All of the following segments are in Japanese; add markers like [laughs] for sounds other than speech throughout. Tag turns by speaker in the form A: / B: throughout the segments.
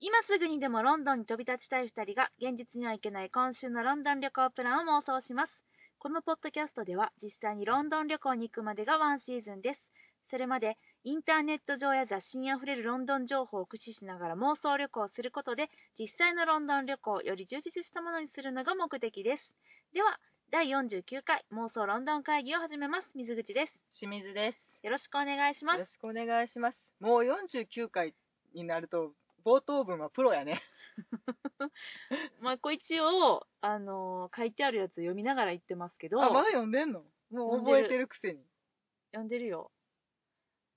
A: 今すぐにでもロンドンに飛び立ちたい2人が現実には行けない今週のロンドン旅行プランを妄想しますこのポッドキャストでは実際にロンドン旅行に行くまでがワンシーズンですそれまでインターネット上や雑誌にあふれるロンドン情報を駆使しながら妄想旅行をすることで実際のロンドン旅行をより充実したものにするのが目的ですでは第49回妄想ロンドン会議を始めます水口です
B: 清水です。
A: よろしくお願いします
B: よろしくお願いします。もう49回になると、冒頭文はプロやね。
A: まあこう一応あのー書いてあるやつ読みながら言ってますけど
B: あ、まだ読んでんのもう覚えてるくせに。
A: 読んでるよ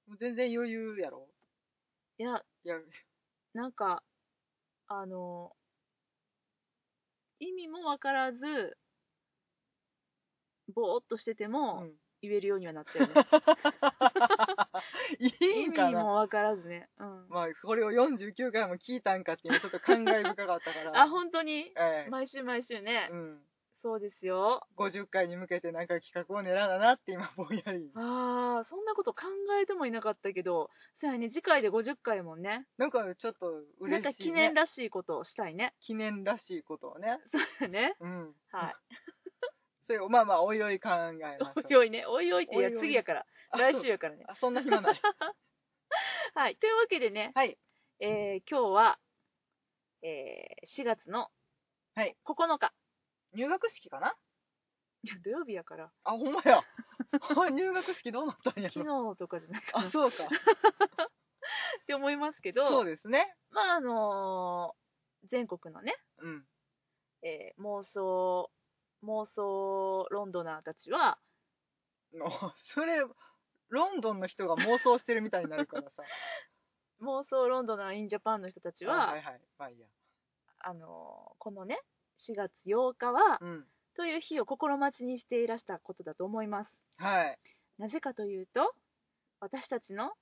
B: もう全然余裕やろ。
A: いや
B: いや、
A: なんかあのー意味もわからずぼーっとしてても
B: うん [laughs]
A: 言えるようにはなったよね、
B: いい
A: 意
B: んか
A: 味
B: な。
A: もわからずね、うん
B: まあ、これを49回も聞いたんかっていうちょっと感慨深かったか
A: [laughs]
B: ら。
A: あ本当に
B: ええ
A: 毎週毎週ね、
B: うん。
A: そうですよ
B: 50回に向けてなんか企画を練らななって今ぼんやり。
A: あーそんなこと考えてもいなかったけどさやね次回で50回もんね
B: なんかちょっと
A: なん
B: 嬉
A: か
B: しい、
A: 記
B: ね。
A: 念らしいことをしたいね [laughs]
B: 記念らしいことをね。
A: ね
B: うん。
A: はい
B: それをまあまあ、おいおい考え [laughs] ましょう。
A: おいおいね、おいおいって、いや
B: おいお、い
A: 次やから、
B: あ
A: 来週やからね。
B: あそんな暇ない。
A: はい、というわけでね、
B: はい。
A: えー今日は、えー4月の
B: はい
A: 9日、
B: 入学式かない
A: や、土曜日やから、
B: あ、ほんまや。 [laughs] 入学式どうなったんや
A: 昨
B: ろ。
A: 日とかじゃなく
B: あ、
A: て
B: そうか。
A: って思いますけ
B: そ
A: ど
B: う、ですね。
A: まあ、あのー全国のね、
B: うん。
A: えー妄想、妄想ロンドナーたちは、
B: もうそれ、ロンドンの人が妄想してるみたいになる [laughs] からさ。
A: 妄想ロンドナーインジャパンの人たちは、
B: はいはい。まあいいや。
A: あのーこのね、4月8日は
B: う、ん。
A: という日を心待ちにしていらしたことだと思います。
B: はい。
A: なぜかというと、私たちの、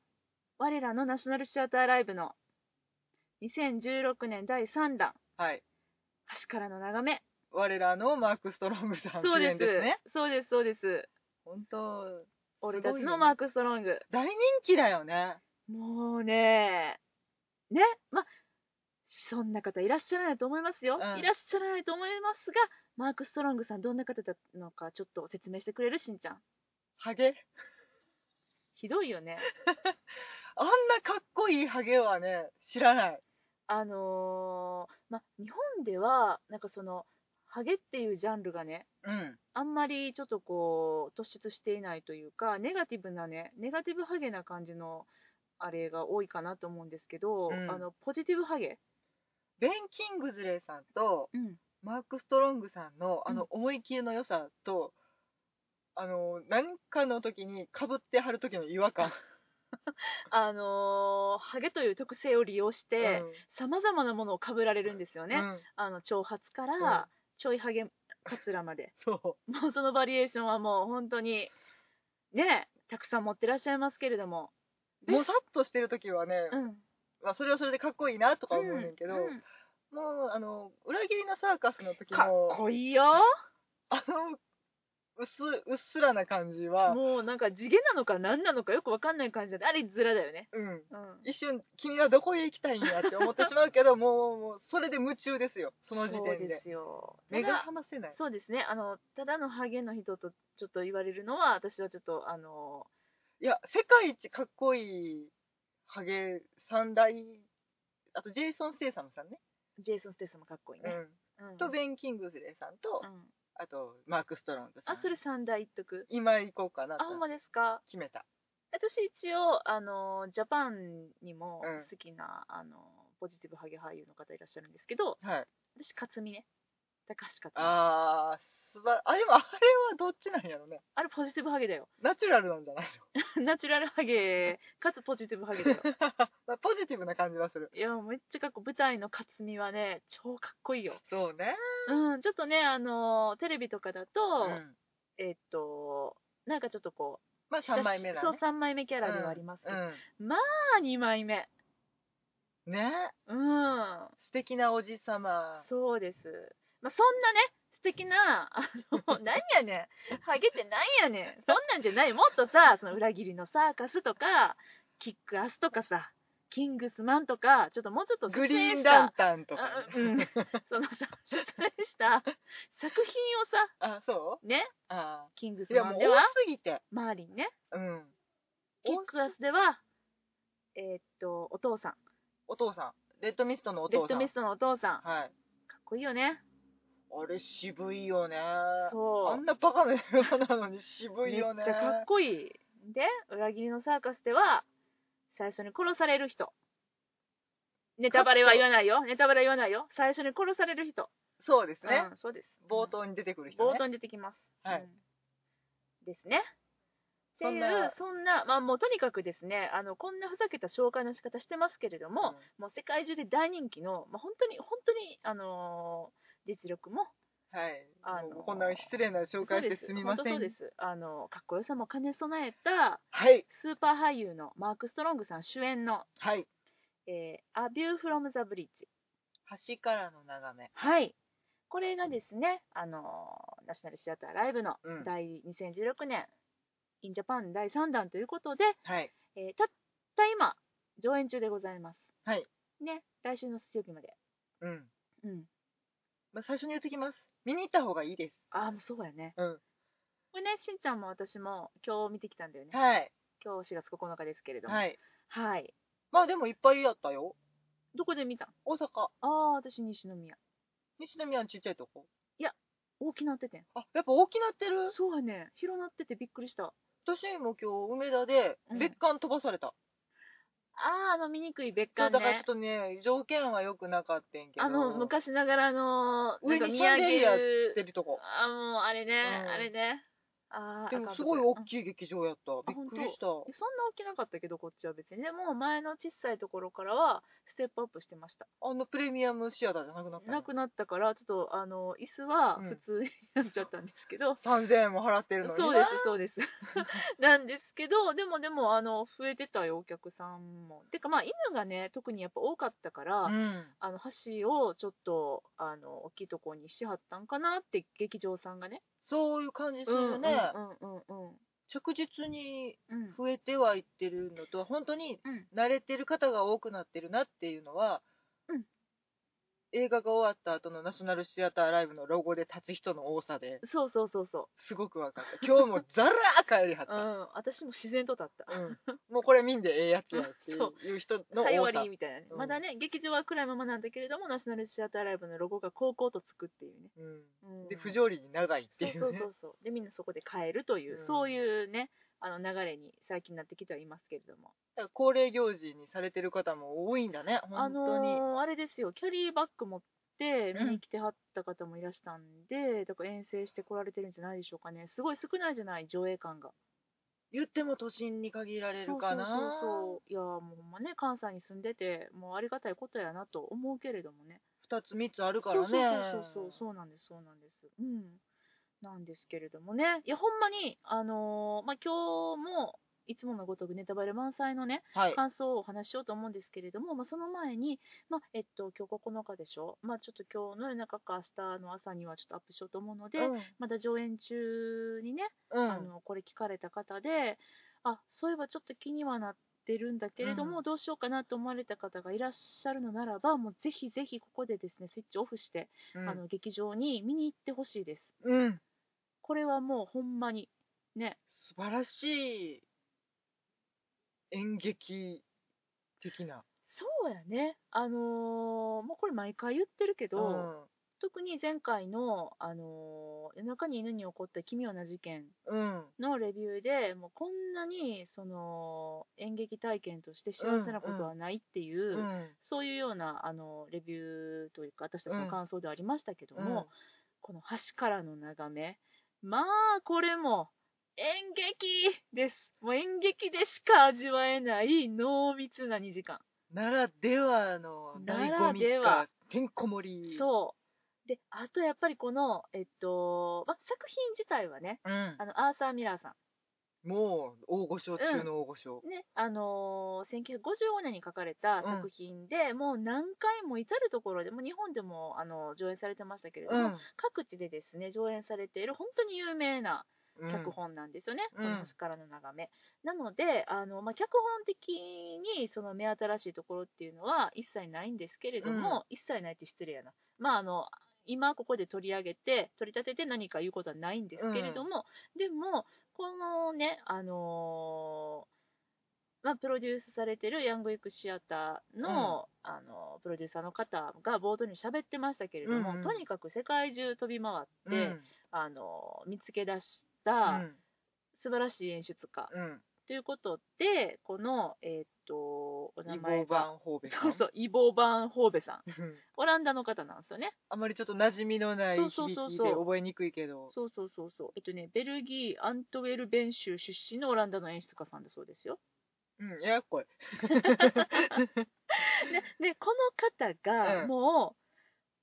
A: 我らのナショナルシアターライブの2016年第3弾、
B: はい。
A: 橋からの眺め。
B: 我らのマーク・ストロングさん記念ですね。
A: そうです、そうです。
B: 本当
A: 俺たち
B: すごい
A: の
B: よ
A: マーク・ストロング。
B: 大人気だよね。
A: もうね、ね、ま、そんな方いらっしゃらないと思いますよ。
B: うん
A: いらっしゃらないと思いますが、マーク・ストロングさんどんな方なのかちょっと説明してくれるしんちゃん。
B: ハゲ
A: ひどいよね。
B: あんなかっこいいハゲはね、知らない。
A: あのーま、日本では、なんかその、ハゲっていうジャンルがね、
B: うん。
A: あんまりちょっとこう突出していないというかネガティブなねネガティブハゲな感じのあれが多いかなと思うんですけど、
B: うん
A: あのポジティブハゲ、
B: ベン・キングズレーさんと、マーク・ストロングさんのあ
A: うん
B: の思い切りの良さと、あの何かの時にかぶってはる時の違和感、
A: あのーハゲという特性を利用して
B: うん
A: さまざまなものをかぶられるんですよね、
B: うん
A: あの長髪か
B: うん
A: らちょいハゲカツラまで
B: そ
A: もうそのバリエーションはもう本当にねたくさん持ってらっしゃいますけれども、
B: うもさっとしてる時はね、
A: うん、
B: まあ、それはそれでかっこいいなとか思うねんけど、
A: ううん
B: もうあの裏切りのサーカスの時
A: かっ
B: の
A: こいいよ
B: あのうっすうっすらな感じは、
A: もうなんか地毛なのか何なのかよくわかんない感じであれズラだよね
B: うん、
A: うん
B: 一瞬君はどこへ行きたいんやって思ってしまうけどもうもうそれで夢中ですよその時
A: そう
B: 点で
A: ですよ
B: 目が
A: ただ
B: 離せない
A: そうですねあのただのハゲの人とちょっと言われるのは私はちょっとあの
B: いや、世界一かっこいいハゲ三大、あとジェイソン・ステイサムさんね、
A: ジェイソン・ステイサムかっこいいね、うん
B: とベン・キングズレーさんと、
A: うん
B: あとマーク・ストロングさん。
A: あそれ三大言っとく
B: 今行こうかな
A: あほんまですか
B: 決めた。
A: 私一応あのジャパンにも
B: うん
A: 好きな、あのポジティブハゲ俳優の方いらっしゃるんですけど
B: はい。
A: 私克実ね高橋克実あ
B: あー、すば、あ、でもあれはどっちなんやろね。
A: れポジティブハゲだよ
B: ナチュラルなんじゃない [laughs]
A: [laughs] ナチュラルハゲかつポジティブハゲだよ
B: のまあポジティブな感じはする。
A: いやめっちゃかっこ舞台の克実はね超かっこいいよ、
B: そうね。
A: うん、ちょっとねあのーテレビとかだと、
B: うん。
A: えっとなんかちょっとこ
B: まあ
A: う
B: 3枚目だ
A: そう
B: ね。
A: 3枚目キャラではありますけど、
B: うん。
A: まあ2枚目
B: うんね
A: うん
B: 素敵なおじさま。
A: そうですまあそんなね素敵なあ
B: [laughs]
A: のなんやねんハゲってなんやねんそんなんじゃないもっとさその裏切りのサーカスとかキックアスとかさキングスマンとか、ちょっともうちょっと
B: グリーン
A: した
B: ランタンとか、
A: あうん、
B: [laughs]
A: そのさ、出演した作品をさ、
B: あそう
A: ね、
B: あ
A: キングス
B: いや
A: マ
B: もう
A: ンで
B: 多
A: は、
B: すぎて
A: マーリンね、
B: うん
A: キックアスでは、えーっと、お父さん、
B: お父さんレッドミストのお
A: レッ
B: 父さ
A: ド
B: ん
A: ミストのお父さん、か
B: はい
A: っこいいよね。
B: あれ渋いよね
A: そ
B: あ
A: う。
B: んなバカな映画なのに渋いよね
A: めっちゃかっこいい。で、裏切りのサーカスでは、最初に殺される人。ネタバレは言わないよ。ネタバレは言わないよ。最初に殺される人。
B: そうですね、
A: うん、そうです。
B: 冒頭に出てくる人ね
A: 冒頭に出てきます。
B: はい
A: うんですね。って
B: そ
A: い
B: ん
A: う、
B: な
A: そんな、まあもうとにかくですね、あの、こんなふざけた紹介の仕方してますけれども、もう世界中で大人気の、まあ本当に、本当に、あのー実力も、
B: うんはい
A: あの
B: もうこんな失礼な紹介してすみません
A: そうです。本当そうです。あの、かっこよさも兼ね備えた、
B: はい
A: スーパー俳優のマーク・ストロングさん主演の、
B: はい
A: えー、A View from the Bridge。
B: 橋からの眺め
A: はい。これがですね、あのーナショナルシアターライブの
B: うん
A: 第2016年、インジャパン第3弾ということで、
B: はい
A: えーたった今、上演中でございます。
B: はい
A: ね、来週の水曜日まで。
B: うん
A: うん。
B: まあ、最初に言っときます見に行った方がいいです
A: ああ、もうそうやね。
B: うん
A: これね、しんちゃんも私も今日見てきたんだよね。
B: はい
A: 今日4月9日ですけれども。。
B: はいいまあでもいっぱいやったよ
A: どこで見たん
B: 大阪
A: ああ、私、西宮。
B: 西宮のちっちゃいとこ
A: 大きなっててん。
B: あやっぱ大きなってる
A: そうやね。広なっててびっくりした。
B: 私も今日梅田で
A: うん
B: 別館飛ばされた、
A: ああ、あの醜い別
B: そ
A: 館
B: うだからちょ
A: ね
B: っ。とね条件は良くなかったんけど
A: あの、昔ながらの、
B: 上
A: なん
B: に
A: か見
B: シャンデ
A: 上
B: リア
A: げ
B: つって
A: る。
B: るとこ
A: あ、もう、あれね、
B: うん
A: あれね。ああ、
B: でも
A: あかん
B: す
A: と
B: ご
A: こ
B: い
A: や
B: 大
A: うん
B: きい劇場やったびっくりし
A: で
B: た
A: そんな大きなかったけど、こっちは別にね、もう前の小さいところからは、ステップアップしてました。
B: あのプレミアムシアターじゃなくなったんや
A: なくなったから、ちょっと、あの、椅子は
B: うん
A: 普通になっちゃったんですけど、
B: 3000円も払ってるのに
A: そうです、そうです。
B: [laughs]
A: なんですけど、でもでも、あの、増えてたよ、お客さんも。てか、まあ、犬がね、特にやっぱ多かったから、
B: うん
A: あの、橋をちょっと、あの、大きいとこにしはったんかなって、劇場さんがね。
B: そういう感じす
A: うん
B: るね、
A: うんうんうん
B: 着実に
A: うん。
B: 増えてはいってるのと本当に
A: うん
B: 慣れてる方が多くなってるなっていうのは、
A: うん
B: 映画が終わった後のナショナルシアターライブのロゴで立つ人の多さで
A: そうそうそうそ
B: すごく分かった今日もザラー帰りは
A: う。
B: っ
A: う
B: た、うん
A: ん。私も自然とだった。
B: もうこれ見んでええやつやって
A: そう
B: いう人の
A: はい、
B: 多
A: 終
B: さ
A: わりみたいなね。
B: うん
A: まだね、劇場は暗いままなんだけれども、ナショナルシアターライブのロゴが高校とつくっていうね。
B: う
A: うん
B: ん、で不条理に長いってい
A: そうう
B: ね
A: そうそうそうでみんなそこで変えるという、
B: うん
A: そういうねあの流れに最近なってきてはいますけれども
B: だから恒例行事にされてる方も多いんだね
A: あ
B: 本
A: の
B: 当に、
A: ーあれですよキャリーバッグ持って
B: うん
A: 見に来てはった方もいらしたんで、だから遠征して来られてるんじゃないでしょうかねすごい少ないじゃない上映感が
B: 言っても都心に限られるかな
A: そうそうそうそういやーもうほんまね関西に住んでてもうありがたいことやなと思うけれどもね
B: 2つ3つあるからね
A: そうそうそうそうそうなんですそうなんですうんなんですけれどもねいやほんまにあのーまあ今日もいつものごとくネタバレ満載のね
B: はい
A: 感想をお話ししようと思うんですけれども、まあ、その前に、まあえっと、今日9日でしょ、まあ、ちょっと今日の夜中か明日の朝にはちょっとアップしようと思うので、
B: うん
A: まだ上演中にね、
B: うん
A: あのこれ聞かれた方であそういえばちょっと気にはなってるんだけれども、
B: うん
A: どうしようかなと思われた方がいらっしゃるのならばもうぜひぜひここでですねスイッチオフして、
B: うん
A: あの劇場に見に行ってほしいです。
B: うん、
A: これはもうほんまにね、
B: 素晴らしい演劇的な、
A: そうやね、あのーもうこれ毎回言ってるけど、特に前回の、あのー夜中に犬に起こった奇妙な事件
B: うんうん、
A: のレビューでもうこんなにその演劇体験として幸せなことはないっていう、
B: うん
A: そういうような、あのレビューというか私たちの感想ではありましたけども、
B: うん
A: この橋からの眺めまあこれも演劇ですもう演劇でしか味わえない濃密な2時間
B: ならではの醍醐味
A: ならで
B: が
A: は
B: てんこ盛り
A: そうであとやっぱりこの、えっとま、作品自体はね
B: う、ん
A: あ、のアーサー・ミラーさ
B: もう大御所中の大御所、
A: ん、ねあのー1955年に書かれた作品で、もう何回も至る所でもう日本でも、あの上演されてましたけれども、
B: うん
A: 各地でですね上演されている本当に有名な
B: うん
A: 脚本なんですよね、
B: うん
A: この星からの眺め。なので、あのまあ、脚本的にその目新しいところっていうのは一切ないんですけれども、一切ないって失礼やな、まああの、今ここで取り上げて、取り立てて何か言うことはないんですけれども、でも、このね、あのーまあ、プロデュースされてるヤングイクシアターの,、あのプロデューサーの方が冒頭に喋ってましたけれども、
B: うんうん
A: とにかく世界中飛び回って、
B: うん
A: あの見つけ出し
B: う
A: た
B: ん
A: 素晴らしい演出家、
B: うん
A: ということでこの、えーっとお名
B: イボ
A: 前
B: ーバ
A: が
B: ン・ホーベさん
A: そうそうイボーバン・ホーベさん
B: うん
A: オランダの方なんですよね
B: あまりちょっと馴染みのない響
A: そうそう
B: き
A: そう
B: で
A: そう
B: 覚えにくいけど
A: そうそうそうそうえっとねベルギーアントウェルベン州出身のオランダの演出家さんだそうですよ
B: うんややこい
A: でこの方
B: う
A: が
B: ん
A: もう、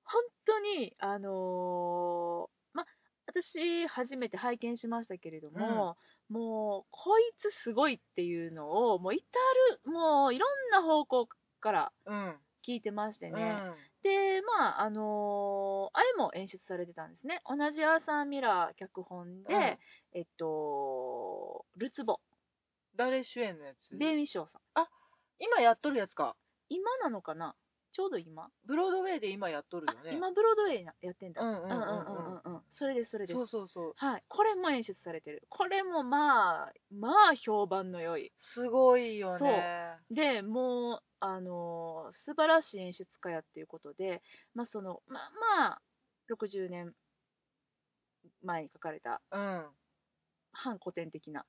A: 本当にあのーま私初めて拝見しましたけれども、もうこいつすごいっていうのをもう至るもういろんな方向から
B: うん
A: 聞いてまして
B: う
A: ね、
B: ん
A: でまああのーあれも演出されてたんですね同じアーサー・ミラー脚本で、
B: うん
A: えっとルツボ
B: 誰主演のやつ
A: ベイミショーさん
B: 今やっとるやつか
A: 今なのかなちょうど今、
B: ブロードウェイで今やっとるよ
A: あ
B: ね
A: 今ブロードウェイなやってんだ
B: うんうんう
A: うんうん
B: んう
A: うん
B: ん
A: うんうんそれですそれです
B: そうそうそう
A: はいこれも演出されてるこれもまあまあ評判の良い
B: すごいよね
A: でもうあのー素晴らしい演出家やっていうことでまあそのまあまあ60年前に書かれた
B: うん
A: 反古典的な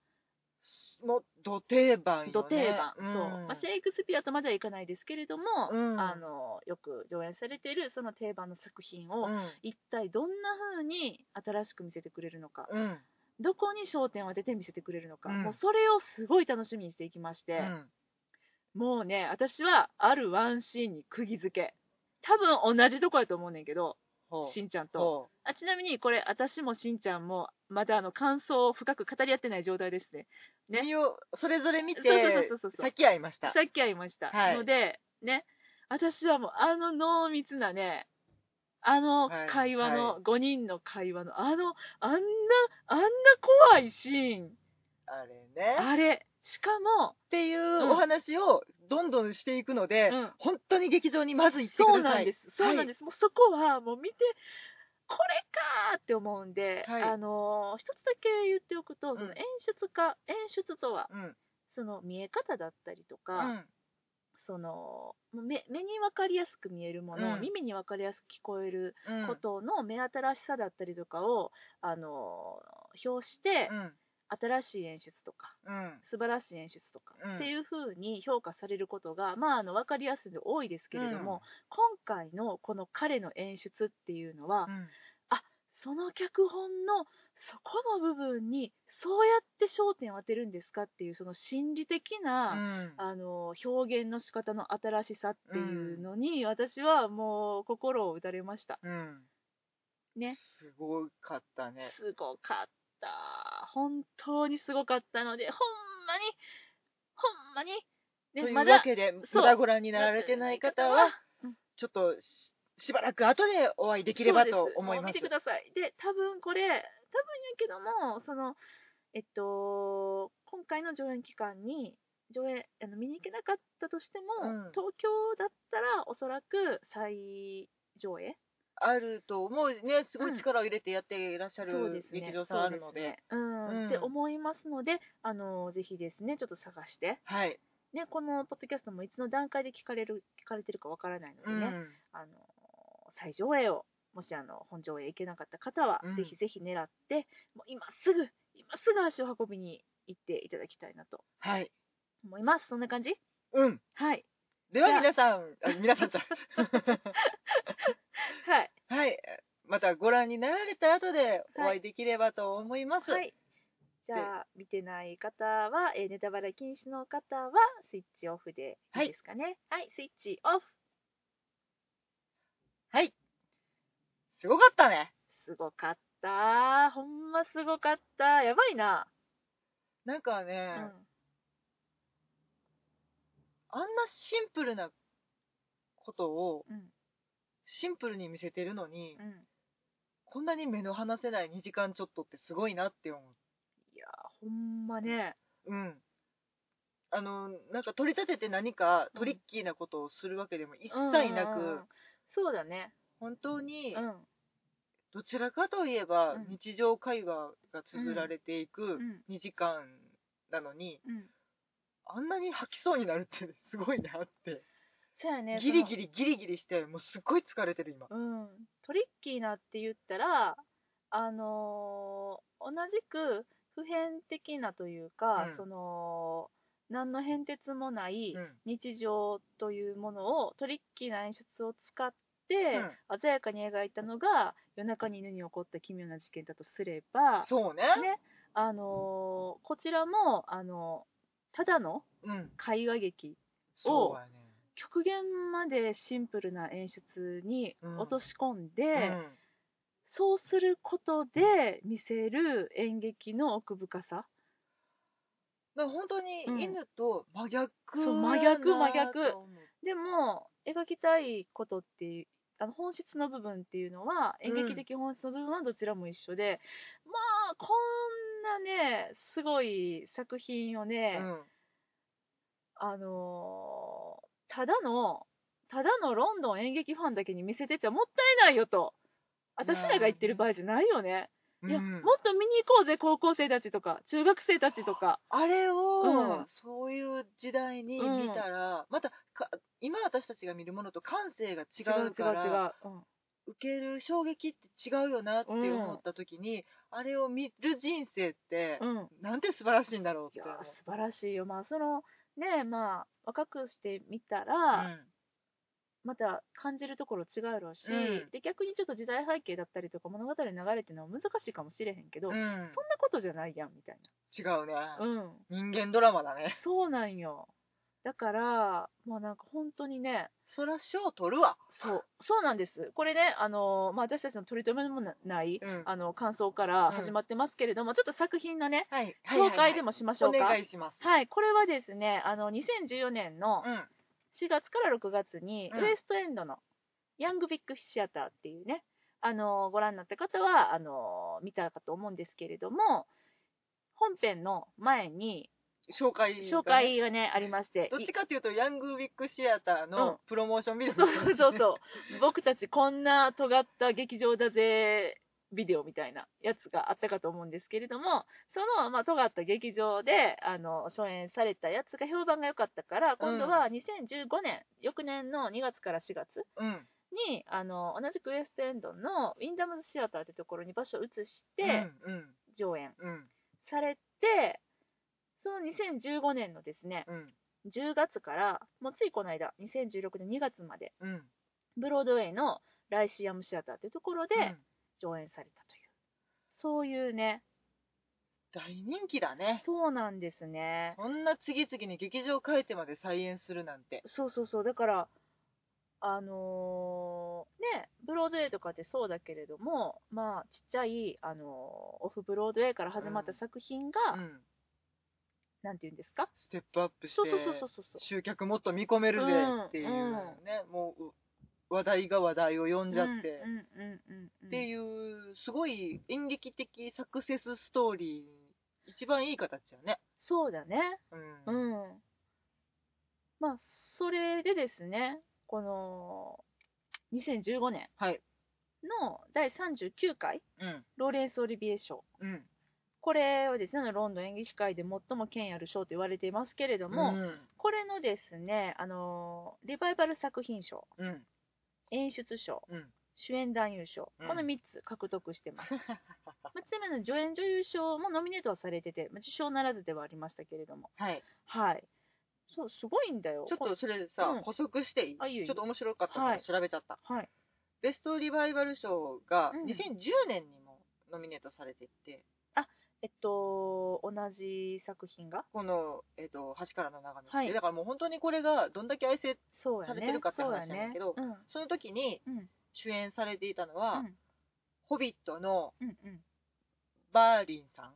B: もうど定番よね
A: 土定番、
B: うん
A: そうまあ、シェイクスピアとまではいかないですけれども、
B: うん
A: あのーよく上演されているその定番の作品を、
B: うん
A: 一体どんな風に新しく見せてくれるのか、
B: うん
A: どこに焦点を当てて見せてくれるのか、
B: うん
A: もうそれをすごい楽しみにしていきまし
B: う
A: て、
B: ん
A: もうね、私はあるワンシーンに釘付け。多分同じとこやと思うねんけど、
B: ほう
A: しんちゃんと。
B: ほ
A: あちなみにこれ、私もしんちゃんも、まだあの感想を深く語り合ってない状態ですね。
B: う
A: ね
B: 身をそれぞれ見て
A: そうそうそうそうそう
B: 先合いました
A: さっき会いました。
B: はい
A: ので、ね、私はもうあの濃密なね、あの
B: はい
A: 会話の、
B: は
A: 5人の会話の、あの、あんな、あんな怖いシーン、
B: あれね
A: あれ、しかも、
B: ってい
A: ん
B: うお話をどんどんしていくので、
A: うん
B: 本当に劇場にまず行って
A: そう
B: くだ
A: な
B: さ
A: んで
B: い
A: す、そうなんです、もうそこはもう見て、これかーって思うんで、
B: はい
A: あのー一つだけ言っておくと、
B: ん
A: その演出家、演出とは、
B: うんうん
A: その見え方だったりとか、その目目に分かりやすく見えるもの、
B: うん
A: 耳に分かりやすく聞こえる
B: うん
A: ことの目新しさだったりとかを、あのー表して、
B: うん
A: 新しい演出とか
B: うん
A: 素晴らしい演出とか、
B: うん
A: っていう風に評価されることが、まあ、あの分かりやすいので多いですけれども、今回のこの彼の演出っていうのは、
B: うん
A: その脚本のそこの部分にそうやって焦点を当てるんですかっていうその心理的な、
B: うん
A: あの表現の仕方の新しさっていうのに、私はもう心を打たれました
B: うん
A: ね
B: すごかったね
A: すごかった本当にすごかったのでほんまにほんまに、
B: と
A: ね、
B: いう
A: ま
B: わ
A: だ
B: けで
A: そう
B: まだご覧になられてない方はちょっとししばらく後でお会いできればと思い
A: そう
B: ま
A: ですすもう見てくださいで多分これ多分やけどもそのえっと今回の上演期間に上演あの見に行けなかったとしても、
B: うん
A: 東京だったらおそらく再上映
B: あると思うねすご
A: うん
B: い力を入れてやっていらっしゃ
A: そう
B: る
A: ですね
B: 劇場さんあるので
A: そうすねうん
B: うん
A: って思いますのであのぜひですねちょっと探して、
B: はい、
A: ね、このポッドキャストもいつの段階で聞かれる聞かれてるかわからないので
B: う
A: ね、
B: ん
A: あの最上映をもしあの本上映行けなかった方は、
B: うん
A: ぜひぜひ狙ってもう今すぐ今すぐ足を運びに行っていただきたいなと
B: はい
A: 思いますそんな感じ
B: うん
A: はい
B: では皆さん
A: [laughs]
B: あ皆さんじゃない
A: はい、
B: [laughs] はい。またご覧になられた後でお会いできればと思います。
A: はい、じゃあ見てない方は、えーネタバレ禁止の方はスイッチオフでいいですかねはい、スイッチオフ
B: はいすごかったね。
A: すごかったほんますごかったやばいな、
B: なんか
A: う
B: ね、
A: ん
B: あんなシンプルなことを
A: うん
B: シンプルに見せてるのに、
A: うん、
B: こんなに目の離せない2時間ちょっとってすごいなって思
A: ほんまね。
B: うん。あの、なんか取り立てて何かトリッキーなことをするわけでも一切な
A: うんうんうん
B: く
A: うん、そうだね。
B: 本当に
A: うん。
B: どちらかといえば
A: うん
B: 日常会話が綴られていく
A: うん。
B: 2時間なのに、
A: うん。
B: あんなに吐きそうになるってすごいなって。
A: そうやね。
B: ギリギ
A: リ。
B: リギリギリして、もうすっごい疲れてる今。
A: うん。トリッキーなって言ったら、あのー同じく普遍的なというか、
B: うん
A: その、何の変哲もない、
B: うん。
A: 日常というものをトリッキーな演出を使って、鮮やかに描いたのが夜中に犬に起こった奇妙な事件だとすれば、
B: そうね。
A: ねあのーこちらも、あのーただの
B: うん。
A: 会話劇
B: そうやね。
A: 極限までシンプルな演出に落とし込んで、
B: うん
A: そうすることで見せる演劇の奥深さ、
B: だから本当に
A: うん
B: 犬と真逆
A: そう真逆
B: やな
A: 真逆
B: と思う
A: でも描きたいことっていうあの本質の部分っていうのは
B: う
A: 演
B: ん
A: 劇的本質の部分はどちらも一緒で、まあこんなねすごい作品をね、
B: うん
A: あのーただのただのロンドン演劇ファンだけに見せてちゃもったいないよと私らが言ってる場合じゃないよね、いや
B: うん
A: もっと見に行こうぜ高校生たちとか中学生たちとか
B: あれ
A: う
B: を
A: ん
B: そういう時代に見たら、またか今私たちが見るものと感性が違うから
A: 違う違ううん
B: 受ける衝撃って違うよなって思った時に、あれを見る人生って、
A: うん
B: なんて素晴らしいんだろうっ
A: い
B: て
A: や
B: 思う
A: 素晴らしいよまあそのねまあ若くしてみたら、また感じるところ違うやろうし、
B: うん
A: で逆にちょっと時代背景だったりとか物語の流れっていうのは難しいかもしれへんけど、
B: うん
A: そんな
B: うん
A: ことじゃないやんみたい
B: 違うね、
A: な、うん、
B: 人間ドラマだね
A: そうなんよだからもうなんか本当にね
B: そら賞取るわ
A: そうそうなんですこれねあの、まあ、私たちの取り留めもなない、
B: うん
A: あの感想から始まってますけれども、ちょっと作品のね
B: はい
A: 紹介で
B: も
A: もしましょうか、
B: お願いします
A: はい、これはですね、あの2014年の
B: うん
A: 4月から6月に、
B: うん
A: ウエストエンドのヤングビッグシアターっていうね、あのご覧になった方はあの見たかと思うんですけれども、本編の前に
B: 紹介だね
A: 紹介がね、ありまして、
B: どっちかっていうとヤングウィックシアター
A: うん
B: のプロモーションビデオ
A: [laughs] そうそうそうそう、僕たちこんな尖った劇場だぜビデオみたいなやつがあったかと思うんですけれども、その、まあ、尖った劇場であの初演されたやつが評判が良かったから、今度は2015年、翌年の2月から4月
B: うん
A: にあの同じくウエストエンドのウィンダムズシアターというところに場所を移して
B: うんうん
A: 上演
B: うん
A: されて、その2015年のですね
B: うん
A: 10月からもうついこの間2016年2月まで
B: うん
A: ブロードウェイのライシアムシアターというところで上演されたという、そういうね
B: 大人気だね
A: そうなんですね
B: そんな次々に劇場変えてまで再演するなんて
A: そうそうそうだからあのーねブロードウェイとかってそうだけれどもまあちっちゃい、あのーオフブロードウェイから始まった作品が、
B: うん
A: なんていうんですか
B: ステップアップして
A: そうそうそうそうそう
B: 集客もっと見込めるぜっていう
A: うん
B: ねもうう話題が話題を呼んじゃっ
A: う
B: て
A: んうんうんうん
B: っていうすごい演劇的サクセスストーリー一番いい形よね
A: そうだねう
B: う
A: んんまあそれでですねこの2015年
B: はい
A: の第39回
B: うん
A: ローレンス・オリビエ賞
B: うん
A: これはですねロンドン演劇界で最も権威ある賞と言われていますけれども、
B: うん
A: これのですね、あのリバイバル作品賞、
B: うん
A: 演出賞、
B: うん
A: 主演男優賞、
B: うん
A: この3つ獲得して
B: [laughs]
A: ます。まあ、つまりの助演女優賞もノミネートはされてて、まあ、受賞ならずではありましたけれども、
B: はい
A: はい、そうすごいんだよ。
B: ちょっ
A: こと
B: それさ、
A: うん
B: 補足していい
A: あいいよいいよ
B: ちょっと面白かったから調べちゃった、
A: はい、
B: ベストリバイバル賞が
A: うん
B: 2010年にもノミネートされてて、
A: えっと同じ作品が、
B: この、えっと橋からの眺め、
A: はい
B: だからもう本当にこれがどんだけ愛せ
A: そうやね、
B: されてるかって話なんだけど
A: そうやね
B: その時に
A: うんうん
B: 主演されていたのは「
A: うん
B: ホビット」の
A: うんうん。
B: バーリンさん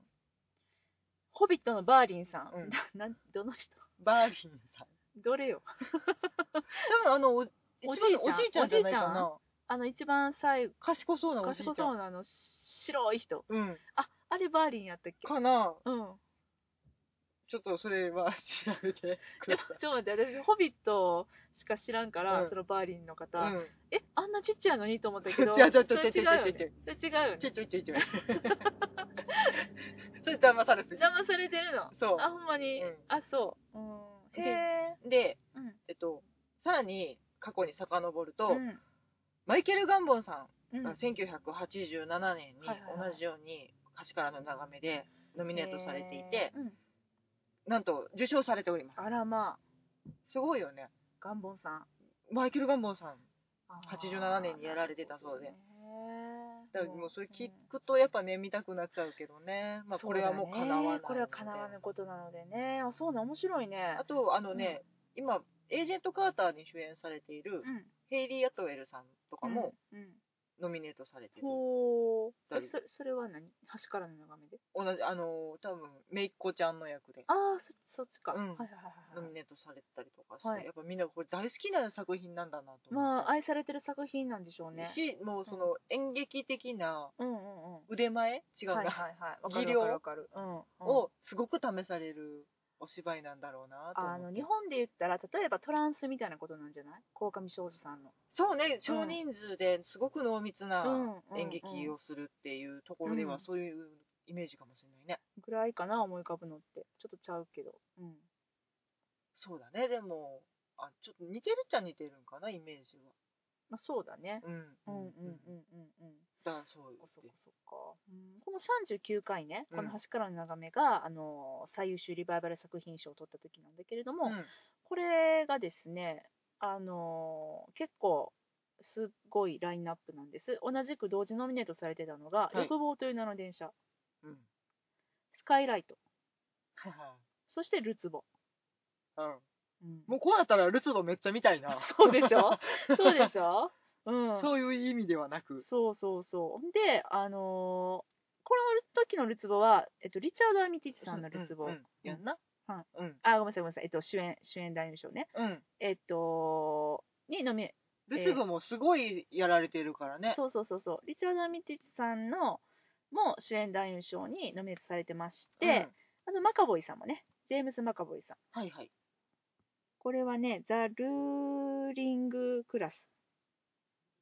A: ホビットのバーリンさん、
B: うん
A: [laughs] なんどの人、
B: バーリンさん
A: どれよ。
B: 多分あのお一番の
A: お
B: お
A: じ
B: じ
A: い
B: い
A: ち
B: ち
A: ゃん
B: ゃんじゃないか
A: お
B: な
A: あの一番最後、
B: 賢そうなおじいちゃ
A: 賢そうんなあの白い人。
B: うん
A: あ、あれバーリンやったっけ
B: かな
A: うん。
B: ちょっとそれは調べてく
A: で
B: だ
A: もちょっと待って私「ホビット」しか知らんから、
B: うん
A: そのバーリンの方、
B: さい。うん。
A: えあんなちっちゃいのにと思ったけど
B: [laughs] 違う違う違う
A: それ違うよね
B: 違う違う
A: それ違うよ
B: ち
A: ね
B: ょいちょいちょいちょい。 [laughs] それ騙されすぎ。
A: 邪魔されてるの
B: そ
A: あほんまに、
B: うん
A: あそううん
B: で
A: へえ
B: う。で、
A: うん
B: えっと、さらに過去に遡ると、
A: うん
B: マイケル・ガンボンさ
A: うんん
B: が1987年に
A: はいはいはい
B: 同じように歌詞からの眺めでノミネートされていて、
A: うん
B: なんと受賞されております。
A: あらまあ
B: すごいよね。
A: ガンボンさん
B: マイケル・ガンボンさん。
A: あー
B: 87年にやられてたそうで
A: へえ
B: だからもうそれ聞
A: うん
B: くとやっぱね、見たくなっちゃうけどね。まあこれはもう
A: そだね
B: 叶わないので。
A: これは叶わぬことなのでねあそうね面白いね
B: あと、あのね、今、エージェント・カーターに主演されている
A: うん
B: ヘイリー・アトウェルさんとかも
A: うんうん
B: ノミネートされてる。
A: ほう
B: 二
A: え
B: 人
A: そそれは何端からの眺めで
B: 同じ、あの、多分めいっ子ちゃんの役で
A: ああそそっちか、
B: うん
A: はいはいはいは
B: ノミ
A: い
B: ネートされたりとかして、
A: はい
B: やっぱみんなこれ大好きな作品なんだなと思
A: ま
B: っ
A: あ
B: て。
A: 愛されてる作品なんでしょうね
B: し、もうその演劇的な
A: うんうんうん
B: 腕前違うな、
A: はいはいはいわか
B: 技
A: る
B: 量
A: わかるわかる、うんうん、
B: をすごく試されるお芝居なんだろうなと思っ
A: あ
B: て
A: の日本で言ったら例えばトランスみたいなことなんじゃない鴻上庄司さんの、
B: そうね、少人数ですごく濃密な
A: うん
B: 演劇をするっていうところで
A: うん
B: はそういうイメージかもしれないね。
A: ぐらいかな思い浮かぶのってちょっとちゃうけど、うん、
B: そうだね、でも、あちょっと似てるっちゃ似てるんかな、イメージは。
A: まあそうだね
B: うん。
A: うんうんうんうんうん
B: だからそう
A: そっかそっ
B: で
A: かそっか、うん、この39回ね
B: うん
A: この「端からの眺めが」あの最優秀リバイバル作品賞を取った時なんだけれども、
B: うん
A: これがですねあの結構すっごいラインナップなんです同じく同時ノミネートされてたのが「
B: はい
A: 欲望という名の電車」
B: うん。
A: スカイライト」
B: はは
A: そして「ルツボ」
B: うん、
A: うん
B: もうこうなったらルツボめっちゃ見たいな
A: そうでしょ
B: [laughs]
A: そうでしょうん
B: そういう意味ではなく
A: そうそうそう。で、あのーこの時のルツボは、えっと、リチャード・アミティッチさんのルツボ。
B: うんうんやんな
A: はい
B: うん
A: あ、ごめんなさい、ごめんなさい。えっと、主演、主演男優賞ね。
B: うん
A: えっと、にノミ、
B: ルツボもすごいやられてるからね、
A: そうそうそうそう。リチャード・アミティッチさんの、も主演男優賞にノミネートされてまして、
B: う
A: あ
B: ん
A: と、マカボイさんもね。ジェームス・マカボイさん。
B: はいはい
A: これはね、ザ・ルーリング・クラスっ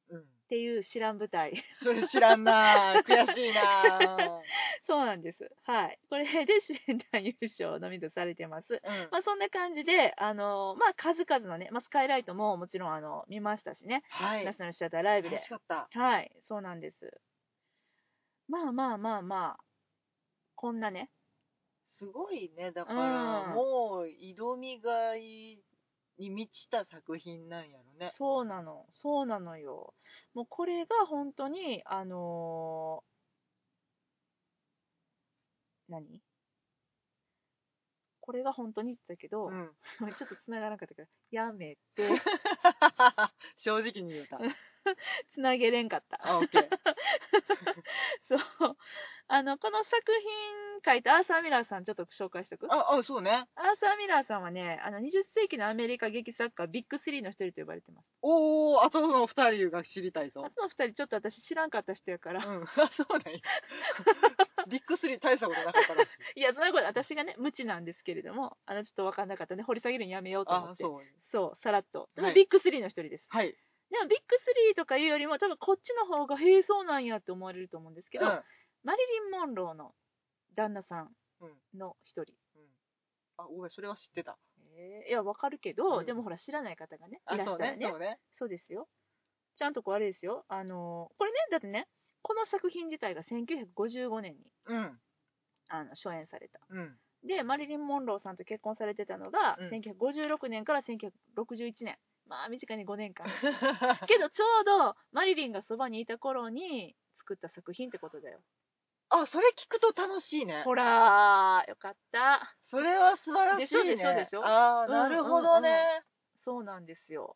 B: うん
A: ていう知らん舞台。 [laughs]
B: それ知らん [laughs] なぁ悔しいなぁ
A: そうなんです。はい。これで主演男優賞をノミネートされてます。
B: [laughs] うん
A: まあ、そんな感じで、あのまあ、数々のね、まあ、スカイライトももちろんあの見ましたしね、
B: はい
A: ナショナルシアターライブ
B: 楽
A: で
B: し。かった
A: はい、そうなんです。まあまあまあまあ、こんなね、
B: すごいねだから、
A: うん
B: もう挑みがいに満ちた作品なんやろね
A: そうなの、そうなのよ。もうこれが本当に、あのー何これが本当にって言ったけど、
B: うん
A: ちょっと繋がらなかったから、やめて、
B: [laughs] 正直に言うた
A: 繋げれんかった。
B: [laughs] あオッケー
A: [laughs] そう。あの、この作品書いたアーサー・ミラーさん、ちょっと紹介しとく。アー
B: ああそうね
A: サー・ミラーさんはね、あの、20世紀のアメリカ劇作家、ビッグスリーの一人と呼ばれてます。
B: おおあとの二人が知りたいぞ
A: あとの二人、ちょっと私知らんかった人やか
B: う
A: ら。
B: ん、 [laughs] あそうなんやビッグスリー大したことなかったらしい
A: いや、そんなこと、私がね、無知なんですけれども、あの、ちょっとわかんなかったね、掘り下げるのやめようと思
B: [laughs] あ
A: って。
B: そう
A: そうさらっと。でも
B: はい
A: ビッグスリーの一人です。
B: はい
A: でも、ビッグスリーとかいうよりも、多分こっちの方が、へえ、そうなんやって思われると思うんですけど、
B: うん
A: マリリン・モンローの旦那さんの一人。
B: うんあごめんそれは知ってた
A: えーいや、わかるけど、
B: うん
A: でもほら、知らない方がね、
B: あ
A: いらっし
B: そ
A: ゃ
B: う
A: るね
B: ねそうね
A: そうですよ。ちゃんとこう、あれですよ。あのーこれね、だってね、この作品自体が1955年に
B: うん
A: あの初演された。
B: うん
A: で、マリリン・モンローさんと結婚されてたのが、
B: うん
A: 1956年から1961年。まあ、短いに5年間。 [laughs] けど、ちょうど、マリリンがそばにいた頃に作った作品ってことだよ。
B: [laughs] あそれ聞くと楽しいね
A: ほらー、よかった。
B: それは素晴らしい
A: で
B: ね
A: しょでしょでしょ
B: あ
A: う
B: ー
A: ん
B: なるほどね、
A: そうなんですよ。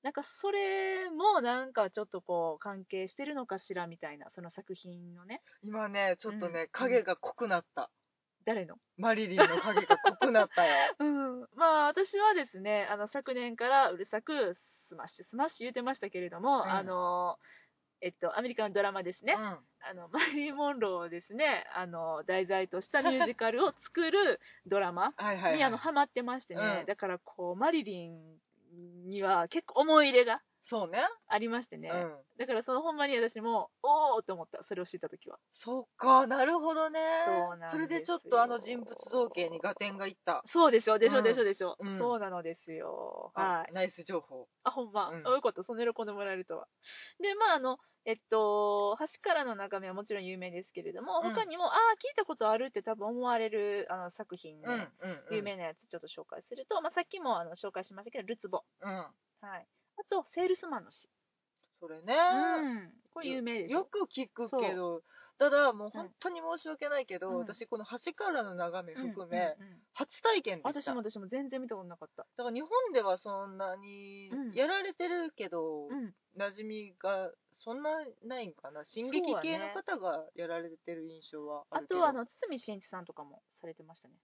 A: なんかそれもなんかちょっとこう関係してるのかしらみたいなその作品のね
B: 今ねちょっとね、
A: うん
B: 影が濃くな [laughs] った
A: 誰の
B: マリリンの影が濃くなったよ [laughs]
A: うんまあ私はですねあの昨年からうるさくスマッシュスマッシュ言ってましたけれども、
B: うん
A: あのえっと、アメリカのドラマですね、
B: うん
A: あの [laughs] マリー・モンローをですねあの題材としたミュージカルを作る
B: [laughs]
A: ドラマ
B: はいはい、はい、
A: にあのハマってましてね、
B: うん
A: だからこうマリリンには結構思い入れが
B: そうね
A: ありましてね、
B: うん
A: だからそのほんまに私もおおと思ったそれを知った時は
B: そっかなるほどね
A: そうなんですよ
B: れでちょっとあの人物造形に合点がいった
A: そうでしょでし
B: う
A: ょ
B: ん
A: でしょでしょ、
B: うん
A: そうなのですよ
B: あ
A: はい
B: ナイス情報
A: あ、ほんま。
B: うん
A: あよかった。そんな喜んでもらえるとは。で、まあ、あの、えっと、橋からの眺めはもちろん有名ですけれども、
B: うん
A: 他にも、ああ、聞いたことあるって多分思われるあの作品
B: う
A: で、
B: んうんうん
A: 有名なやつちょっと紹介すると、まあ、さっきもあの紹介しましたけど、ルツボ。
B: うん
A: はい。あと、セールスマンの詩。
B: それね、
A: うん。これ有名です
B: よく聞くけどただもう本当に申し訳ないけど、
A: うん
B: 私この橋からの眺め含め、
A: うんうんうん
B: 初体験でした
A: 私も私も全然見たことなかった。
B: だから日本ではそんなに
A: うん
B: やられてるけど、
A: うん。
B: 馴染みがそんなないんかな進撃系の方がやられてる印象はあ
A: あ
B: るけ
A: と
B: ど
A: は、あの、堤真一さんとかもされてましたね。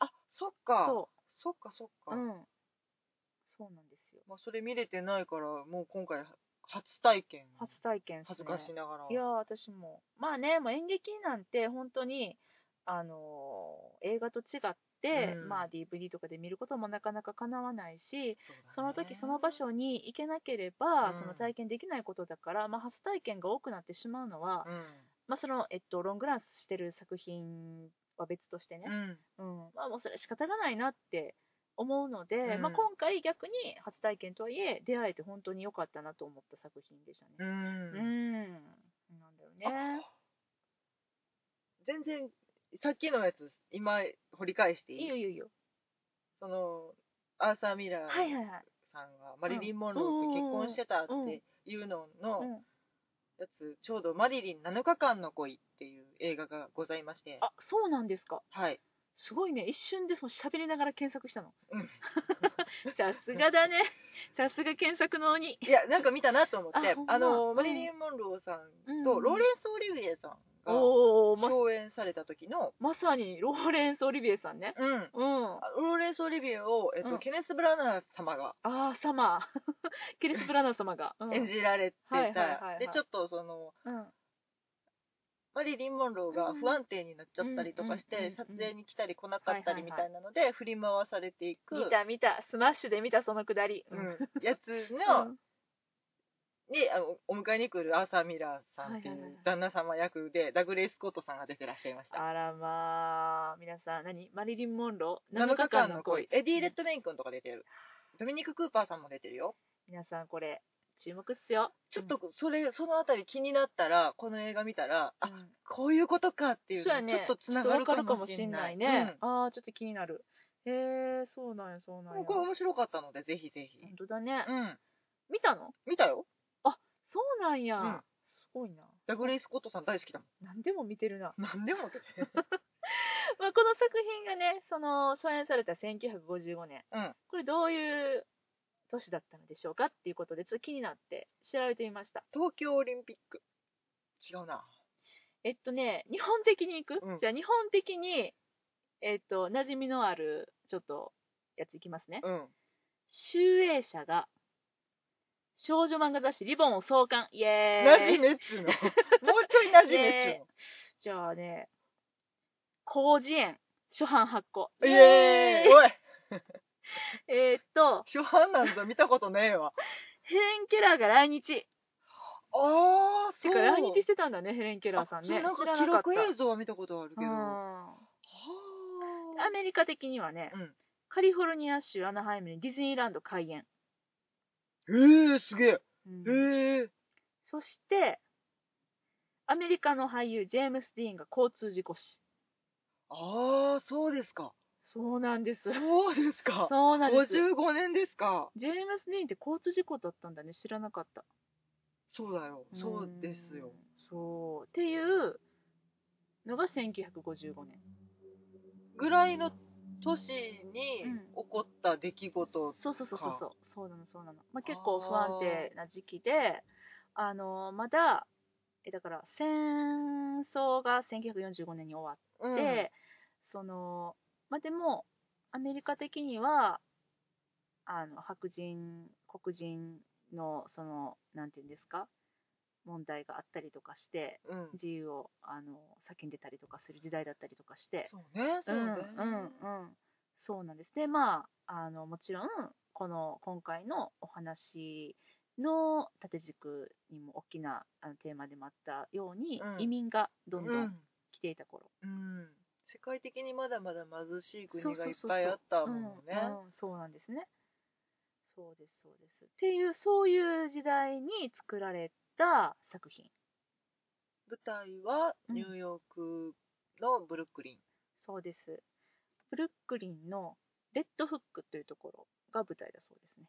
B: あそっか
A: そ
B: そっかそっ
A: う。
B: か、
A: うん。そうなんですよ。
B: まあ、それ見れてないからもう今回初体験
A: 初体験っすね。
B: 恥ずかしながら、
A: いやー私もまあね、まあ、演劇なんて本当にあのー映画と違って、
B: うん
A: まあ、DVD とかで見ることもなかなかかなわないし
B: そうだね
A: その時その場所に行けなければ、
B: うん
A: その体験できないことだから、まあ、初体験が多くなってしまうのは、
B: うん、
A: まあ、その、えっと、ロングランしてる作品は別としてね、
B: うん
A: うんまあ、もうそれは仕方がないなって思うので、
B: うん
A: まあ、今回逆に初体験とはいえ出会えて本当に良かったなと思った作品でしたね。
B: うん
A: うん、なんだよね。
B: 全然さっきのやつ今掘り返していい
A: いいよいいよいいよ。
B: そのアーサー・ミラー
A: はいはいはい。
B: さんがマリリン・モンローと結婚してたっていうのの
A: うん、
B: やつちょうど「マリリン7日間の恋」っていう映画がございまして
A: あそうなんですか。
B: はい
A: すごいね。一瞬でその喋りながら検索したの。
B: うん
A: [laughs] さすがだね。さすが検索の鬼。
B: いやなんか見たなと思って
A: あほんま
B: あの
A: うん
B: マリリン・モンローさん
A: う
B: と
A: ん
B: ローレンス・オリビエさんが
A: おお、ま
B: 共演された時の
A: まさにローレンス・オリビエさんね。
B: うん
A: うん。あ
B: あローレンス・オリビエを、えっと
A: うん
B: ケネス・ブラナー様が
A: あー、様。 [laughs] ケリス・ブラナー様が。うん。
B: 演じられて
A: はいはいはいは
B: た
A: い
B: でちょっとその
A: うん。
B: マリリン・モンローが不安定になっちゃったりとかし
A: うんうん
B: て
A: うん
B: 撮影に来たり来なかったりみたいなので振り回されていく、
A: 見た見た。スマッシュで見た、そのくだり。
B: う
A: うん
B: ん、やつ
A: う
B: の
A: ん
B: にあのお迎えに来るアーサー・ミラーさんってい
A: はいはいは
B: う
A: い
B: 旦那様役でダグレイ・スコットさんが出てらっしゃいました
A: あらまあ、皆さん、何マリリン・モンロー、7
B: 7日
A: 日
B: 間
A: 間
B: の
A: の
B: 恋
A: 恋。
B: エディ・レッドメイン君とか出てるドミニク・クーパーさんも出てるよ
A: 皆さん、これ、注目っすよ。
B: ちょっとそれそのあたり気になったらこの映画見たら
A: うん、
B: あこういうことかっていう
A: そうや
B: の
A: ね
B: ちょっとつながる
A: ちょっ
B: か
A: とわ
B: もしれない
A: ね、ああちょっと気になるへえそうなんやそう
B: う
A: なんん
B: で
A: や
B: もこれ面白かったのでぜひぜひ
A: 本当だね、
B: うん
A: 見たの
B: 見たよ
A: そうなんや、
B: うん
A: すごいな
B: ダグレイ・スコットさん大好きだもん [laughs]
A: 何でも見てるな、
B: 何でもね
A: まあ、この作品がねその初演された1955年、
B: うん
A: これどういう年だったのでしょうかっていうことでちょっと気になって調べてみました
B: 東京オリンピック違うな
A: えっとね日本的にいく、
B: うん
A: じゃあ日本的にえっと馴染みのあるちょっとやついきますね、
B: うん
A: 集英社が少女漫画雑誌リボンを創刊イエ
B: な
A: ー
B: じ
A: イ
B: めっ
A: [laughs]
B: ちゅうのもうちょいなじめっちゅうの
A: じゃあね広辞苑初版発行
B: イエーイおい
A: イえーっと
B: 初版なんぞ見たことねえわ。
A: ヘレン・ケラーが来日
B: ああ、
A: て
B: そう。
A: か来日してたんだねヘレン・ケラーさん
B: あそ
A: ね
B: うなん
A: 知
B: から記
A: なか
B: 録
A: った
B: 映像は見たことあるけ
A: う
B: ど。は
A: んアメリカ的にはね、
B: うん
A: カリフォルニア州アナハイムにディズニーランド開園、
B: えー、すげえ。
A: うん
B: えー、
A: そしてアメリカの俳優ジェームス・ディーンが交通事故死
B: ああ、そうですか。
A: そうなんです
B: そうですか。
A: そうなんです
B: 55年ですか。
A: ジェームス・ディーンって交通事故だったんだね知らなかった
B: そうだよ。そうです
A: う
B: よ
A: ん。そうっていうのが1955年
B: ぐらいの年に
A: うん
B: 起こった出来事。
A: そうそうそうそう
B: か
A: そうそうなのそうなの、まあ、結構不安定な時期であのまだえだから戦争が1945年に終わ
B: うん
A: って、そのまあでもアメリカ的にはあの白人黒人のそのなんていうんですか問題があったりとかして
B: うん、
A: 自由をあの叫んでたりとかする時代だったりとかして
B: そうねそうね、
A: うんうんうん、そうなんですね、まあ、あのもちろんこの今回のお話の縦軸にも大きなあのテーマでもあったように、
B: うん
A: 移民がどんど
B: うんん
A: 来ていた頃、
B: うん、世界的にまだまだ貧しい国
A: そうそうそ
B: がいうっ
A: そう
B: ぱいあったもんね
A: うんうんそうなんですねそうですそうですっていうそういう時代に作られた作品
B: 舞台は
A: うん
B: ニューヨークのブルックリン、
A: そうですブルックリンのレッドフックというところが舞台だそうですね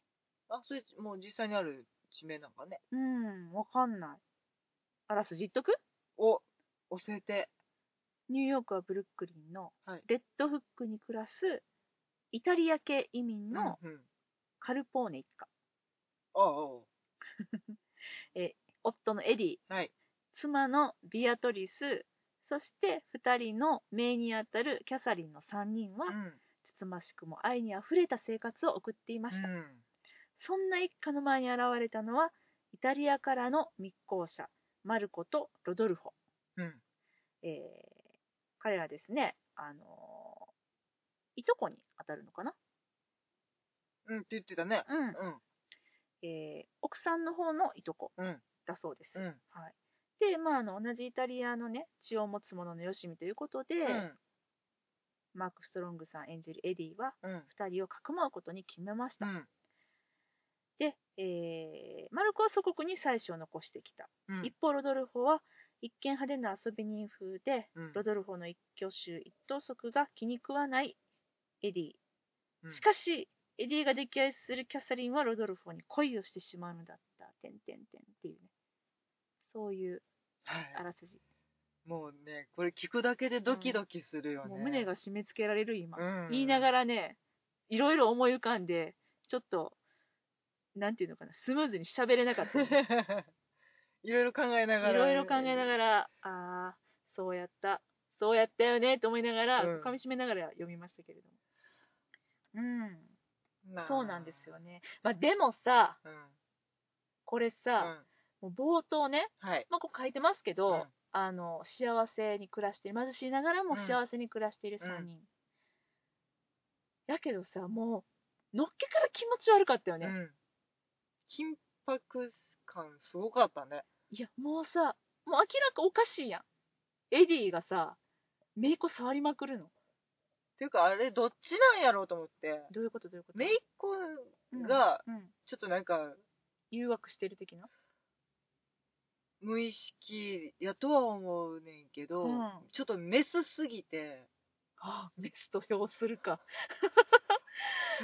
B: あそれもう実際にある地名なんかね
A: うんわかんないあらすじ言っとく
B: を教えて
A: ニューヨークはブルックリンの
B: はい
A: レッドフックに暮らすイタリア系移民の
B: うんうん
A: カルポーネ一家、
B: あああ
A: 夫のエディ、
B: あはい
A: 妻のビアトリス、そして2人の姪にあたるキャサリンの3人は、
B: うん
A: つつましくも愛にあふれた生活を送っていました。
B: うん
A: そんな一家の前に現れたのは、イタリアからの密航者、マルコとロドルフォ。
B: うん
A: えー彼らですね、あのーいとこに当たるのかな
B: うんって言ってたね
A: うん
B: うん
A: えー奥さんの方のいとこ
B: うん
A: だそうです。
B: うん
A: はい、で、まあ、あの同じイタリアの、ね、血を持つ者のよしみということで、
B: うん
A: マーク・ストロングさん演じるエディは
B: うん
A: 2人をかくまうことに決めまし
B: う
A: た。
B: ん
A: で、えーマルコは祖国に妻子を残してきた。
B: うん
A: 一方、ロドルフォは一見派手な遊び人風で、
B: うん
A: ロドルフォの一挙手一投足が気に食わないエディ。
B: うん
A: しかし、エディが溺愛するキャサリンはロドルフォに恋をしてしまうのだった。てんてんてんっていうね。そういう
B: はい
A: あらすじ。
B: もうねこれ聞くだけでドキドキするよね、
A: もう胸が締め付けられる今。
B: うん
A: 言いながらね、いろいろ思い浮かんで、ちょっと、なんていうのかな、スムーズに喋れなかったね、
B: [laughs] いろいろ考えながら
A: いろいろ考えなが
B: ら
A: ら、ああ、そうやった、そうやったよねと思いながら、
B: うん
A: 噛み締めながら読みましたけれども。うん、そうなんですよ
B: ね、
A: ね。まあ、でもさ、
B: うんうん
A: これさ、もう冒頭ね、
B: はい
A: まあ、ここ書いてますけど、
B: うん
A: あの幸せに暮らして貧しいながらも
B: うん
A: 幸せに暮らしている3人、
B: う
A: やけどさもうのっけから気持ち悪かったよね、
B: うん、緊迫感すごかったね
A: いやもうさもう明らかおかしいやんエディがさ姪っ子触りまくるの
B: っていうかあれどっちなんやろうと思って
A: どういうことどういうこと
B: 姪っ子
A: うん
B: が
A: うん
B: ちょっとなんか
A: 誘惑してる的な
B: 無意識やとは思うねんけど、
A: うん
B: ちょっとメスすぎて
A: あメスと表するか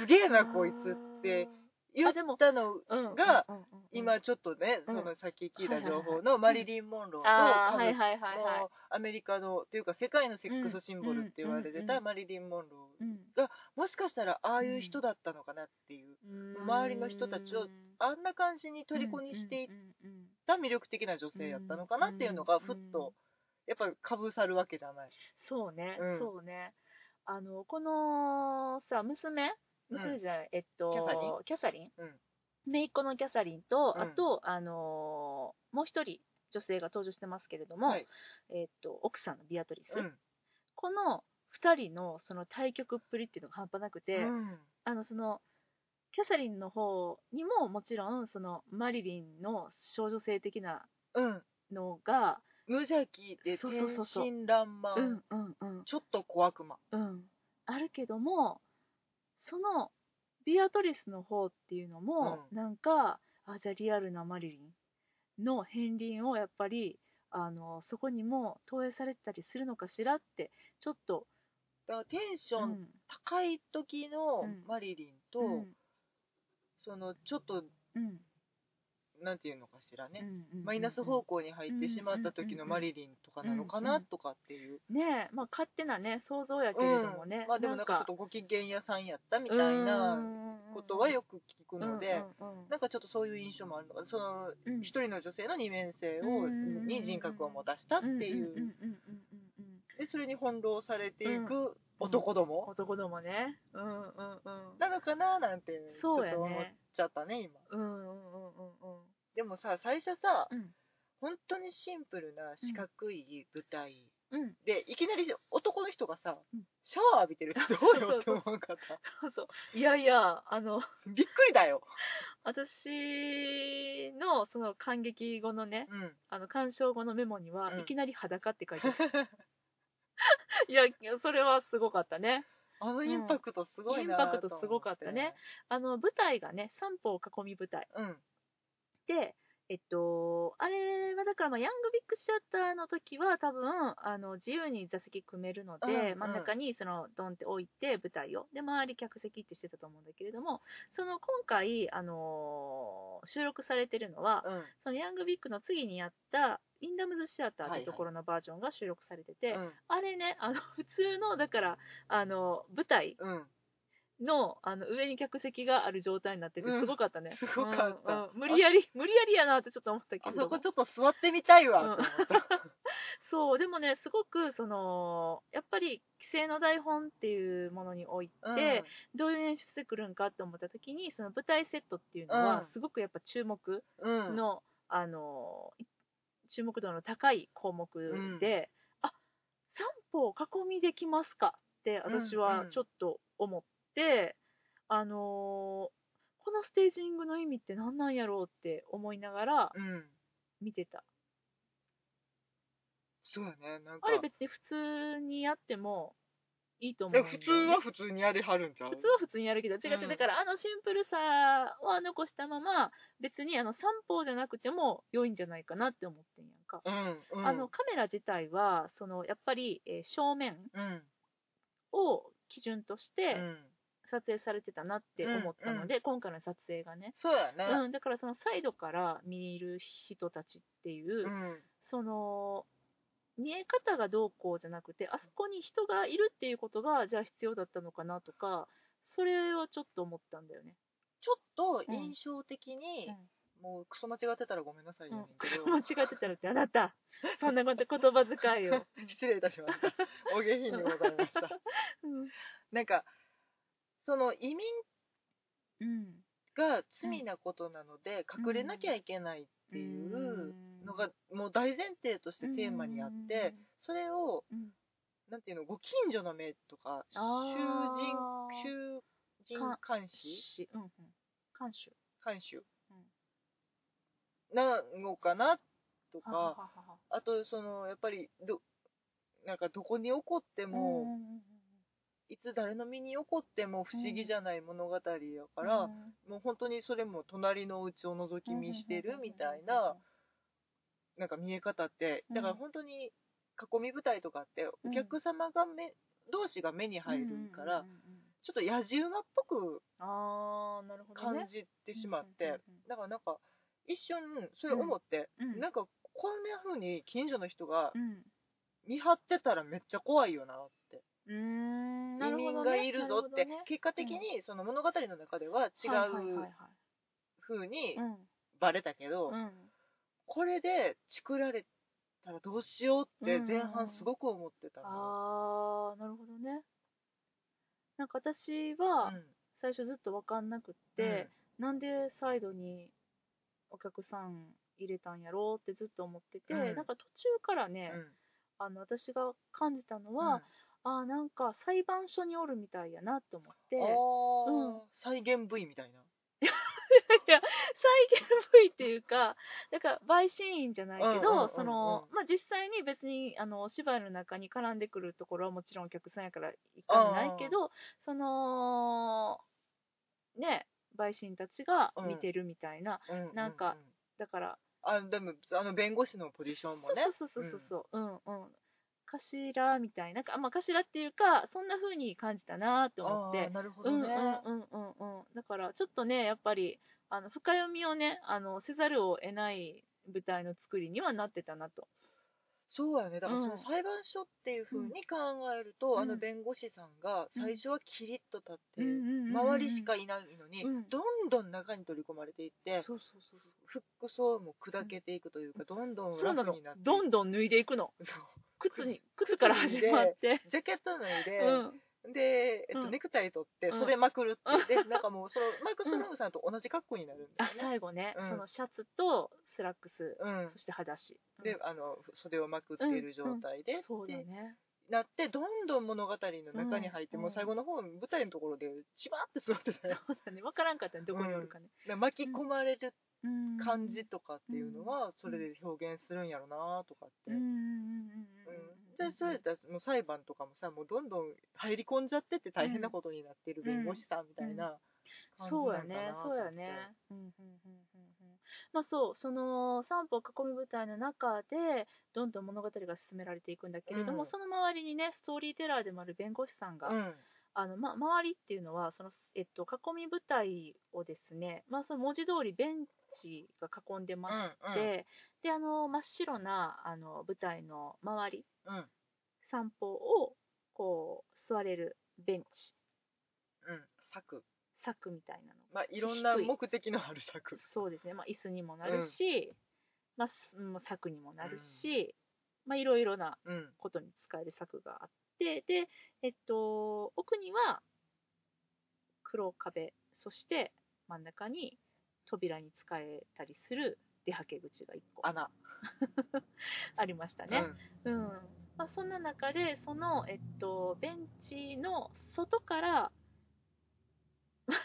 B: すげえなこいつって言ったの
A: あーうん
B: が
A: うんうんうん
B: 今ちょっとね、
A: うん
B: そのさっき聞いた情報のマリリン・モンローと
A: あー
B: カム
A: はいはいはいは
B: もうアメリカのというか世界のセックスシンボルって言われて
A: うんうんう
B: た
A: ん
B: マリリン・モンロ
A: い、うん
B: ーもしかしたらああいう人だったのかなっていう周りの人たちをあんな感じに虜にしていっ
A: うんうんうんうん
B: た魅力的な女性やったのかなっていうのが
A: うん
B: ふっとやっぱりかぶさるわけじゃない。
A: そうね、
B: うん
A: そうね。あの、このさ、娘、
B: うん
A: 娘じゃない、えっと、
B: キャサリ
A: キ
B: ン
A: ャサリン
B: うん
A: 姪っ子のキャサリンと、
B: うん
A: あと、あのーもう一人、女性が登場してますけれども、
B: はい
A: えっと、奥さんのビアトリス。
B: うん
A: この二人の、その対局っぷりっていうのが半端なくて、
B: うん
A: あの、その、キャサリンの方にももちろん、その、マリリンの少女性的な
B: うん
A: のが、
B: 無邪気で
A: そう
B: 天
A: そうそうそう
B: 真爛漫、
A: うんうんうん、
B: ちょっと小悪魔。
A: うん、あるけどもそのビアトリスの方っていうのも、
B: う
A: なんかあじゃあリアルなマリリンの片鱗をやっぱりあのそこにも投影されてたりするのかしらってちょっと、
B: だからテンシ
A: う
B: ョン
A: ん
B: 高い時のマリリンと、
A: うん
B: そのちょっと
A: うん
B: なんていうのかしらね、
A: うんうん
B: マイナス方向に入ってしまった時のマリリンとかなのか
A: うんう
B: なんとかっていう、
A: ねえまあ勝手なね想像やけ
B: う
A: れ
B: ん
A: どもね、
B: まあでもなんかちょっとご機嫌屋さんやったみたいなことはよく聞くので、
A: うんうんうん
B: なんかちょっとそういう印象もあるのかその
A: うん
B: 一人の女性の二面性を、
A: うん
B: に人格を持たしたってい
A: ん
B: う,、
A: んうんうんうんうん
B: でそれに翻弄されていく男ども、
A: 男どもねうんうんうん
B: なのかななんてちょ
A: そう
B: っ
A: や
B: と思っ
A: ね
B: ちゃったね今
A: うんうんうんうんうん
B: でもさ最初さ、
A: うん
B: 本当にシンプルな四角い舞台、
A: うん
B: でいきなり男の人がさ、
A: うん
B: シャワー浴びてるってどうよって思うかった
A: そうそういやいやあの
B: びっくりだよ、
A: 私のその感激後のね
B: うん、
A: あの鑑賞後のメモには、
B: うん
A: いきなり裸って書いてある
B: [laughs]
A: いやそれはすごかったね
B: あのインパクトすごいな
A: うんインパクトすごかったねあの舞台がね三方囲み舞台
B: と思って
A: でえっとあれはだからまあヤングビッグシャッターの時は多分あの自由に座席組めるので、
B: うんうん
A: 真ん中にそのドンって置いて舞台をで周り客席ってしてたと思うんだけれどもその今回あのー収録されてるのは、
B: うんうん
A: そのヤングビッグの次にやったウィンダムズシアターっていうところのバージョンが収録されてて、あれねあの普通のだからあの舞台
B: うんうん
A: のあの上に客席がある状態になってて
B: うん
A: すごかったね、
B: [laughs] すごかった
A: うんうん無理やり無理やりやなってちょっと思ったけ
B: あ
A: れど
B: そ
A: も
B: こちょっと座ってみたいわって思った、
A: そうでもねすごくそのやっぱり規制の台本っていうものにおいて、
B: うん
A: どういう演出でくるんかって思った時にその舞台セットっていうのは
B: うん
A: すごくやっぱ注目
B: うん
A: の、あのい注目度の高い項目で、あ三歩囲みできますかって私
B: う
A: は
B: んうん
A: ちょっと思って、あのーこのステージングの意味って何なんやろうって思いながら
B: うん、
A: 見てた
B: そうやねなんか
A: あれ別に普通にやってもいいと思
B: で
A: うん
B: も
A: だよ
B: 普
A: ね
B: 通は普通にやりはるんちゃう
A: 普通は普通にやるけど違って、
B: うん
A: だからあのシンプルさは残したまま別にあの三方じゃなくても良いんじゃないかなって思ってんやんか
B: うんうん
A: あのカメラ自体はそのやっぱり、えー正面
B: うん
A: を基準とし
B: う
A: て
B: ん
A: 撮影されてたなって思ったので、今回の撮影がね、
B: そうやね
A: うん、だからそのサイドから見る人たちっていう、
B: うん
A: その見え方がどうこうじゃなくてあそこに人がいるっていうことがじゃあ必要だったのかなとかそれはちょっと思ったんだよね。
B: ちょっと印象的に
A: うん、
B: もうクソ間違ってたらごめんなさい
A: う
B: よ、ね
A: ん
B: んけど、
A: 間違ってたのってあなた [laughs] そんなこと言葉遣いを、
B: [laughs] 失礼いたしま
A: [laughs]
B: したお下品でございました
A: うん
B: なんかその移民
A: うん、
B: が罪なことなので、隠れなきゃいけないっていうのが、もう大前提としてテーマにあって、それを
A: うん、うん
B: なんていうのご近所の目とか囚
A: あー
B: 人囚人監視
A: しうんうん看守
B: 監修
A: うん
B: なのかなと
A: ははは
B: か
A: は
B: あとそのやっぱりどなんかどこに起こって
A: は
B: も、
A: んんんん
B: いつ誰の身に起こっても不思議じゃない物語やから、
A: うん
B: もう本当にそれも隣のうちを覗き見してるみたいななんか見え方って
A: うん
B: だから本当に囲み舞台とかって
A: うん
B: お客様が目、同士が目に入るから、
A: うんうんうんうん
B: ちょっと野じ馬っぽく
A: ああなるほどね
B: 感じてしまって、だからなんか一瞬それ
A: うん
B: 思って、
A: うんうんうん
B: なんかこんな風に近所の人が
A: うん
B: 見張ってたらめっちゃ怖いよなって。
A: うーんな
B: 移
A: るほ
B: 民
A: ど
B: が
A: ね
B: いるぞっ
A: なるほ
B: て、
A: どね
B: 結果的にその物語の中では違
A: はいはいは
B: う
A: いは
B: 風に
A: い
B: バレたけど、
A: うんうん
B: これで作られたらどうしようって前半すごく思ってたの、
A: ああなるほどねなんか私
B: う
A: は
B: ん
A: 最初ずっと分かんなくって、なんでサイドにお客さん入れたんやろうってずっと思ってて、
B: うん
A: なんか途中からね、あの私が感じたのは、あーなんか裁判所におるみたいやなと思って
B: うん
A: [laughs] 再
B: あー再現部位みたいな、
A: 現部位っていうかだから陪審員じゃないけ
B: うんうんうんうん
A: どそのまあ実際に別にあのお芝居の中に絡んでくるところはもちろんお客さんやからいかんないけどそのね陪審たちが見てるみたいな、
B: ううう
A: なんかだから
B: あでもあの弁護士のポジションもね
A: そうそうそうそうそう、うん、うん頭みたいな、かまあ、頭っていうかそんな風に感じたなと [laughs] 思って
B: あーなるほどね、
A: うんうんうんうんうんだからちょっとねやっぱりあの深読みをねあのせざるを得ない舞台の作りにはなってたなと、
B: そうやねだから
A: うん
B: その裁判所っていう風に考えると、
A: うん
B: あの弁護士さんが最初はキリッと立って、周
A: 周
B: りしか
A: い
B: いないのに、
A: うん
B: どんどん中に取り込まれていって
A: そうそうそう
B: 服装も砕けていくというか、どんど
A: そうんそうな
B: 楽
A: の
B: になっていく
A: どんどん脱いでいくの
B: そう
A: 靴に靴から始まって
B: ジャケット脱いで、
A: うん
B: で、えっ
A: う
B: と、
A: ん
B: ネクタイ取って
A: うん
B: 袖まくるって、でなんかもうそのマイク・ストロングさんと同じ格好になるんだ
A: あ
B: よね、
A: 最後ね、
B: うん
A: そのシャツとスラックス、
B: うん
A: そして裸足
B: で
A: う
B: あの袖をまくっている状態で、
A: んそうだ
B: って
A: ね
B: なってどんどん物語の中に入って、
A: うん
B: もう最後の方舞台のところでしばって座ってたよ
A: [laughs] そうだね分からんかったねどこにおるかね、
B: だから巻き込まれる
A: うん
B: 感じとかっていうのはそれで表現するんやろなとかって、
A: うんうんうんうんうん
B: でそれだもう裁判とかもさもうどんどん入り込んじゃってって大変なことになってる弁護士さんみたいな感じな
A: そ
B: の
A: う
B: か
A: や
B: なと思って、
A: ね、そうやね。うんうんうんうんうんまあそう、その三歩囲み舞台の中で、どんどん物語が進められていくんだけれども、
B: うん
A: その周りにね、ストーリーテラーでもある弁護士さんが、
B: うん
A: あのま、周りっていうのは、そのえっと、囲み舞台をですね、まあ、その文字通りベンチが囲んでまし
B: う
A: て、
B: ん
A: であの真っ白なあの舞台の周り、
B: うんうん
A: 散歩をこう座れるベンチ、
B: うん策
A: 柵みたいなの
B: まあいろんな
A: 低い
B: 目的のある策
A: そうですね、まあ、椅子にもなるし、まあすうん、柵にもなるし、まあ、いろいろな
B: うん
A: ことに使える柵があってで、えっと、奥には黒壁そして真ん中に扉に使えたりする出はけ口が1個あ
B: 穴
A: りましたね、うんまあ、そんな中でその、えっと、ベンチの外から [laughs] 待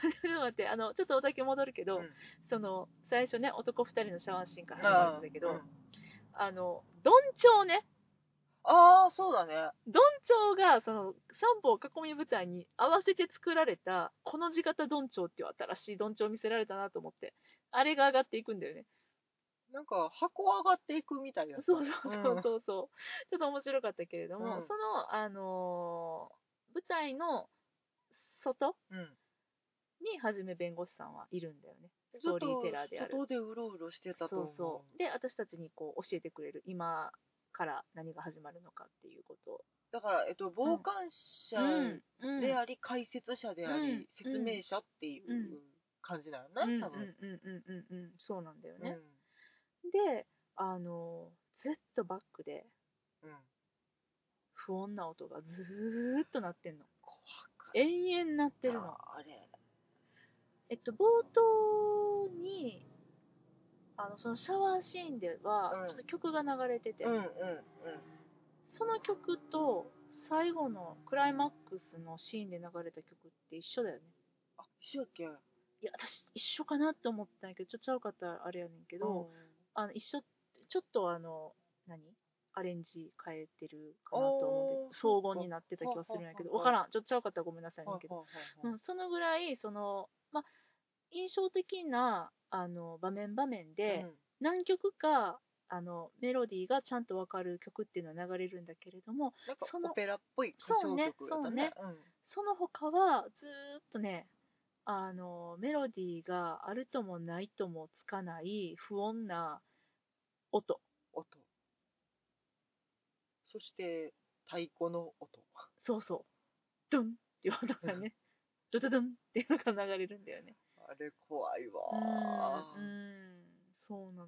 A: ってあのちょっとおだけ戻るけ
B: う
A: ど、
B: んうん
A: その最初ね男2人のシャワーシーンから始ま
B: あ
A: るん
B: ー
A: だけど、
B: うん
A: あのどんちょうね
B: あーそうだね
A: どんちょうがその三方囲み舞台に合わせて作られたこの字型どんちょうっていう新しいどんちょうを見せられたなと思ってあれが上がっていくんだよね
B: なんか箱上がっていくみたいな
A: そうそうそうそうそうちょっと面白かったけれども、
B: うん
A: その、あのー舞台の外
B: うんうん
A: にはじめ弁護士さんはいるんだよねス
B: ず
A: トー
B: っ
A: リー
B: と
A: テラーである
B: 外でうろうろしてたと思
A: そ
B: う
A: うそうで私たちにこう教えてくれる今から何が始まるのかっていうことを
B: だから、えっと、傍観者
A: うん
B: であり、解説者であり、
A: うん
B: 説明者っていう
A: うん
B: 感じだよね、
A: うんうん
B: 多
A: う
B: 分、
A: んうんうんうんそうなんだよ
B: うん
A: ね、であのずっとバックで
B: うん
A: 不穏な音がずーっと鳴ってんの
B: 怖かっ
A: 延々鳴ってるの
B: あれ
A: えっと冒頭にあのそのシャワーシーンでは
B: うん
A: ちょっと曲が流れてて、
B: うんうんうん
A: その曲と最後のクライマックスのシーンで流れた曲って一緒だよね
B: あ一緒やっけ
A: いや私一緒かなって思ったんやけどちょっとちゃうかったらあれやねんけど、あの一緒ちょっとあの何アレンジ変えてるかなと思っ
B: おー
A: て総合になってた気がするんやけど分
B: はは
A: か
B: は
A: らんちょっとちゃうかったらごめんなさいねん
B: はい
A: けど、
B: はいは
A: う
B: い
A: ん、そのぐらいその、ま、印象的なあの場面場面
B: はい
A: で、何曲かあのメロディーがちゃんと分かる曲っていうのは流れるんだけれども
B: なんか
A: その
B: オペラっぽい歌唱曲だった
A: そうねその他はずーっとねあのメロディーがあるともないともつかない不穏な音
B: うん、音そして太鼓の音
A: そうそうドンっていう音がねドドドンっていうのが流れるんだよね
B: あれ怖いわ
A: うんうんそうなのよ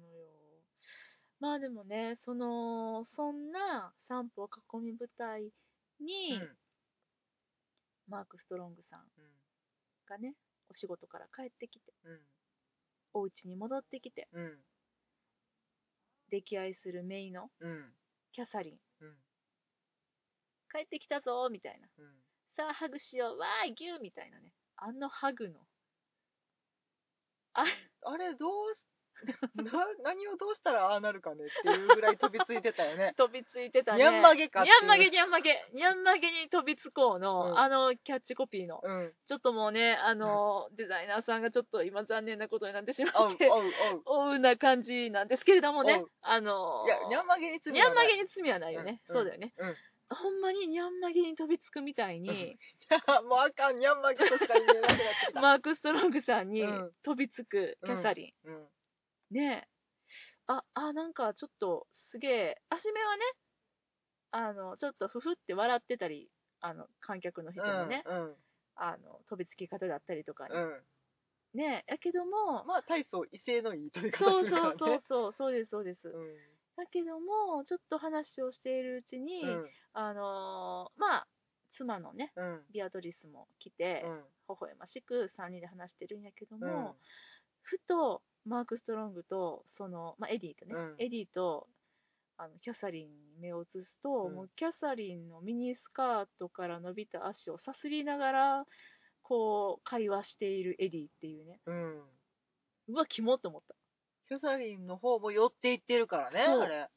A: まあでもねそのそんな散歩囲み舞台
B: うん
A: に、
B: うん
A: マーク・ストロングさんがねお仕事から帰ってきてお家に戻ってきて
B: うんうん
A: 溺愛するメイの
B: うん
A: キャサリン
B: うん
A: 帰ってきたぞみたいな
B: うん
A: さあハグしようわーギューみたいなねあのハグのあれ
B: あれどうし [laughs] な何をどうしたらああなるかねっていうぐらい飛びついて
A: [laughs]
B: たよね
A: 飛びついてたね
B: ニャンマゲかって
A: ニ
B: いう
A: ャンマゲニャンマゲニャンマゲに飛びつこうの、
B: うん
A: あのキャッチコピーの [laughs]
B: うん
A: ちょっともうねあの、デザイナーさんがちょっと今残念なことになってしま
B: おうおう
A: って
B: おう
A: おうな感じなんですけれどもね
B: おう
A: あの [laughs]
B: いやニャンマゲに罪
A: ニャンマゲ
B: に
A: に罪はないよね、
B: うん
A: そうだよね、
B: うん
A: ほんまにニャンマゲに飛びつくみたいに、
B: うん [laughs] もうあかんニャンマゲとしか言えなくなって
A: [laughs]
B: きた、
A: マーク・ストロングさんに
B: うん
A: 飛びつくキャサリン、
B: うん
A: ねえああなんかちょっとすげえ初めはねあのちょっとふふって笑ってたりあの観客の人のね、
B: うん
A: あの飛びつき方だったりとかに、
B: うん
A: ねえやけども、
B: [laughs] まあ大層威勢のいい飛び方
A: そ
B: す
A: う
B: るから
A: そう
B: ね
A: そうそうそうですそうです、
B: う
A: だけどもちょっと話をしているうちに、
B: んうん
A: あのーまあ妻のね
B: うん
A: ビアドリスも来て、微
B: うん
A: 笑ましく3人で話してるんやけども、
B: うん
A: ふとマーク・ストロングとその、まあ、エディとね、
B: うん
A: エディとあのキャサリンに目を移すと、
B: うん
A: もうキャサリンのミニスカートから伸びた足をさすりながらこう会話しているエディっていうね
B: うん
A: うわキモっと思った
B: キャサリンの方も寄っていってるからね
A: そう
B: あれ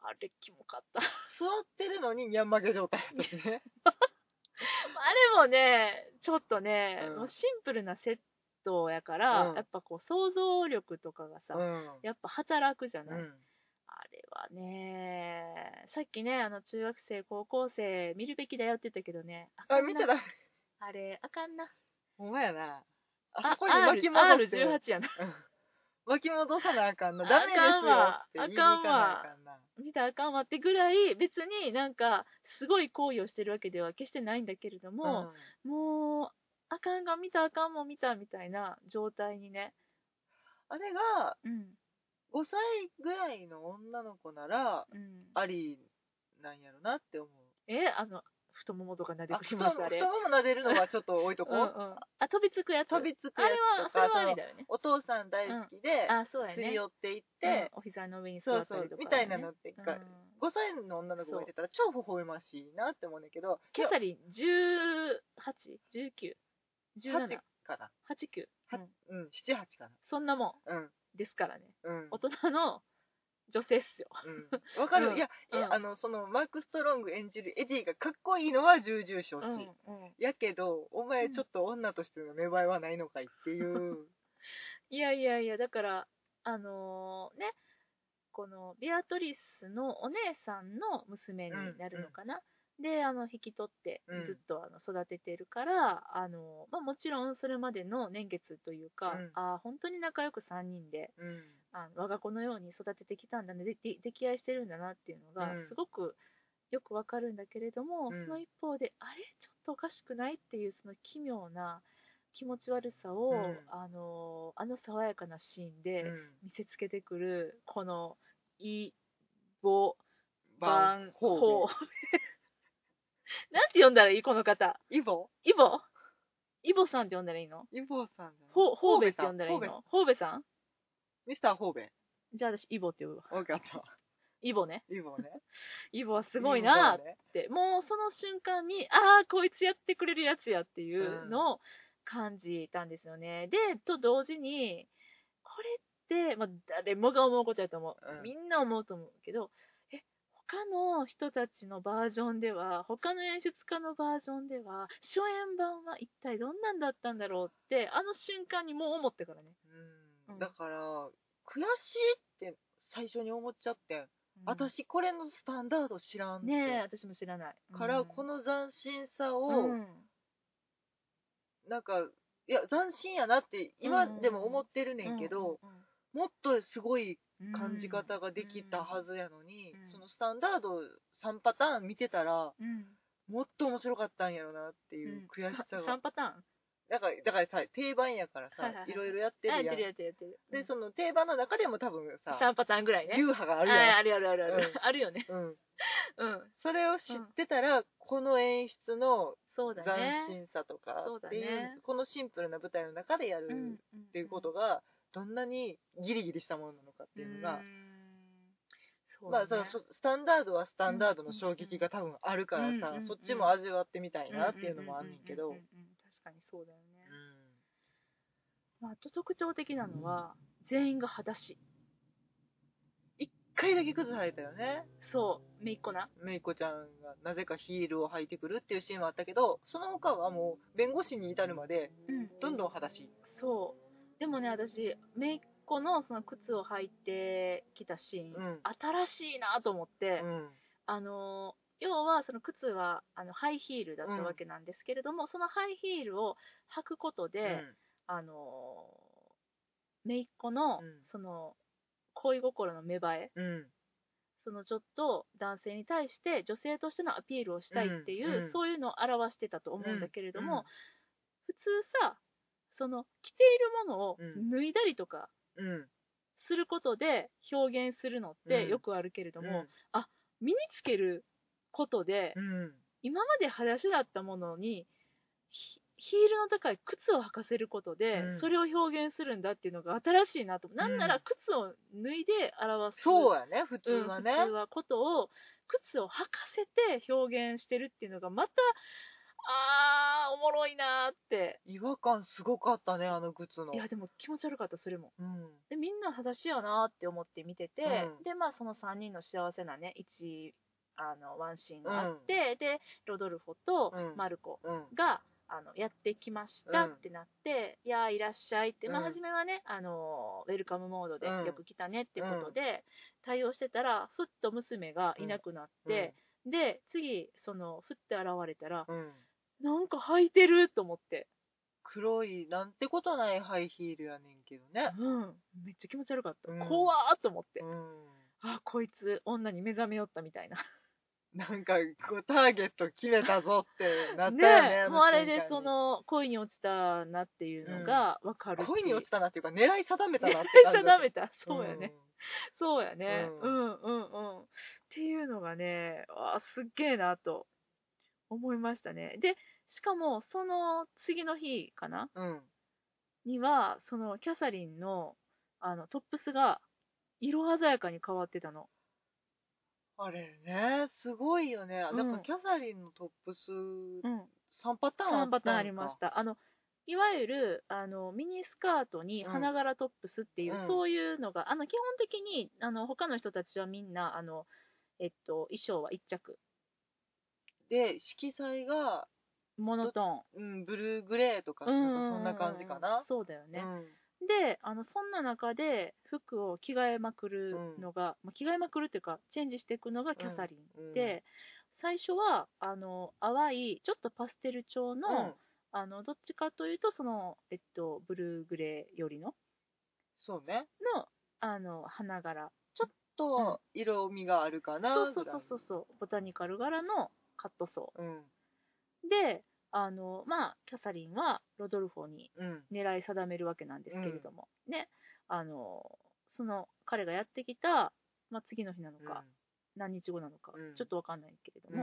A: あれキモかった [laughs]
B: 座ってるのににゃんまげ状態だったしね
A: あれもねちょっとね、
B: うん
A: もうシンプルなセットやから、
B: うん
A: やっぱこう想像力とかがさ、
B: うん
A: やっぱ働くじゃ
B: う
A: ない、
B: ん
A: あれはね、さっきね、あの中学生、高校生、見るべきだよって言ったけどね、あ
B: あ
A: かんな
B: 見ちゃダメ
A: あれ、あかんな。
B: ほんまやなあ
A: あ
B: そこに巻き戻して
A: R18 やな。 [laughs]
B: うん巻き戻さなあかんの
A: あ
B: ダメですよって言いに
A: あ
B: 行か
A: かんわ
B: なあかんな
A: 見たらあかんわってぐらい、別になんか、すごい行為をしてるわけでは決してないんだけれども、
B: うん
A: もう、あかんが見た、あかんも見たみたいな状態にね。
B: あれが
A: うん。
B: 5歳ぐらいの女の子なら
A: うん、
B: ありなんやろなって思う
A: え、あの、太ももとか撫で
B: あ
A: く
B: 太
A: り
B: も
A: ま
B: 太
A: す、あれ。
B: もも撫でるのはちょっと置いとこ
A: う
B: うん
A: うん、あ、飛びつくやつ。
B: 飛びつく
A: あ
B: や
A: れ
B: つ
A: は
B: と、
A: それ
B: か
A: はあ
B: そ
A: り
B: の
A: だよね。
B: お父さん大好きで、
A: あ、そうや
B: すり
A: ね。
B: 寄ってい
A: うん
B: って、
A: お膝の上に座
B: そ
A: っ
B: う
A: た
B: そう
A: りとかね、
B: みたいなのって
A: うん
B: か、5歳の女の子がいてたら超微笑ましいなって思うんだけど
A: キャサリン
B: 8
A: 18?19?17?89?
B: かな、
A: う
B: は
A: ん、
B: うん、78か
A: そんなも
B: なうん
A: んですからね
B: うん
A: 大人の女性っすよ
B: うん、わかる、
A: うん
B: いや、いや
A: うん
B: あのそのマーク・ストロング演じるエディがかっこいいのは重々承知、やけどお前ちょっと女としての芽生えはないのかいっ
A: [laughs]
B: ていう、
A: いやいやいやだからあのーねこのビアトリスのお姉さんの娘になるのかな、であの引き取って
B: うん
A: ずっとあの育ててるから、あのまあ、もちろんそれまでの年月というか、
B: うん
A: あー本当に仲良く3人で
B: うん
A: あの我が子のように育ててきたんだねでで溺愛してるんだなっていうのが
B: うん
A: すごくよくわかるんだけれども、
B: うん
A: その一方であれちょっとおかしくないっていうその奇妙な気持ち悪さを、
B: うん
A: あのあの爽やかなシーンで
B: うん
A: 見せつけてくるこのイ・ボ・
B: バ
A: バ
B: ン
A: ン・
B: ホ
A: ホ
B: ー [laughs]
A: ーなんて呼んだらいいこの方
B: ベイボ
A: イボイボさんって呼んだらいいの
B: イボさんじゃない
A: ほホーベって
B: さん
A: 呼んだらいい
B: ホーベ
A: のホーベさん
B: ミスターホーベ
A: じゃあ私イボって呼ぶわ
B: 分かった
A: イボね
B: イボね
A: イボは [laughs] すごいなーっ
B: イボね
A: ってもうその瞬間にああこいつやってくれるやつやっていうのを感じたんですよね、でと同時にこれって、まあ、誰もが思うことやと思う、
B: うん
A: みんな思うと思うけどえ他の人たちのバージョンでは他の演出家のバージョンでは初演版は一体どんなんだったんだろうってあの瞬間にもう思ってからね、
B: う
A: うんん
B: だから悔しいって最初に思っちゃってん、私これのスタンダード知らんって
A: ねえ私も知らない
B: からこ
A: の
B: の斬新さを、なんかいや斬新やなって今でも思ってるねんけど、もっとすごい感じ方ができたはずやのに、
A: うん
B: そのスタンダード3パターン見てたら
A: うん
B: もっと面白かったんやろなっていう悔しさが、
A: 3パターン
B: なんかだからさ定番やからさ、
A: はいいはいはい
B: ろいろやってるやん
A: やってるやってる
B: でその定番の中でも多分さ
A: 3パターンぐらいね
B: 流派がある
A: はい
B: や
A: あるあるあるある、
B: うん
A: あるよね
B: ん、う
A: う
B: ん、
A: ん
B: それを知ってたら、この演出の
A: そうだ
B: 斬
A: ね
B: 新さとか
A: そうだ
B: って
A: ね
B: いうこのシンプルな舞台の中でやる、
A: うん
B: っていうことがどんなにギリギリしたものなのかっていうのが、
A: そうだ
B: まあ
A: ね
B: そのそスタンダードはスタンダードの衝撃が多分あるからさ、
A: うんうん
B: そっちも味わってみたいなっていうのもあんねんけ
A: う
B: ど、うん
A: うんうんうんうん確かにそうだよね、まあ、あと特徴的なのは全員が裸足
B: 一回だけ崩されたよね
A: そうめいっ子な
B: めいこちゃんがなぜかヒールを履いてくるっていうシーンもあったけどその他はもう弁護士に至るまでどんどん裸足、
A: そうでもね私めいっ子のその靴を履いてきたシーン、
B: うん
A: 新しいなと思って、
B: うん
A: あの要はその靴はあのハイヒールだったわけなんですけれども、そのハイヒールを履くことで、あの姪っ子の,、
B: うん
A: その恋心の芽生え
B: うんうん
A: そのちょっと男性に対して女性としてのアピールをしたいっていう、
B: うんうん
A: そういうのを表してたと思うんだけれども、普通さその着ているものを
B: うん
A: 脱いだりとか
B: うんうん
A: することで表現するのっ
B: うん
A: てよくあるけれども、身につけることで、
B: うん
A: 今まで裸足だったものにヒヒールの高い靴を履かせることで、
B: うん
A: それを表現するんだっていうのが新しいなと思う、なんなら靴を脱いで表す
B: そうやね普通
A: うん
B: はね、
A: 普通はことを靴を履かせて表現してるっていうのがまたあーおもろいなーって
B: 違和感すごかったねあの靴の
A: いやでも気持ち悪かったそれも
B: うん
A: でみんな裸足やなーって思って見てて、
B: うん
A: でまあその3人の幸せなね1あのワンシーンがあって、でロドルフォと
B: うん
A: マルコ
B: うん
A: が、あのやってきました
B: うん
A: ってなって、いやーいらっしゃいって、まあ、
B: うん
A: 初めはね、あのーウェルカムモードで、
B: うん
A: よく来たねってことで対応してたらふっと娘がいなくなって、で次そのふって現れたら
B: うんうん
A: なんか履いてると思って、
B: 黒いなんてことないハイヒールやねんけどね
A: うん、めっちゃ気持ち悪かった、
B: うん
A: 怖ーと思って、
B: うん
A: あこいつ女に目覚めよったみたいな
B: なんかこうターゲット決めたぞってなったよね
A: ねえ
B: の瞬間に
A: もうあれでその恋に落ちたなっていうのが分かるし、
B: 恋に落ちたなっていうか狙い定めたなって
A: めっ
B: 感
A: ち
B: じ
A: ゃダメだそうやね、
B: ん
A: そうやね、う、
B: うんん
A: うんうんっていうのがねあすっげえなと思いましたねでしかもその次の日かな
B: うん
A: にはそのキャサリンのあのトップスが色鮮やかに変わってたの
B: あれねすごいよねやっ
A: うん
B: ぱキャサリンのトップス
A: うん
B: 3パターン
A: 3
B: あったんか
A: パターンありましたあのいわゆるあのミニスカートに
B: うん
A: 花柄トップスっていう、
B: うん
A: そういうのがあの基本的にあの他の人たちはみんなあの、えっと、衣装は1着
B: で色彩が、
A: モノトーン
B: うん、ブルーグレーとかなんかそんな感じかな
A: そうだよね、
B: うん
A: であのそんな中で服を着替えまくるのが、まあ着替えまくるっていうかチェンジしていくのがキャサリン、
B: うん
A: で最初はあの淡いちょっとパステル調の,、
B: うん
A: あのどっちかというとその、えっと、ブルーグレーよりの
B: そうね
A: のあの花柄
B: と色味があるかな
A: そうそ
B: ぐ
A: う
B: らい
A: そ
B: の
A: うそうそうボタニカル柄のカットソ
B: うん
A: ーであのまあキャサリンはロドルフォに
B: うん
A: 狙い定めるわけなんですけれども、ねあのその彼がやってきた、まあ、次の日なのか、何日後なのか、
B: うん
A: ちょっとわかんないけれど
B: うん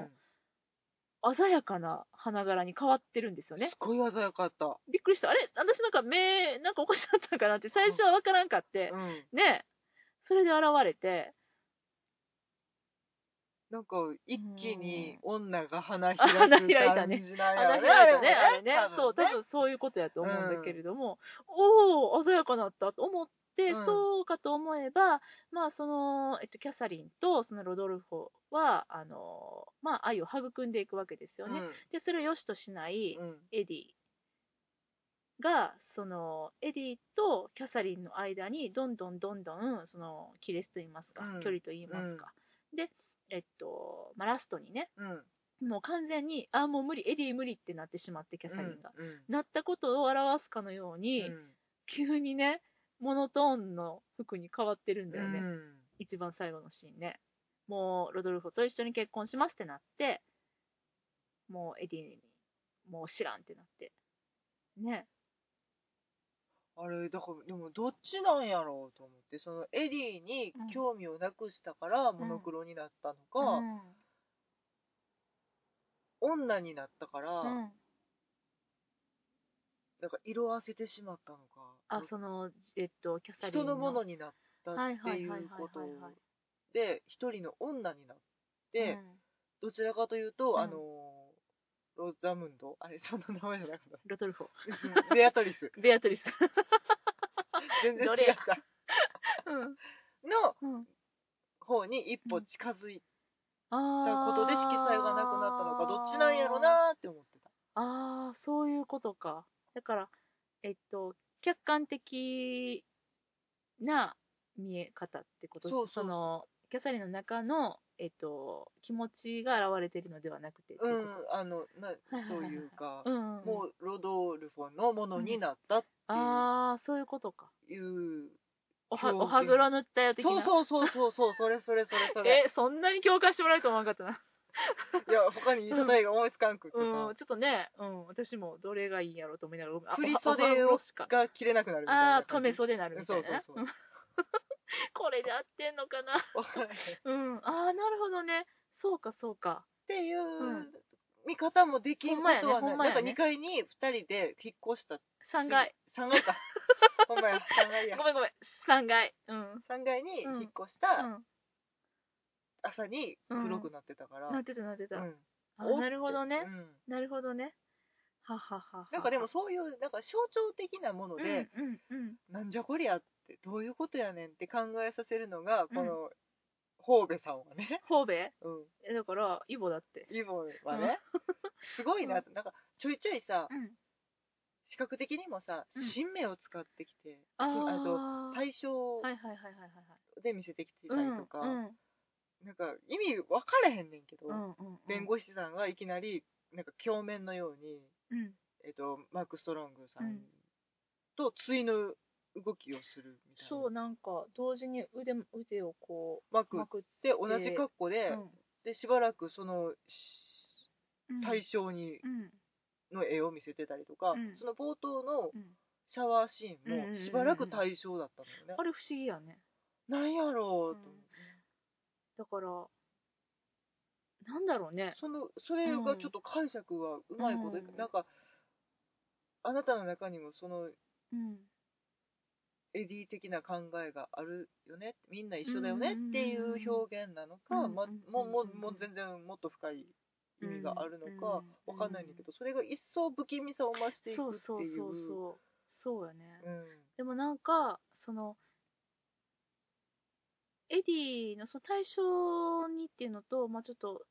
A: も、鮮やかな花柄に変わってるんですよね
B: すごい鮮やかった、
A: びっくりしたあれ私なんか目なんかおかしかったんかなって最初はわからんかって、
B: うん、
A: ねそれで現れて
B: なんか一気に
A: う
B: 女が花開く
A: あ
B: 感
A: [laughs] 花開いたね
B: じなんや
A: 花
B: ろ
A: 開いたねあれねそう多
B: 多分ね
A: 分そういうことやと思うんだけれども、おお鮮やかなったと思って。
B: うん
A: そうかと思えば、まあそのえっと、キャサリンとそのロドルフォはあの、まあ、愛を育んでいくわけですよね。でそれを良しとしない
B: うんうん
A: エディがそのエディとキャサリンの間にどんどんどんどんその亀裂と言いますか、
B: うん
A: 距離と言いますか、で、えっとまあ、ラストにね
B: うん
A: もう完全にあもう無理エディ無理ってなってしまってキャサリンが、
B: うん
A: なったことを表すかのよう
B: う
A: に、
B: ん
A: 急にねモノトーンの服に変わってるんだよね、
B: うん
A: 一番最後のシーンねもうロドルフォと一緒に結婚しますってなってもうエディにもう知らんってなってね
B: あれだからでもどっちなんやろうと思ってそのエディに興味をなくしたからモノクロになったのか、女になったから、
A: うんうん
B: なんか色あせてしまったのか
A: あそのえっとキャサリン
B: 人のもの
A: っ
B: になったっていうことで一人の女になっ
A: う
B: て、
A: ん
B: どちらかというと、
A: うん
B: あのロザムンドあれそんな名前じゃなかっ
A: ロドルフォ
B: た [laughs] ベアトリス
A: ベアト
B: [laughs]
A: リス
B: 全然違
A: ど
B: っ
A: れや
B: たの
A: うん、うん、
B: 方に一歩近づいた
A: ああ
B: ことで色彩がなくなったのかどっちなんやろなーって思ってた
A: ああそういうことかだからえっと客観的な見え方ってこと
B: そうそうそう
A: のキャサリンの中の、えっと、気持ちが現れてるのではなくてって
B: う
A: い
B: んあのな
A: はいはいはい
B: というか
A: う、んうん
B: もうロドルフォのものになったっ
A: ああそういうことか
B: ていう、
A: おは
B: 表
A: お
B: 現
A: はぐろ塗ったよ的な
B: そうそうそうそうそうそれそれそれそれ
A: えそんなに共感してもらえると思わなかったな
B: いや他に例えが思いつかんくってさ、
A: うんちょっとね、うん、私もどれがいいんやろうと思いながらごめんあ
B: 振り
A: おはおは
B: 袖
A: ぐ
B: を
A: ろしか
B: が切れなくなるみたい
A: あ
B: な
A: あー止
B: 感じ
A: め袖になるみたいなね
B: そうそうそうん
A: [laughs] これで合ってんのかな
B: わからへんっ
A: うん、ああ、なるほどね。そうか、そうか。
B: ていう見方もできんことは
A: ほ
B: なんい、
A: まや
B: なん
A: ね
B: か2階に2人で引っ越した
A: 3階
B: 3階か
A: [laughs]
B: ほんまや3階や
A: ごめんごめん3階うん
B: 3階に引っ越した朝に黒くなってたから、
A: うん、なってたなってた、
B: うん
A: あ
B: おっ
A: なるほどね
B: う、ん
A: なるほどねはははは
B: なんかでもそういうなんか象徴的なもので、
A: うんうんうん
B: なんじゃこりゃってどういうことやねんって考えさせるのが
A: うん
B: この神戸さんはね、
A: 神戸
B: うん、
A: えだからイボだって
B: イボンはね、すごいなってなんかちょいちょいさ
A: うん
B: 視覚的にもさ
A: うん
B: 新芽を使ってきて、
A: あ
B: しあと
A: あ
B: 対象
A: はいはいはいはいはいはい
B: で見せてきてたりとか、
A: うんうん
B: なんか意味分からへんねんけど、
A: うんうんうん、
B: 弁護士さんがいきなりなんか鏡面のように、
A: うん
B: えっとマーク・ストロングさ
A: うんん
B: と対の動きをするみたいな、
A: そうなんか同時に腕も腕をこ
B: マー
A: う
B: クっ
A: まくって、
B: て同じ格好で、でしばらくそのし
A: うん、
B: 対象に
A: うん
B: の絵を見せてたりとか、
A: うん
B: その冒頭
A: う
B: の
A: ん、
B: シャワーシ
A: う
B: ー
A: んうん
B: ン
A: うんう
B: も
A: ん
B: しばらく対象だったのよ
A: あ
B: ね、
A: れ不思議やね
B: なんやろうと思って、
A: だからなんだろうね
B: そのそれがちょっと解釈がうまいこと、
A: うん
B: なんかあなたの中にもその
A: うん
B: エディ的な考えがあるよねみんな一緒だよ
A: う
B: ね
A: んうんうんうん
B: っていう表現なのか、
A: うんうんうん
B: ま
A: うんうん
B: もうもうもう全然もっと深い意味があるのか
A: うん
B: わかんないんだけどそれが一層不気味さを増していく
A: そ
B: っ
A: う
B: て
A: そう
B: い
A: そう
B: う。
A: そうそうやね、
B: うん
A: でもなんかそのエディのその対象にっていうのと、まあ、ちょっと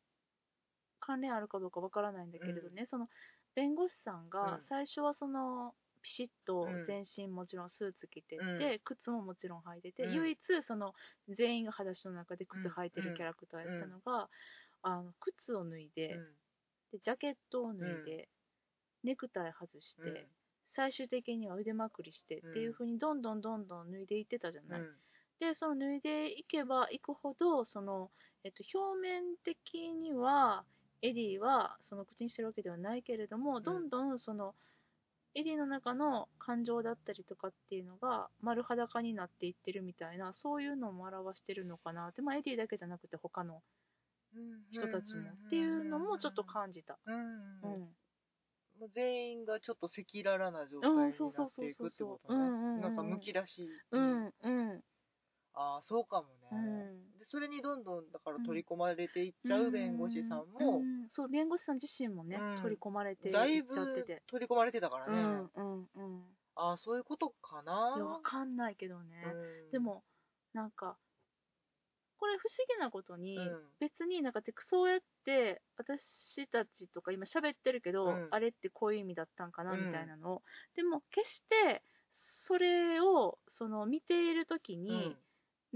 A: 関連あるかどうかわからないんだけれどね、その弁護士さん
B: う
A: が
B: ん
A: 最初はそのピシッと
B: うん
A: 全身もちろんスーツ着てて、
B: うん
A: 靴ももちろん履いてて、
B: うん
A: 唯一その全員が裸足の中で靴履いてるキャラクターやったのが、あの靴を脱いで,、でジャケットを脱いで、ネクタイ外して。
B: うん
A: 最終的には腕まくりしてっていう風にどんどんどんどん脱いでいってたじゃ
B: う
A: ない、
B: ん
A: でその脱いでいけばいくほどその、えっと、表面的にはエディはその口にしてるわけではないけれども
B: ん
A: どんどんその、エディの中の感情だったりとかっていうのが丸裸になっていってるみたいなそういうのも表してるのかなって、まあ、エディだけじゃなくて他の人たちもっていうのもちょっと感じた。
B: うん
A: うん
B: もう全員がちょっと赤裸々な状態になっていくってこと
A: うんそうそうそうそううんうんうん
B: ねなんかむき出し、
A: うんうん
B: ああそうかもね、
A: うん
B: でそれにどんどんだから取り込まれていっちゃう弁護士さん
A: う
B: も
A: んそう弁護士さん自身もね、
B: うん
A: 取り込まれていっちゃ
B: だ
A: っ
B: いぶ
A: てて、
B: 取り込まれてたから
A: う
B: ね、
A: んうんうん
B: ああそういうことかない
A: やわかんないけどね、
B: うん
A: でもなんかこれ不思議なことに、
B: うん
A: 別になんかてそうやって私たちとか今喋ってるけど、
B: うん
A: あれってこういう意味だったんかな
B: うん
A: みたいなのを、でも決してそれをその見ている時
B: う
A: に
B: ん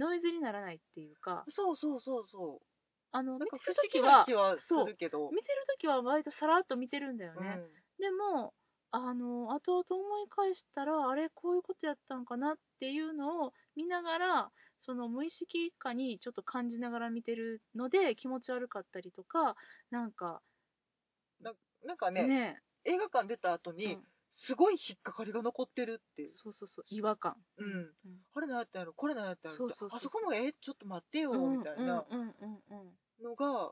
A: ノイズにならないっていうか、
B: そうそうそうそ
A: あの
B: うな
A: 見
B: ん
A: て
B: か
A: る
B: 不思
A: 時
B: 議な
A: は
B: 気はす
A: そう
B: るけど
A: 見てる時は割とさらっと見てるんだよね、でもあの後々思い返したらあれこういうことやったんかなっていうのを見ながらその無意識下にちょっと感じながら見てるので気持ち悪かったりとかなんか
B: うん、なんかね
A: ね
B: 映画館出た後
A: う
B: に
A: ん
B: すごい引っかかりが残ってるっていう、
A: そうそうそう違和感
B: うん
A: うん
B: あれなんやったんやろこれなんやったんやろって
A: そうそうそう
B: あそこもえちょっと待ってよみたいな
A: うんうんうんうん
B: のが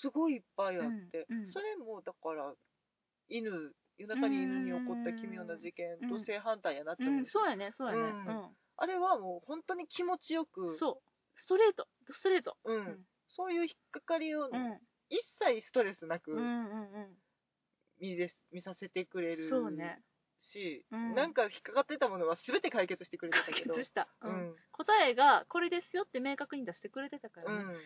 B: すごいいっぱいあって、
A: うんうん
B: それもだから犬夜中に犬に起こった奇妙な事件
A: う
B: と
A: ん
B: 正反対やなって
A: う
B: 思
A: ん
B: う、
A: うんそうやねそうやね
B: う
A: うん
B: ん、あれはもう本当に気持ちよく
A: そうストレートストレート
B: うん
A: ん
B: そういう引っかかりを
A: うん
B: 一切ストレスな
A: うんう
B: く
A: んうん
B: 見れ見させてくれる
A: そうね
B: し、
A: うん
B: なんか引っかかってたものは全て解決してくれてた
A: 解
B: けど、
A: 決した、[laughs]
B: う
A: うん
B: ん
A: 答えがこれですよって明確に出してくれてたから
B: う
A: ね、
B: ん、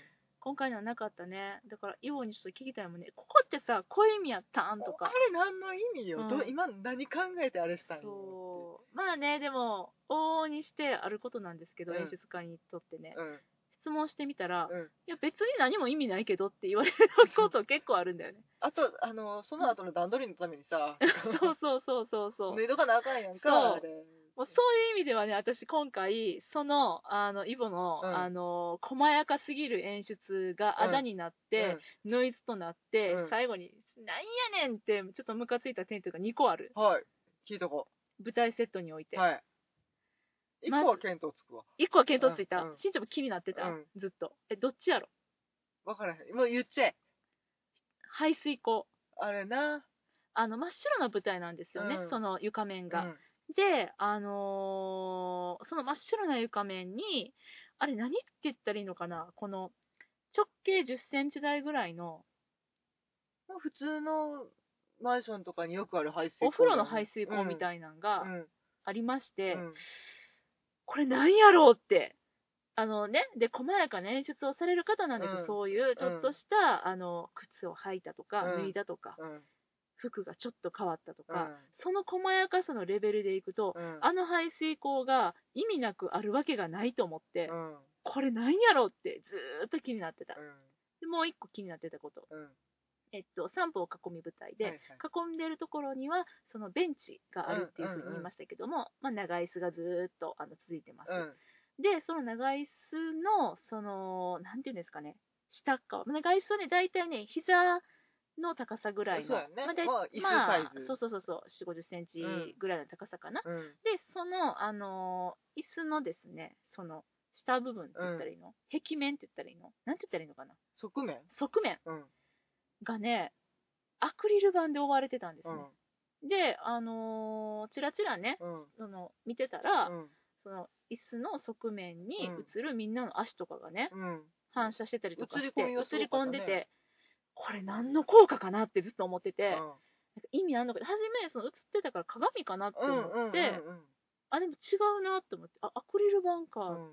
A: 今回のはなかったねだからイオにちょっと聞きたいもんねここってさこういう意味やったんと
B: あ
A: か
B: れ何の意味よ、
A: うん
B: ど今何考えてあれしたんよっ
A: そうまあねでも往々にしてあることなんですけど、
B: うん
A: 演出家にとってね、
B: てうん
A: 質問してみたら、い
B: うん、
A: や別に何も意味ないけどって言わ
B: [laughs]
A: れること結構あるんだよね
B: あとあのその後の段取りのためにさ、
A: そうそうそうそうそう
B: 脱いどかなあかんやんか
A: そう
B: あれ
A: もうそういう意味ではね私今回そのあのイボの、
B: うん
A: あの細やかすぎる演出があだになって、ノイズとなって、
B: うん
A: 最後に「なんやねん!」ってちょっとムカついた点というか2個ある
B: うん、はい聞いとこ
A: 舞台セットにおいて、
B: はい一
A: まず
B: 個は見当つくわ
A: 1個は見当ついた、
B: うんうん
A: しんちゃんも気になってた、
B: うん
A: ずっとえどっちやろ
B: 分からへんもう言っちゃえ
A: 排水口
B: あれな、
A: あの真っ白な舞台なんですよね、
B: うん
A: その床面が、
B: うん
A: で、あのーその真っ白な床面に、あれ何って言ったらいいのかな、この直径10センチ台ぐらいの
B: もう普通のマンションとかによくある排水
A: お風呂の排水溝み
B: い
A: たいなんが
B: うん
A: ありまして、
B: うん
A: これなんやろうって。あのね、で細やかな演出をされる方なんですよ、
B: うん
A: そういうちょっとした、あの靴を履いたとか、
B: うん
A: 脱いだとか、
B: うん
A: 服がちょっと変わったとか、その細やかさのレベルでいくと、
B: うんうん
A: あの排水口が意味なくあるわけがないと思って、
B: うんうん
A: これなんやろうってずーっと気になってた。でもう一個気になってたこと。
B: うん
A: えっと、散歩を囲み舞台で、
B: はいはい
A: 囲んでるところには、そのベンチがあるっていうふうに言いましたけども、まあ、長椅子がずーっとあの続いてます、
B: うん
A: で、その長椅子の、その、なんていうんですかね、下っ側。長椅子はね、大体ね、膝の高さぐらいの。
B: そうやね
A: まあ、大
B: まあ椅子
A: まあ
B: サイズ
A: そうそうそうそう、4、50センチぐらいの高さかな。
B: うん
A: で、その、あのー椅子のですね、その、下部分って言ったらいいの、壁面って言ったらいいのなんて言ったらいいのかな
B: 側面
A: 側面
B: うん
A: がね、アクリル板で覆われてたんです
B: う
A: ね。
B: ん
A: で、あのーちらちらね、
B: うん
A: その、見てたら、
B: うん
A: その、椅子の側面に
B: うん
A: 映るみんなの足とかがね、
B: うん
A: 反射してたりとかして、
B: 映り込みはす
A: 映
B: ご
A: り
B: か
A: 込
B: った
A: ん
B: ね
A: でて、これ何の効果かなってずっと思ってて、なんか
B: う
A: 意味あんのか、初めその映ってたから鏡かなって
B: ん
A: 思って、
B: うんうんうん
A: あ、でも違うなって思って、あ、アクリル板か、
B: うん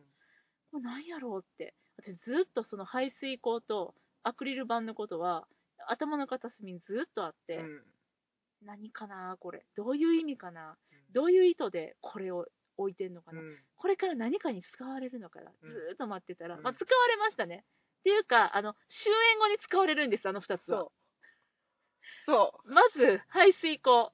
A: これなんやろうって私ずっとその排水口とアクリル板のことは頭の片隅にずっとあって、
B: うん
A: 何かなこれどういう意味かなどういう意図でこれを置いてんのか
B: う
A: な、
B: ん
A: これから何かに使われるのかな
B: うん
A: ずーっと待ってたら、
B: うん
A: まあ、使われましたねっていうかあの終演後に使われるんですあの2つは
B: そうそ
A: まず排水口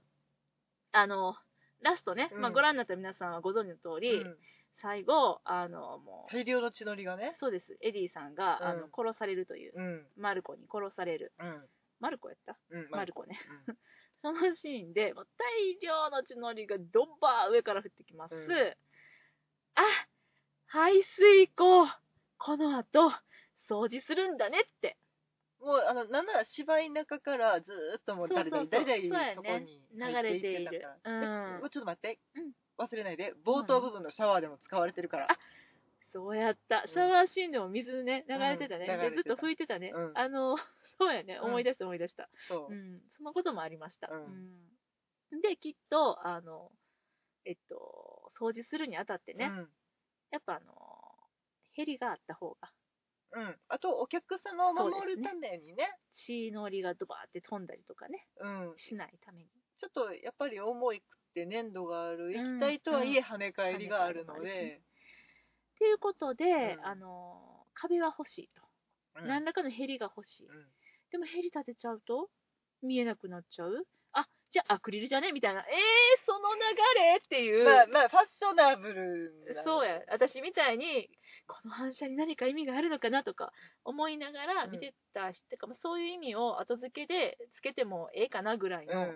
A: あのラストね、まあ、
B: うん
A: ご覧になった皆さんはご存知の通
B: う
A: り、
B: うん
A: 最後あのもう
B: 大量の血のりがね
A: そうですエディさんが、あ
B: う
A: の
B: ん
A: 殺されるという
B: うん
A: マルコに殺される。
B: うん
A: マルコやった
B: うん
A: マルコね。
B: うん
A: そのシーンで、もう大量の血のりがドッバー上から降ってきます。
B: うん
A: あ排水口この後、掃除するんだねって。
B: もうあのなんなら芝居中からずーっともう誰
A: [laughs]
B: 々
A: そうそうそう
B: 誰々
A: そ
B: そう
A: やね
B: こに入っていってたから
A: 流れているうん
B: でもうちょっと待って、
A: うん
B: 忘れないで冒頭部分のシャワーでも使われてるから、
A: そうやった。
B: ん
A: シャワーシーンでも水ね、流れてたね。
B: うん
A: で
B: 流れ
A: ず
B: て
A: ったと拭いてたね。
B: うん
A: あの、 [laughs] そうやね。
B: うん
A: 思い出した思い出した。。
B: そううん
A: そのこともありました。
B: うん
A: うんで、きっと、あの、えっと、掃除するにあたってね、やっぱあの、ヘリがあった方が、
B: うん、うん、あとお客様を守るためにね
A: 血のりがドバーって飛んだりとかね、
B: うん
A: しないために。
B: ちょっとやっぱり重いくって粘土がある液体とはいえ跳ね返りがあるので、
A: っていうことで、
B: うん
A: あの、壁は欲しいと。
B: うん
A: 何らかのヘリが欲しい。
B: うん
A: でもヘリ立てちゃうと、見えなくなっちゃう。あ、じゃあアクリルじゃねみたいな。えー、その流れっていう。
B: まあまあファッショナブルな
A: そうや、私みたいに、この反射に何か意味があるのかなとか思いながら見てたし、てかまあそういう意味を後付けでつけてもええかなぐらいの、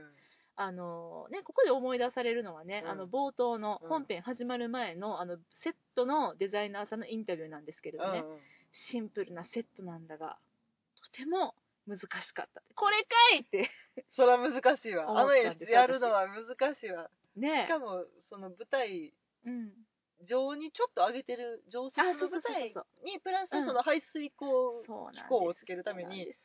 A: あのね、ここで思い出されるのはね、
B: うん
A: あの冒頭の
B: うん
A: 本編始まる前の,、あのセットのデザイナーさんのインタビューなんですけれど
B: うん、
A: ね、
B: うん
A: シンプルなセットなんだがとても難しかったこれかいって
B: それは難しいわあの
A: 思った
B: 演
A: んです
B: 出やるのは難しいわ
A: ね
B: しかもその舞台
A: うん、
B: 上にちょっと上げてる常設
A: あそ
B: の
A: うそう
B: 舞
A: そう
B: 台
A: そう
B: にプラス
A: うん
B: その排水溝
A: そうなんです
B: 機構をつけるため
A: そうなん
B: に
A: です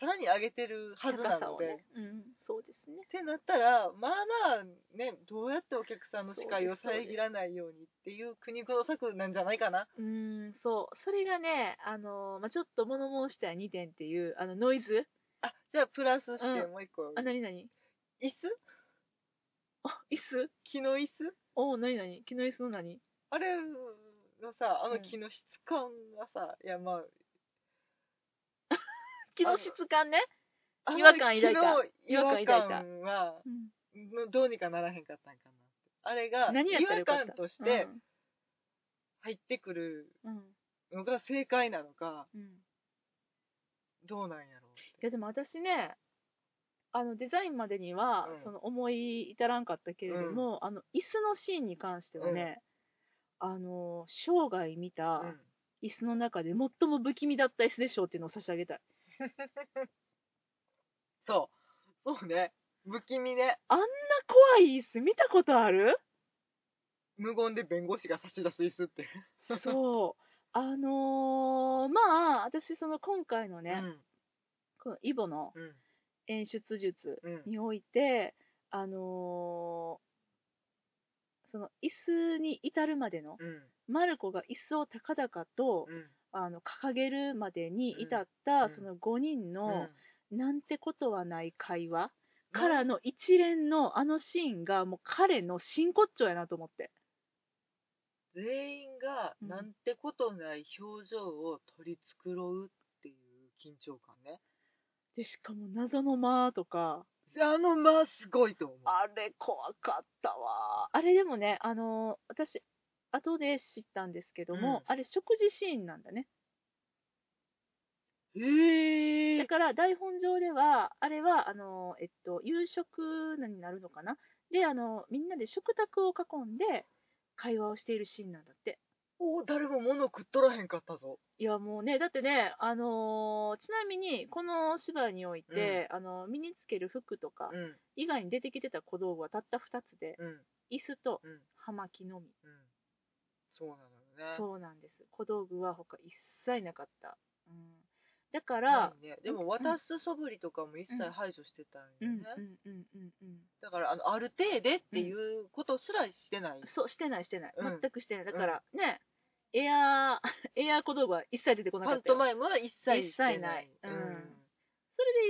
B: さらに上げてるはずな
A: 高さ
B: の
A: を
B: で、
A: ね、うん、そうですね
B: ってなったらまあまあねどうやってお客さんの視界を
A: そうです
B: 遮らないようにっていう苦肉の策なんじゃないかな
A: うーん、そう。それがね、あのーまあ、ちょっと物申したい2点っていう、あの、ノイズ
B: あじゃあプラスして
A: う
B: もう一個、
A: あ、なになに
B: 椅子
A: あ、椅子
B: 木の椅子
A: おー、なになに木の椅子の何
B: あれのさあ
A: う
B: の
A: ん
B: 木の質感がさ、いやまあ
A: 木の質感ね。
B: あの
A: 違和感抱いた
B: 木の
A: 違
B: 違
A: 和
B: 和
A: 感抱い
B: 感
A: た
B: は
A: うん
B: どうにかならへんかったんかなあれが
A: 何やったら
B: 違
A: よ
B: 和
A: かった
B: 感として、入ってくる
A: うん。うん。
B: のが正解なのか
A: うん。い
B: どうなんやろう
A: や、でも私ね、あの、デザインまでには、
B: うん
A: その、思い至らんかったけれども、あの、椅子のシーンに関してはね、あのー、生涯見た
B: うん
A: 椅子の中で最も不気味だった椅子でしょうっていうのを差し上げたい。
B: そうそうね不気味ね
A: 怖い椅子見たことある
B: 無言で弁護士が差し出す椅子って
A: そうあのーまあ私その今回のね、このイボの
B: うんうん
A: 演出術
B: うん
A: において、あのーその椅子に至るまでの、
B: うん
A: マルコが椅子を高々と、
B: うん
A: あの掲げるまでに至っ
B: う
A: た、
B: ん
A: その5人の、なんてことはない会話
B: うん
A: からの一連のあのシーンがもう彼の真骨頂やなと思って。
B: 全員が
A: うん
B: なんてことない表情を取り繕うっていう緊張感ね
A: でしかも謎の間とか
B: あのまあすごいと思う
A: あれ怖かったわあれでもねあのー私後で知ったんですけども、
B: うん
A: あれ食事シーンなんだね
B: へ
A: だ
B: え
A: から台本上ではあれはあのーえっと夕食になるのかなであのーみんなで食卓を囲んで会話をしているシーンなんだって
B: おー誰も物食っとらへんかったぞ
A: いやもうねだってねあのーちなみにこの芝居において、あのー身につける服とか
B: うん
A: 以外に出てきてた小道具はたった2つで
B: うん
A: 椅子と
B: うん
A: 葉巻のみ
B: うんそうなのよね
A: そうなんです。小道具は他一切なかった。うん、だか
B: な
A: ら、
B: いね、で
A: うん
B: も渡す素振りとかも一切
A: うん
B: 排除してたん
A: うん
B: よ
A: う
B: ね、
A: んうんうんうん。
B: だからあのある程度っていうことすらしてない、
A: そうしてないしてない。
B: うん
A: 全くしてない。だから、ね、エアー [laughs] エアー小道具は一切出てこなか
B: パ
A: っ
B: ン
A: たよ。
B: トマイムは一切してない
A: 一切ないうん
B: うん
A: それ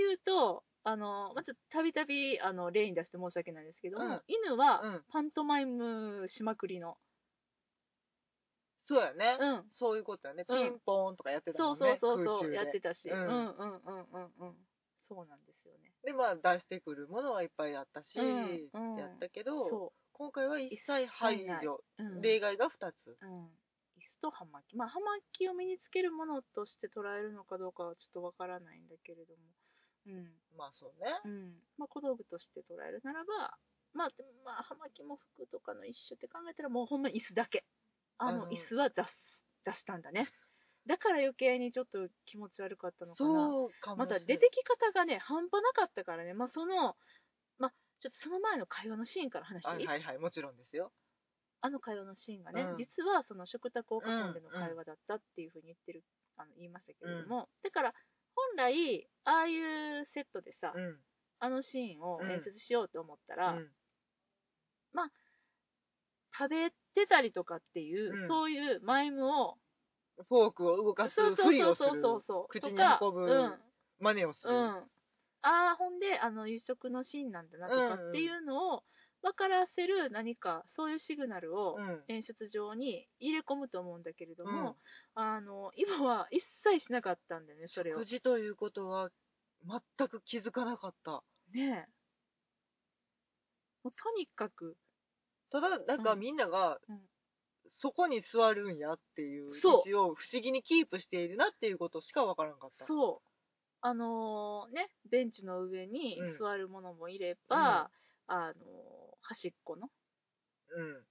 A: で言うと。あのまあ、ちょっとたびたびあの例に出して申し訳ないですけども、
B: うん
A: 犬は
B: うん
A: パントマイムしまくりの、
B: そうやね、
A: うん、
B: そういうことやね、
A: うん
B: ピンポーンとかやってた
A: そ
B: も
A: うんそう
B: ね
A: そうそう、
B: 空中で
A: やってたし、う、
B: うんん
A: うんうんうんうんそうなんですよね
B: でまあ出してくるものはいっぱいあったし、
A: うんうん
B: やったけど
A: そ
B: 今回は一切排除、
A: う、うん、
B: 例外が2つ
A: うん、椅子と葉巻まあ葉巻を身につけるものとして捉えるのかどうかはちょっとわからないんだけれども、
B: まあそうね
A: うんうんまあ、小道具として捉えるならば、まあ、でもまあ葉巻も服とかの一種って考えたらもうほんまに椅子だけあ
B: あ
A: の
B: の
A: 椅子は出す出したんだねだから余計にちょっと気持ち悪かったのかな
B: そうかも
A: ま
B: しれな
A: た
B: い
A: 出てき方がね半端なかったからね、まあ、その、まあ、ちょっとその前の会話のシーンから話していい
B: あはいはいもちろんですよ
A: あの会話のシーンがね、
B: うん
A: 実はその食卓を囲んでの会話だったっていうふうに言ってる、あの言いましたけれども、だから本来ああいうセットでさ、
B: うん
A: あのシーンを演出しようと思ったら、
B: うん
A: 食べてたりとかっていう、
B: うん
A: そういうマイムを
B: フォークを動かす
A: そうそ
B: ふ
A: う
B: り
A: そ
B: を
A: う
B: する
A: そうそうそう
B: 口に
A: とか
B: 運ぶ
A: うん
B: 真似をす
A: う
B: る、
A: んああほんであの夕食のシーンなんだなとかっていうのを分からせる何かそういうシグナルを
B: うん
A: 演出上に入れ込むと思うんだけれども、
B: うん
A: あの今は一切しなかったんだよねそれを
B: 食事ということは全く気づかなかった
A: ねえもうとにかく
B: ただなんか
A: うん
B: みんなが、
A: うん
B: そこに座るんやっていう
A: そう
B: 位置を不思議にキープしているなっていうことしかわからんかった
A: そうあのーねベンチの上に
B: うん
A: 座るものもいれば、あのー端っこの
B: うん、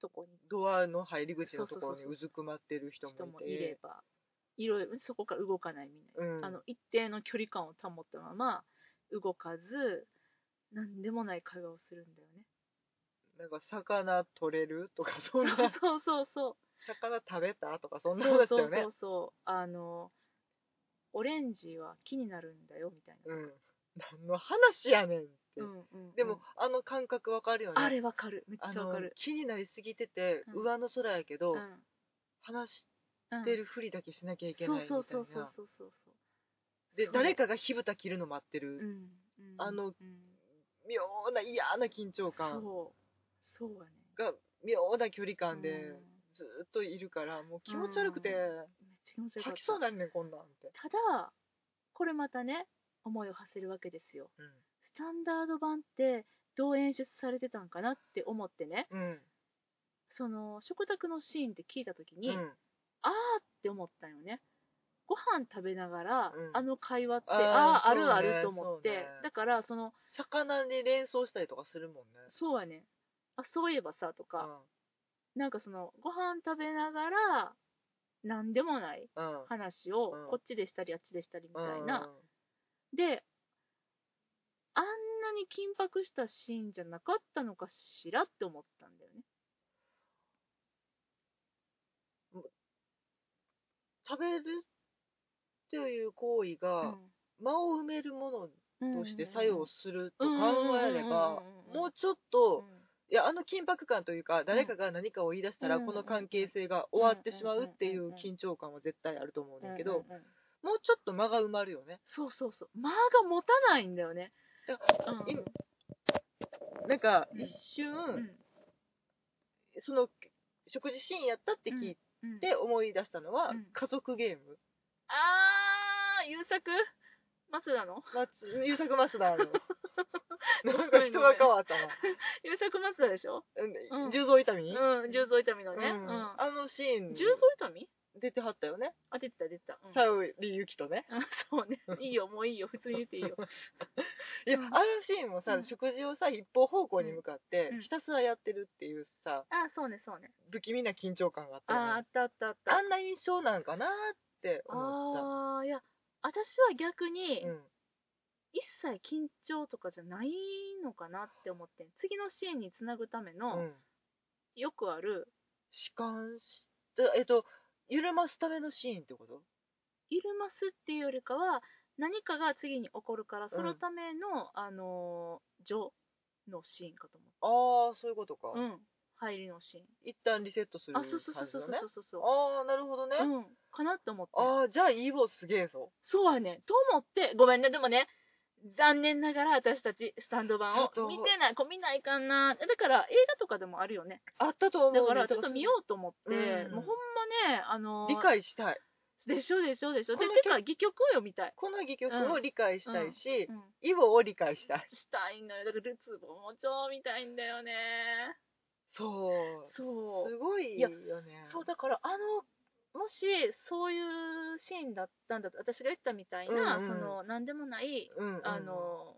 A: とこに
B: ドアの入り口のところ
A: そうそうそう
B: に
A: そう
B: うずくまってる人もいて
A: 人もいればいろいろそこから動かないみたいな、
B: うん
A: あの一定の距離感を保ったまま動かず何でもない会話をするんだよ
B: [laughs]
A: ね
B: なんか魚取れる
A: [laughs]
B: とかそんな
A: そうそうそう
B: 魚食べたとかそんな
A: そ
B: の
A: う
B: だった
A: そ
B: よ
A: う
B: ね
A: そうそうあのオレンジは木になるんだよみたいな、
B: うん何の話やねんって、
A: うんうんうん
B: でも、あの感覚わかるよね
A: あれわかるめっ
B: あ
A: ちゃわ
B: の
A: かる
B: 気になりすぎてて、
A: うん
B: 上の空やけど、
A: うん
B: 話し
A: うん
B: てるふりだけしなきゃいけ
A: そ
B: な
A: う
B: いみた
A: そう
B: い
A: そうそう
B: な
A: そうそう
B: で
A: そう
B: 誰かが火蓋切るの待ってる、
A: うんうん
B: あの
A: うん
B: 妙な嫌な緊張感
A: そうそうやね
B: が妙な距離感で、
A: うん
B: ずーっといるからもう気持ち悪くて、
A: めっちゃ気持ちよかっ
B: 吐
A: た
B: きそうなんねんこんなんって、
A: ただこれまたね思いを馳せるわけですよスタンダード版ってどう演出されてたんかなって思ってね
B: うんうん
A: その食卓のシーンって聞いた時に、
B: うん
A: あーって思ったよねご飯食べながら、
B: うん
A: あの会話って
B: あー
A: ああーあるあ
B: そう
A: る
B: ね
A: と思って、
B: そうね
A: だからその
B: 魚に連想したりとかするもんね
A: そうやねあそういえばさとか、なんかそのご飯食べながら何でもない
B: うんうん
A: 話を
B: うん
A: こっちでしたりあっちでしたりみたいな、
B: うん
A: であんなに緊迫したシーンじゃなかったのかしらって思ったんだよね。
B: 食べるという行為が間を埋めるものとして作用すると考えればもうちょっといやあの緊迫感というか誰かが何かを言い出したらこの関係性が終わってしまうっていう緊張感は絶対あると思うんだけどもうちょっと間が埋まるよね
A: そうそうそう間が持たないんだよね
B: だから
A: うん
B: 今なんか
A: うん
B: 一
A: う
B: 瞬
A: ん
B: その食事シーンやったって聞い
A: うん
B: て思い出したのは
A: うん
B: 家族ゲーム
A: あー優作松田の
B: 松優作
A: [laughs]
B: 松田のなんか人が変わったな
A: 優作松田でしょ
B: う
A: うんん
B: 重蔵痛みに
A: うん重蔵痛みのね、
B: うん
A: うん
B: あのシーン
A: 重蔵痛み
B: 出てはったよね
A: あ出てた出てた、うん
B: さよりゆきとね
A: あそうねいいよもういいよ普通に言っていいよ
B: いや、
A: うん
B: あのシーンもさ、
A: うん
B: 食事をさ一方方向に向かって、
A: うん
B: ひたすらやってるっていうさ
A: [laughs] あそうねそうね
B: 不気味な緊張感があった
A: あ
B: よ
A: ーあ
B: ね
A: ったあったあった
B: あんな印象なんかなって思っ
A: あーいや私は逆に
B: た、うん、
A: 一切緊張とかじゃないのかなって思って次のシーンにつなぐため
B: う
A: の
B: ん、
A: よくある
B: 弛緩したえっと緩ますためのシーンってこと
A: イルマスっていうよりかは何かが次に起こるからそのための、あのージョーのシーンかと
B: ああそういうことか、
A: 思ううん入りのシーン
B: 一旦リセットする
A: あ
B: 感じ
A: そうそうそうそう
B: の
A: そう
B: ね
A: そうそう
B: ああなるほどね、
A: うんかなって思って
B: ああじゃあイーボすげえぞ
A: そうやねと思ってごめんねでもね残念ながら私たちスタンド版を
B: ちょっと
A: 見てないこう見ないかんなだから映画とかでもあるよね
B: あったと思うね
A: だからちょっと見ようと思って、
B: うん
A: もうほんまねあの
B: 理解したい
A: でしょでしょでしょで
B: この
A: てか戯曲を読みたい、
B: この戯曲を理解したいし、
A: うん、
B: イボを理解したい
A: したいのよだからルツボも超見たいんだよね
B: そう
A: そ
B: すごい
A: いや
B: よね。
A: そうだからあのもしそういうシーンだったんだと私が言ったみたいな、
B: うんう
A: そ
B: ん
A: の何でもない
B: うんうん、
A: あの、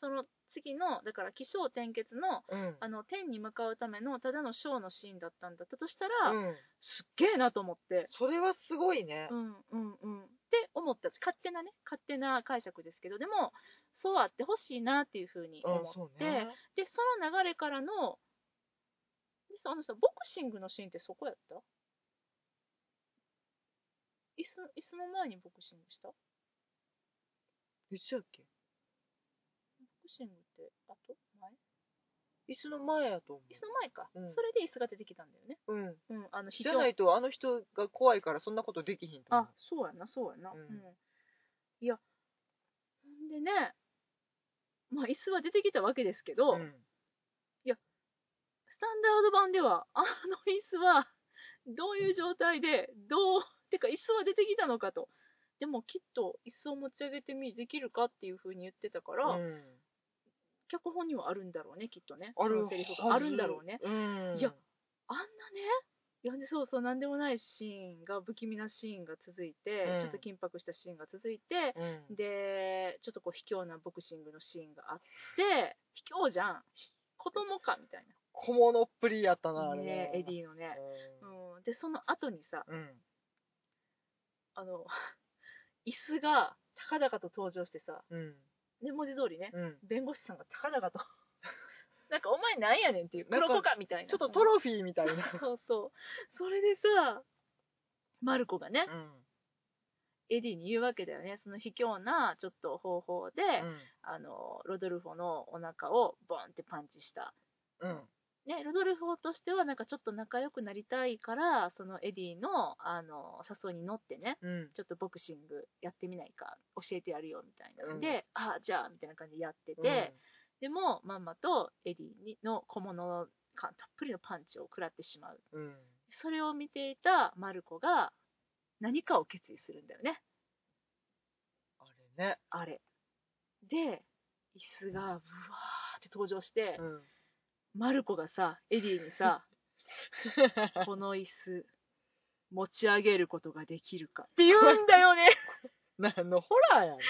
A: その次のだから起承転結の
B: うん、
A: あの天に向かうためのただのショーのシーンだったんだったとしたら、
B: うん、
A: すっげえなと思って、
B: それはすごいね
A: う。んうんうん、って思った勝手なね勝手な解釈ですけどでもそうあってほしいなっていうふうに
B: うん、
A: 思
B: そう
A: って、
B: ね。
A: でその流れからのでさあのさボクシングのシーンってそこやった椅子椅子の前にボクシングしたボ
B: いつやっけ？
A: クシングってあと前
B: 椅子の前やと思
A: 椅子の前か、
B: うん
A: それで椅子が出てきたんだよね
B: う。うん。
A: うんあの非
B: じ
A: 常
B: ゃないとあの人が怖いからそんなことできひんと思う
A: あ。そうやなそうやな、
B: う
A: うんんいやほんでねまあ椅子は出てきたわけですけど、
B: うん
A: スタンダード版ではあの椅子はどういう状態でどうてか椅子は出てきたのかとでもきっと椅子を持ち上げてみできるかっていうふうに言ってたから、
B: うん
A: 脚本にはあるんだろうねきっとね
B: ある
A: そのセリフがあるんだろうね。
B: うん。
A: いやあんなねいやそうそう何でもないシーンが不気味なシーンが続いて、
B: うん
A: ちょっと緊迫したシーンが続いて、
B: うん。
A: でちょっとこう卑怯なボクシングのシーンがあって卑怯じゃん子供かみたい
B: 小物っぷりやったな
A: な
B: あれ
A: ねエデ
B: ィ。
A: ィのね、うん、でその後にさ
B: うん。
A: あの [laughs] 椅子が高々と登場してさ
B: うん。
A: で文字通りね、 [laughs]
B: うん。
A: 弁護士さんが高々と [laughs] なんかお前なんやねんっていう黒子かみたいな
B: ちょっとトロフィーみたいな。
A: そうそうそれでさマルコがね、
B: うん。
A: エディに言うわけだよねその卑怯なちょっと方法で、あのロドルフォのお腹をボンってパンチした、
B: うん。
A: ね、ロドルフォとしてはなんかちょっと仲良くなりたいからそのエディのあの誘いに乗ってね
B: うん。
A: ちょっとボクシングやってみないか教えてやるよみたいな
B: うん
A: ので、あじゃあみたいな感じでやってて、
B: うん、
A: でもマンマとエディにの小物感たっぷりのパンチを食らってしまう
B: うん。
A: それを見ていたマルコが何かを決意するんだよね
B: あれね。
A: あれで椅子がうわーって登場して、
B: うん。
A: マルコがさエディに
B: [laughs]
A: さこの椅子持ち上げることができるかって [laughs] 言うんだよね
B: [laughs] 何のホラーやね
A: 何
B: ん。
A: こ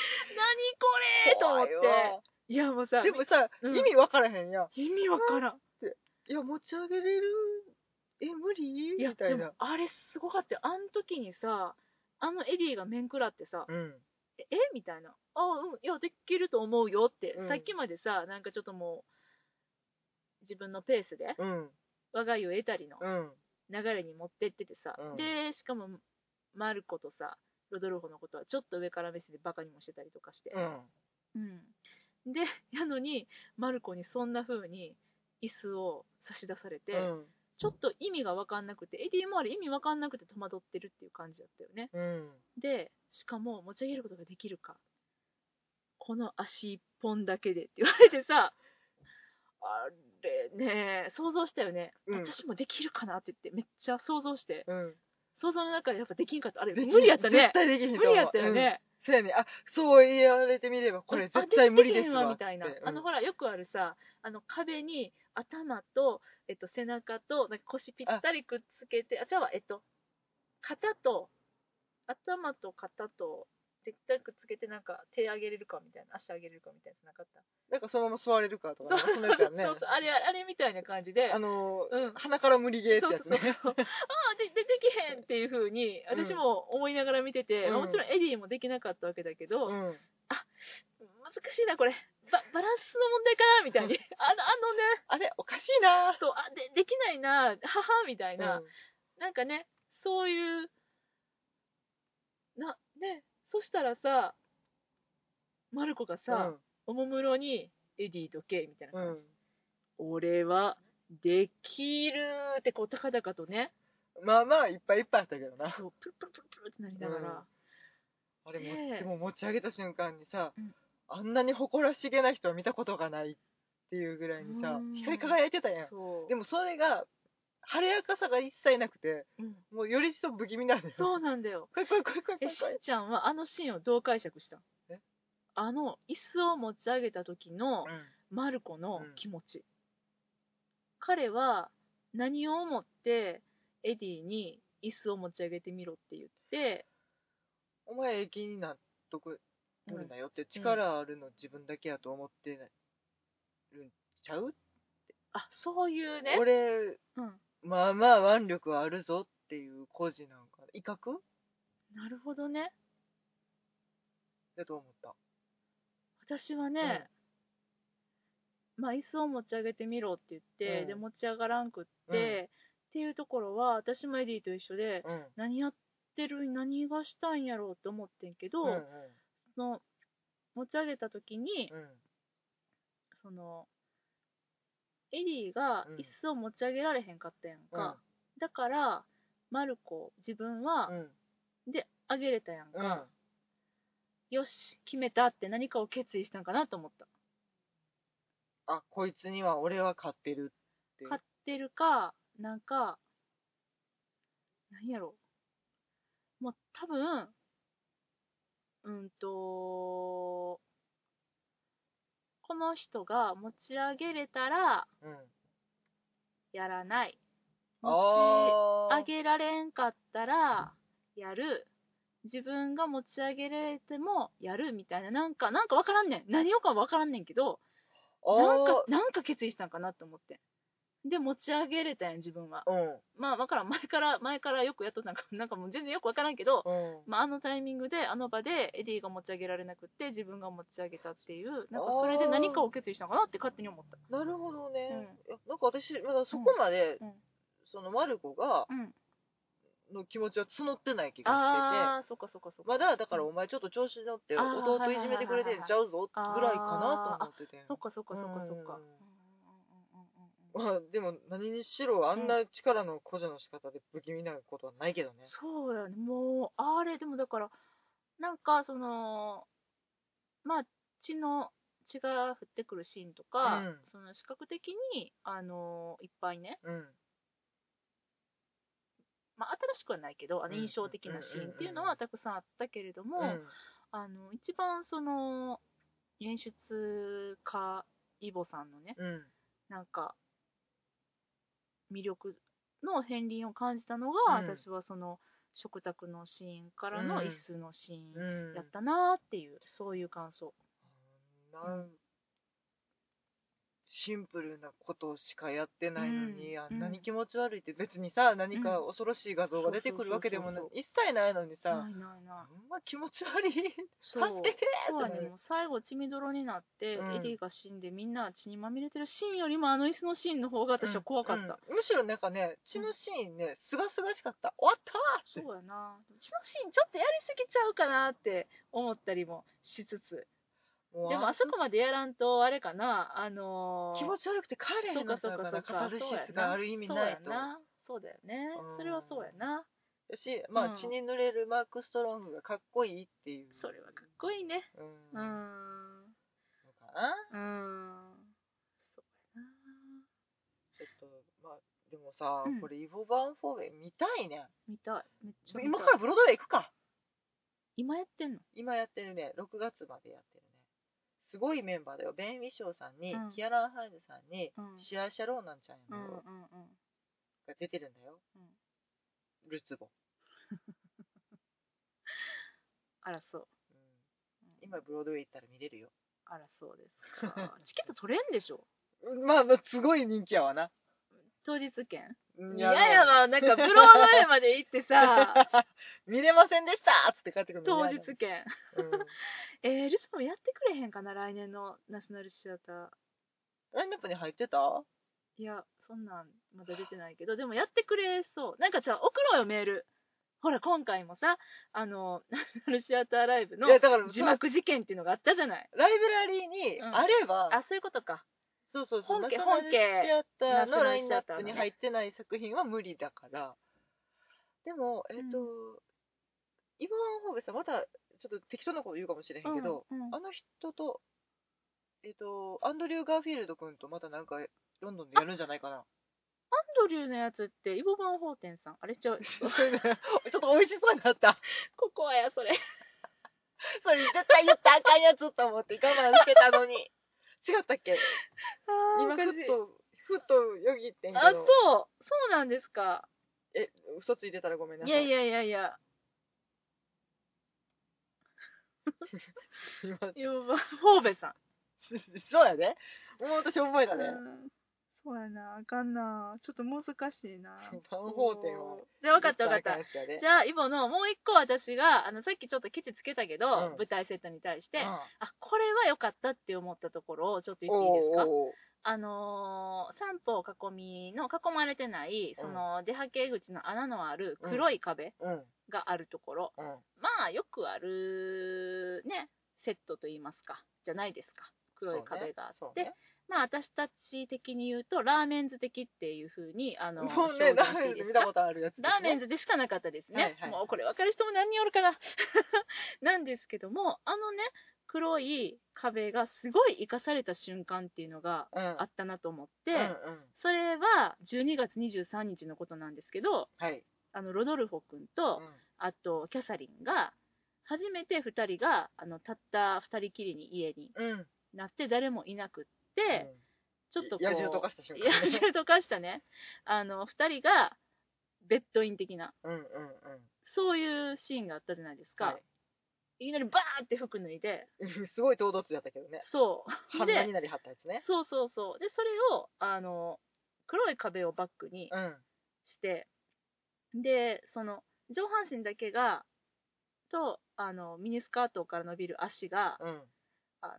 A: れと思っ
B: 怖いわ
A: ていやもうさ
B: でもさ、
A: うん
B: 意味わからへんやん
A: 意味わからん
B: いや持ち上げれるえ無理
A: いや
B: みたい
A: で
B: な
A: もあれすごかったよあの時にさあのエディが面食らってさ
B: うん
A: ええみたいなあうんいやできると思うよって、
B: うん
A: さっきまでさなんかちょっともう自分のペースで
B: うん
A: 我が家を得たりの
B: うん
A: 流れに持ってっててさ、
B: うん
A: でしかもマルコとさロドルフォのことはちょっと上から目線でバカにもしてたりとかして、
B: うん
A: うんでやのにマルコにそんな風に椅子を差し出されて、
B: うん
A: ちょっと意味が分かんなくて ADMR 意味分かんなくて戸惑ってるっていう感じだったよね
B: うん
A: でしかも持ち上げることができるかこの足一本だけでって言われてさあれね想像したよね、
B: うん
A: 私もできるかなって言ってめっちゃ想像して
B: うん
A: 想像の中でやっぱできんかったあれ無理やったね
B: 絶対できひんと
A: 無
B: 思う
A: 理やったよね、
B: そうやねあそう言われてみればこれ絶対無理です
A: あ
B: わ
A: できてへんみたいな、
B: って
A: あのほらよくあるさあの壁に頭と、えっと、背中となんか腰ぴったりくっつけてあじゃあえっと肩と頭と肩とぴったりくっつけてなんか手上げれるかみたいな足上げれるかみたいななかった、
B: なんかそのまま座れるかとかねそのやつやん
A: [laughs]
B: ね
A: そうそうあれあれみたいな感じで
B: あの
A: うん
B: 鼻から無理ゲーって
A: そう
B: や
A: そう
B: つ
A: そうあ
B: ね
A: あででできへんっていう風に私も思いながら見てて、
B: うん
A: もちろんエディもできなかったわけだけど、
B: うん
A: 難しいなこれババランスの問題かなみたいにあのあのね
B: あれおかしいな
A: そうあでできないな母みたいな、
B: うん
A: なんかねそういうなねそしたらさマルコがさ、おもむろにエディとケイみたいな
B: うん
A: 感じ、俺はできるってこう高々とね
B: うんまあまあいっぱいいっぱいあったけどな
A: そうプルプルプルプルってなりながら、
B: あれも、
A: ねえ
B: でも持ち上げた瞬間にさ、
A: うん
B: あんなに誇らしげな人は見たことがないっていうぐらいにさ、
A: うん
B: 光り輝いてたやん
A: そう
B: でもそれが晴れやかさが一切なくて
A: うん
B: もうより一層不気味なんだよ
A: そうなんだよ
B: 怖い怖い怖い怖い
A: え、
B: 怖
A: し
B: い怖い
A: んちゃんはあのシーンをどう解釈したん
B: え
A: あの椅子を持ち上げた時の
B: うん
A: マルコの
B: うん
A: 気持ち、彼は何を思ってエディに椅子を持ち上げてみろって言って、
B: お前駅になっとく取るなよって力あるの自分だけやと思ってるんちゃう、
A: あそういうね、
B: 俺
A: うん、
B: まあまあ腕力はあるぞっていう孤児なんか威嚇
A: なるほどね
B: だと思った
A: 私はね、まあ椅子を持ち上げてみろって言って、
B: うん
A: で持ち上がらんくって、
B: うん
A: っていうところは私もエディと一緒で、
B: うん
A: 何やってる何がしたんやろうと思ってんけど、
B: うんうん
A: その持ち上げた時に、
B: うん
A: そのエディが
B: うん
A: 椅子を持ち上げられへんかったやんか、だからマルコ自分は、
B: うん
A: で上げれたやんか、
B: うん
A: よし決めたって何かを決意したんかなと思った
B: あこいつには俺は勝ってるって
A: 買ってるかなんかなんやろもう多分うんとこの人が持ち上げれたら
B: うん
A: やらない持ち
B: あー
A: 上げられんかったらやる自分が持ち上げられてもやるみたいななんかなんか分からんねん何をか分からんねんけどなんか
B: あ
A: なんか決意したんかなと思ってで持ち上げれたやん自分は
B: ーうん
A: まあ分からん前から [laughs] 前からよくやっとったんかなんかもう全然よく分からんけど、
B: うん
A: まあ、あのタイミングであの場でエディが持ち上げられなくって自分が持ち上げたっていうなんかそれで何かを決意したんかなって勝手に思った
B: なるほどね、いやなんか私まだそこまで、
A: うんうん
B: そのマルコが
A: うん
B: の気持ちは募ってない気がしてて
A: ああーそっかそっかそっか
B: まだだから
A: うん
B: お前ちょっと調子に乗って
A: あー
B: 弟いじめてくれてんちゃうぞぐらいかなと思ってて
A: そっかそっかそっかそっか。
B: うんまあ [laughs] でも何にしろあんな力の補助の仕方で不気味なことはないけどね
A: そうやね、もう、あれ、でもだから、なんか、その、まあ、血の、血が降ってくるシーンとか、
B: うん
A: その視覚的に、あのいっぱいね、
B: うん
A: まあ、新しくはないけど、あの
B: うん
A: 印象的なシーンっていうの
B: う
A: は
B: ん
A: たくさんあったけれども、
B: うん
A: あの、一番、その、演出家、イボさんのね、
B: うん
A: なんか、魅力の片鱗を感じたのが、
B: うん
A: 私はその、食卓のシーンからの
B: うん
A: 椅子のシーン
B: うん
A: やったなーっていう、そういう感想。
B: なんシンプルなことしかやってないのに、
A: うん
B: あんなに気持ち悪いって別にさ何か恐ろしい画像が出てくるわけでもない、
A: そう
B: 一切ないのにさ、
A: ないないない
B: あんま気持ち悪い
A: [laughs] そう
B: 助けて
A: そうや
B: ってな
A: ね
B: る
A: もう最後血みどろになって、
B: うん
A: エディが死んでみんな血にまみれてるシーンよりもあの椅子のシーンの方が私は怖かった、
B: うんむしろなんかね血のシーンねすがすがしかった終わったわって
A: そうやな血のシーンちょっとやりすぎちゃうかなって思ったりもしつつ
B: もう
A: でもあそこまでやらんとあれかなあのー、
B: 気持ち悪くて帰れへんなっちゃう
A: そ
B: から
A: うかそうか
B: カタルシスがある意味
A: そう
B: な
A: や
B: いと
A: なそうだよね、
B: うん
A: それはそうやな
B: だし、まあ
A: うん
B: 血に濡れるマーク・ストロングがかっこいいっていう
A: それはかっこいいね
B: うん
A: う
B: の
A: ん
B: か
A: うんそう
B: な
A: やな
B: ちょっとまあでもさ、
A: うん
B: これイボ・バンフォーベ見たいね
A: 見たいめっちゃ見たい
B: 今からブロードウェイ行くか
A: 今やってんの
B: 今やってるね6月までやってるねすごいメンバーだよベン・ウィショーさんに、
A: うん
B: キアラン・ハイズさんに、
A: うん
B: シア・シャローナンちゃんや
A: う
B: の
A: んうんうん
B: が出てるんだよ、
A: うん
B: ルツボ、
A: あらそう
B: うん
A: うん
B: 今ブロードウェイ行ったら見れるよ
A: あらそうですか [laughs] チケット取れんでしょ
B: まあまあすごい人気やわな
A: 当日券
B: うん
A: 嫌ややわなんかブロードウェイまで行ってさ
B: [laughs] 見れませんでしたっつって帰ってくるの
A: 当
B: 嫌
A: 日
B: や
A: 券
B: な、うん
A: えー、ルツもやってくれへんかな来年のナショナルシアター
B: ラインナップに入ってた
A: いや、そんなんまだ出てないけど、でもやってくれそう。なんかじゃあ送ろうよ、メール。ほら、今回もさ、あの、ナショナルシアターライブの
B: いやだから
A: 字幕事件っていうのがあったじゃない。
B: ライブラリーに
A: うん
B: あれば、
A: あ、そういうことか。
B: そうそうそう
A: 本家
B: ナショナルシアターの
A: 本
B: ラ
A: 家
B: インナ
A: ナショナルシア
B: ップに
A: ターのね
B: 入ってない作品は無理だからでもえっ、と、
A: う
B: イボワン・ホーベさんまたちょっと適当なこと言うかもしれへんけど、
A: うんうん
B: あの人とえっ、とアンドリュー・ガーフィールド君とまたなんかロンドンでやるんじゃないかな [laughs]
A: アンドリューのやつって、イボ・バンホーテンさん。あれちゃう。
B: ちょっと美味しそうになった
A: ここはや、それ。
B: それ絶対言ったらあかんやつと思って我慢してたのに
A: [laughs]
B: 違ったっけ
A: あ
B: 今ふっとふっとよぎってんけど
A: あ、そう。そうなんですか。
B: え嘘ついてたらごめんないさ
A: や
B: い
A: いやいやいや。
B: [laughs] 今
A: イボ・バンホーベさん。
B: [laughs] そうやねもう私覚えたね
A: うんそうやな、あかんな。ちょっと難しいな。 [laughs]
B: バンホーテンは
A: じゃあ、わかったわかった
B: 言。らあんやつやで
A: じゃあ、イボのもう一個私が、あの、さっきちょっとケチつけたけど、
B: うん
A: 舞台セットに対して、
B: うん
A: あ、これは良かったって思ったところをちょっと言っていいですか
B: おーおー
A: あのー、三方囲みの囲まれてない、
B: うん
A: その、出はけ口の穴のある黒い壁
B: おー
A: があるところ、
B: うんうん
A: まあ、よくある、ね、セットと言いますか、じゃないですか。黒い壁があ
B: そ
A: っ
B: う
A: て、
B: ね
A: まあ、私たち的に言うと、ラーメンズ的っていう風に、あのー、
B: もうねラー
A: して
B: メ
A: いい
B: ンで
A: です
B: 見
A: か
B: たことあるやつですね
A: ラーメンズでしかなかったですね。
B: はいはい
A: もうこれ分かる人も何人おるかな。 [laughs] なんですけども、あのね、黒い壁がすごい生かされた瞬間っていうのが
B: うん
A: あったなと思って、
B: うんうん
A: それは12月23日のことなんですけど、
B: はい
A: あのロドルフォ君
B: う
A: と、
B: ん
A: あとキャサリンが、初めて2人があのたった2人きりに家に
B: うん
A: なって、誰もいなくっ
B: うん
A: て、ちょっとこう、
B: 野獣とかした
A: [laughs]
B: 瞬
A: 野
B: 間ね
A: 獣とかしたね、あの2人がベッドイン的な。
B: うんうんうん
A: そういうシーンがあったじゃないですか、、
B: はい
A: きなりバーって服脱いで
B: い [laughs] すごい唐突やったけどね
A: そう
B: 鼻に
A: で
B: なりはったやつね
A: そうそうそうでそれをあの黒い壁をバックに
B: うん
A: して、でその上半身だけがとあのミニスカートから伸びる足が、
B: うん
A: あの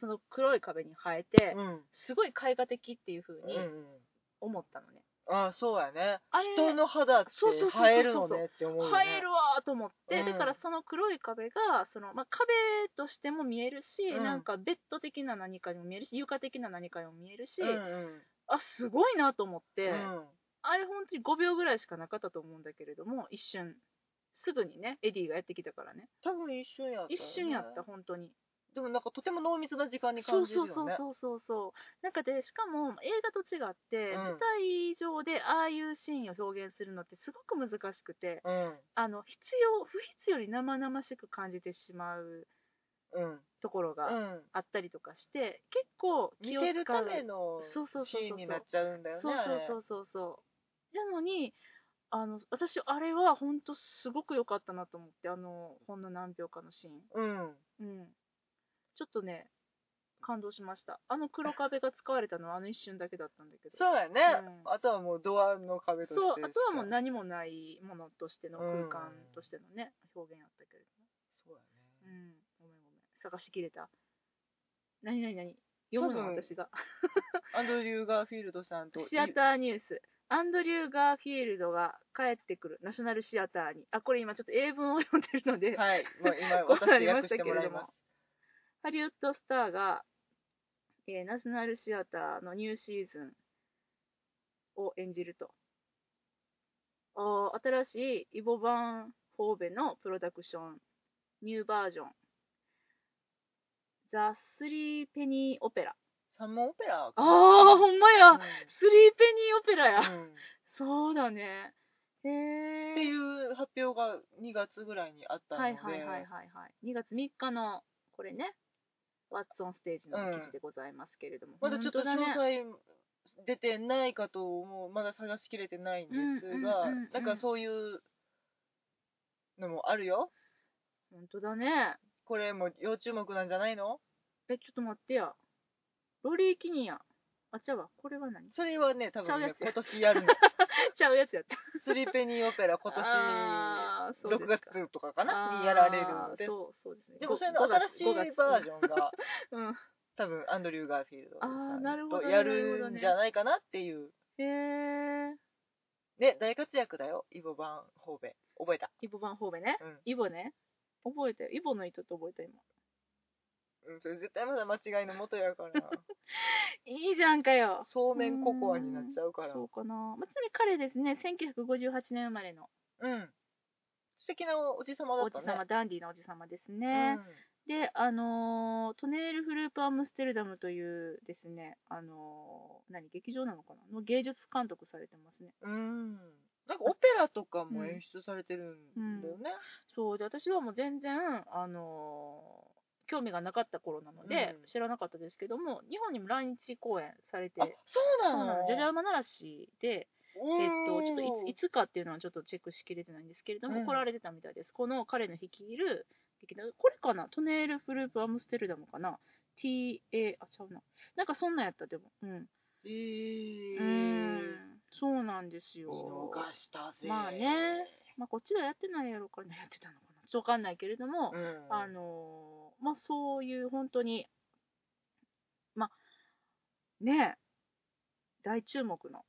A: その黒い壁に生えて、
B: うん
A: すごい絵画的っていう風
B: うん
A: に
B: うん
A: 思ったのね、
B: ああそうやね
A: あれ
B: 人の肌って
A: そうそうそうそうそう
B: 生えるのねって思うよね
A: 映えるわーと思って、
B: うん
A: だからその黒い壁がその、まあ、壁としても見えるし、
B: うん
A: なんかベッド的な何かにも見えるし床的な何かにも見えるし、
B: うんうん
A: あすごいなと思って、
B: うん
A: あれ本当に5秒ぐらいしかなかったと思うんだけれども一瞬すぐにねエディがやってきたからね
B: 多分一瞬やったよね、
A: 一瞬やった本当に、
B: でもなんかとても濃密な時間に
A: そ
B: 感
A: う
B: じるよ
A: そう
B: ね
A: そうそうそうそうなんかでしかも映画と違って、
B: うん
A: 舞台上でああいうシーンを表現するのってすごく難しくてあの必要不必要に生々しく感じてしまう
B: うん
A: ところ
B: う
A: が
B: んうん
A: あったりとかして、結構
B: 見
A: 気を使う
B: せるための
A: そうそうそうそう
B: シーンになっちゃうんだよね
A: そう
B: あれ
A: そうそうそうそうなのにあの私あれは本当すごく良かったなと思ってあのほんの何秒かのシーン
B: うん
A: うんちょっとね感動しましたあの黒壁が使われたのはあの一瞬だけだったんだけど
B: そうやね、
A: うん
B: あとはもうドアの壁として
A: そう
B: しか
A: あとはもう何もないものとしての空間としてのね、表現あったけれども
B: そうや
A: う
B: ね、
A: んごめんごめん探しきれた何何何読む
B: 多
A: の
B: 分
A: 私が
B: アンドリュー・ガーフィールドさんと
A: [laughs] シアターニュース。アンドリュー・ガーフィールドが帰ってくる。ナショナルシアターに。あ、これ今ちょっと英文を読んでるので、
B: はい、もう今
A: こうな
B: 私
A: り
B: が
A: ま
B: 訳
A: し
B: したて
A: け
B: も
A: れ
B: らい
A: ど
B: ま
A: も
B: す。。
A: ハリウッドスターが、えーナショナルシアターのニューシーズンを演じると。あー新しいイボ・バン・フォーベのプロダクション、ニューバージョン、ザ・スリー・ペニー・オペラ。
B: サンモンオペラ
A: あー、
B: ほ
A: ほんまや、スリー・ペニー・オペラや。
B: うんうん
A: そうだね。へ
B: っ
A: え。
B: ていう発表が2月ぐらいにあったの
A: は
B: で、
A: いはいはいはいはい。2月3日のこれね、ワッツオンステージの記事でございますけれども。
B: まだちょっと
A: 本当
B: 詳
A: だね。
B: 細出てないかと思う、まだ探しきれてないんですが、
A: うんうんうんうん
B: なんかそういうのもあるよ。
A: 本当だね。
B: これも要注目なんじゃないの
A: え、ちょっと待ってや。ロリー・キニア。あ、ちゃうわ。これは何ち
B: それはね、多分
A: そ
B: ね、
A: う
B: 今
A: で
B: 年や
A: [laughs]
B: るの。
A: ゃうやつやった。
B: スリペニーオペラ今年
A: あーそうで
B: 6
A: すか
B: 月とかかなにやられるんです
A: あー。そうそうですね。
B: でもそれの
A: ご
B: 新しいバージ
A: ョン。
B: ョンが
A: うん。
B: 多分アンドリュー・ガーフィールド
A: あーなるほ
B: さん
A: ど
B: と
A: ね
B: やるんじゃないかなっていう。
A: へえ。
B: ね、大活躍だよ、イボ・バン・ホーベ。覚えた。
A: イボ版方面ね。
B: うん
A: イボね。覚えたよ。イボの糸って覚えた今。
B: うん、それ絶対まだ間違いの元やから。
A: [laughs] いいじゃんかよ。
B: そうめんココアになっちゃうから。
A: そううかな、まあ、ちなみに彼ですね1958年生まれの
B: ん。素敵なおじさまだ
A: お
B: っ
A: じ
B: た
A: さ
B: ね。
A: ま、ダンディーなおじさまですね、であのートネール・フループ・アムステルダムというですねあのー何劇場なのかなの芸術監督されてますね
B: うん。うん。なんかオペラとかも演出されてるんだよね。
A: そうで私はもう全然あのー興味がなかった頃なので、
B: うん
A: 知らなかったですけども日本にも来日公演されて
B: あ、そう
A: そう
B: な
A: な
B: の
A: のジャジャウマならしでえっと、ちょっといついつかっていうのはちょっとチェックしきれてないんですけれども、
B: うん
A: 来られてたみたいです。この彼の率いる劇団、これかなトネール・フループ・アムステルダムかな ?TA、あ、ちゃうな。なんかそんなんやった、でも。うん。
B: えー、
A: うーん。そうなんです
B: 見
A: よ。
B: 逃したぜ。
A: まあねまあ、こっちではやってないやろうから、やってたのかなちょっとわかんないけれども、
B: うん。
A: あのーまあそういう本当に、まあ、ねえ、大注目の、